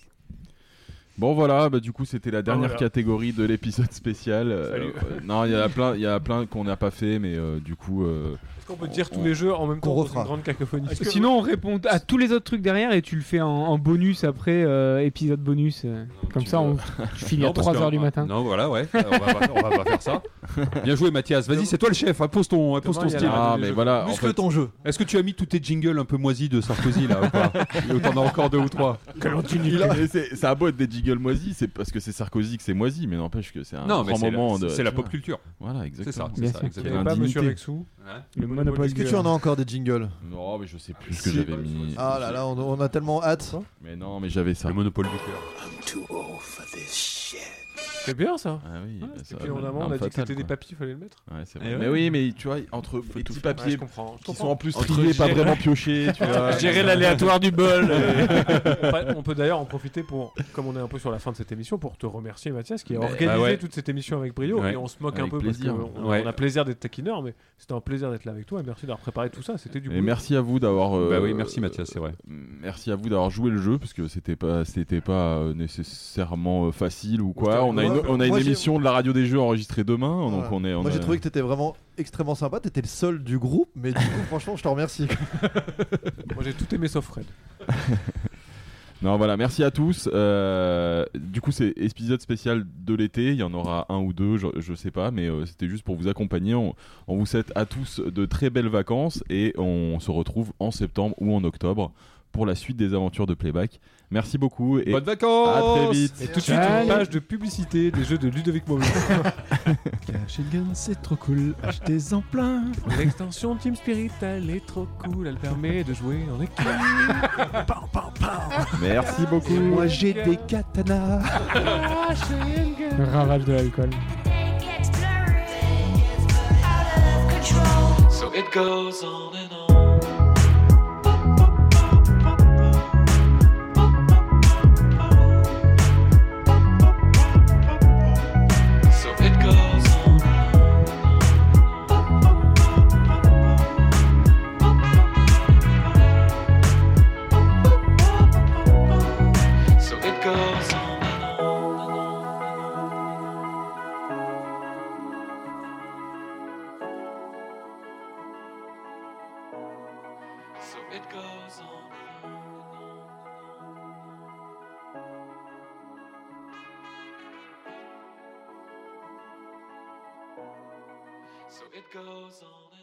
S1: Bon voilà, bah, du coup c'était la dernière
S3: voilà.
S1: catégorie de l'épisode spécial. Euh, euh, non, il y en a plein, il y en a plein qu'on n'a pas fait, mais euh, du coup. euh,
S3: Est-ce qu'on peut dire tous les jeux en même temps dans une grande cacophonie
S4: Sinon, on répond à tous les autres trucs derrière et tu le fais en, en bonus après, euh, épisode bonus. euh. comme ça, on tu finis à
S6: Non, parce
S4: 3h
S6: que-
S4: du matin.
S6: Non, voilà, ouais. On va, pas- on va pas faire ça. Bien joué, Mathias. Vas-y, c'est toi le chef. Impose ton, impose ton
S1: Demain, il y a
S6: style.
S1: la- Ah, mais voilà, en
S6: Muscle
S1: fait-
S6: ton jeu. Est-ce que tu as mis tous tes jingles un peu moisis de Sarkozy là ou pas Et T'en as encore deux ou trois.
S1: Il a- mais c'est- ça a beau être des jiggles moisis, c'est parce que c'est Sarkozy que c'est moisi, mais n'empêche que c'est un
S6: Non, mais
S1: grand
S6: c'est la-
S1: moment
S6: c'est-
S1: de.
S6: c'est la
S1: tu
S6: pop
S1: vois.
S6: culture.
S1: Voilà,
S6: C'est
S1: exactement.
S6: ça, c'est Bien ça, sûr. exactement.
S3: Il y avait pas
S1: Indignité.
S3: Monsieur Rexou
S4: Le monopole
S10: Est-ce que tu en as encore des jingles
S1: Non, mais je sais plus ce que j'avais mis.
S10: Ah là là, on, on a tellement hâte.
S1: Mais non, mais j'avais ça.
S6: Le monopole du cœur.
S13: Too old for this shit.
S3: C'est bien ça.
S1: Ah oui, bah ça,
S3: et puis en
S1: l'arme
S3: avant, on a dit que
S1: fatale,
S3: c'était des
S1: quoi.
S3: papiers, fallait le mettre.
S1: Ouais, c'est
S3: Eh
S1: vrai.
S3: ouais.
S1: Mais oui, mais tu vois, entre les petits
S3: faire. Ouais,
S1: papiers
S3: je comprends, je
S1: qui sont
S3: comprends.
S1: en plus
S3: Entre
S1: triés, pas
S3: gérer-
S1: vraiment piochés, tu vois.
S3: Gérer Bah l'aléatoire du bol. Enfin, on peut d'ailleurs en profiter pour, comme on est un peu sur la fin de cette émission, pour te remercier Mathias qui a
S1: Bah,
S3: organisé
S1: bah ouais.
S3: toute cette émission avec brio
S1: Ouais.
S3: et on se moque un
S1: Avec
S3: peu
S1: plaisir.
S3: parce qu'on
S1: Ouais.
S3: on a plaisir d'être taquineur, mais c'était un plaisir d'être là avec toi et merci d'avoir préparé tout ça. C'était du
S1: Et
S3: boulot.
S1: merci à vous d'avoir. euh,
S6: Bah oui, merci Mathias, c'est vrai.
S1: Merci à vous d'avoir joué le jeu parce que c'était pas c'était pas euh, nécessairement euh, facile ou quoi.
S10: C'était
S1: On a une,
S10: rigolo.
S1: on a une
S10: Moi, j'ai-
S1: émission de la radio des jeux enregistrée demain, donc
S10: Voilà.
S1: on est. on
S10: Moi j'ai
S1: a-
S10: trouvé que t'étais vraiment extrêmement sympa, t'étais le seul du groupe, mais du coup franchement je te remercie.
S3: Moi j'ai tout aimé sauf Fred.
S1: Non, voilà, merci à tous. Euh, du coup, c'est épisode spécial de l'été. Il y en aura un ou deux, je, je sais pas, mais euh, c'était juste pour vous accompagner. On, on vous souhaite à tous de très belles vacances et on se retrouve en septembre ou en octobre pour la suite des aventures de Playback. Merci beaucoup et
S6: Bonnes vacances
S1: à très vite.
S3: Et tout de suite une page de publicité des jeux de Ludovic Mobius.
S14: Cash and Gun, c'est trop cool, achetez-en plein.
S3: L'extension Team Spirit, elle est trop cool, elle permet de jouer en équipe.
S1: Merci beaucoup.
S14: Moi j'ai des katanas.
S4: Ravage de l'alcool.
S15: So it goes on and on. So it goes on and on. So it goes on. So it goes on. So it goes on.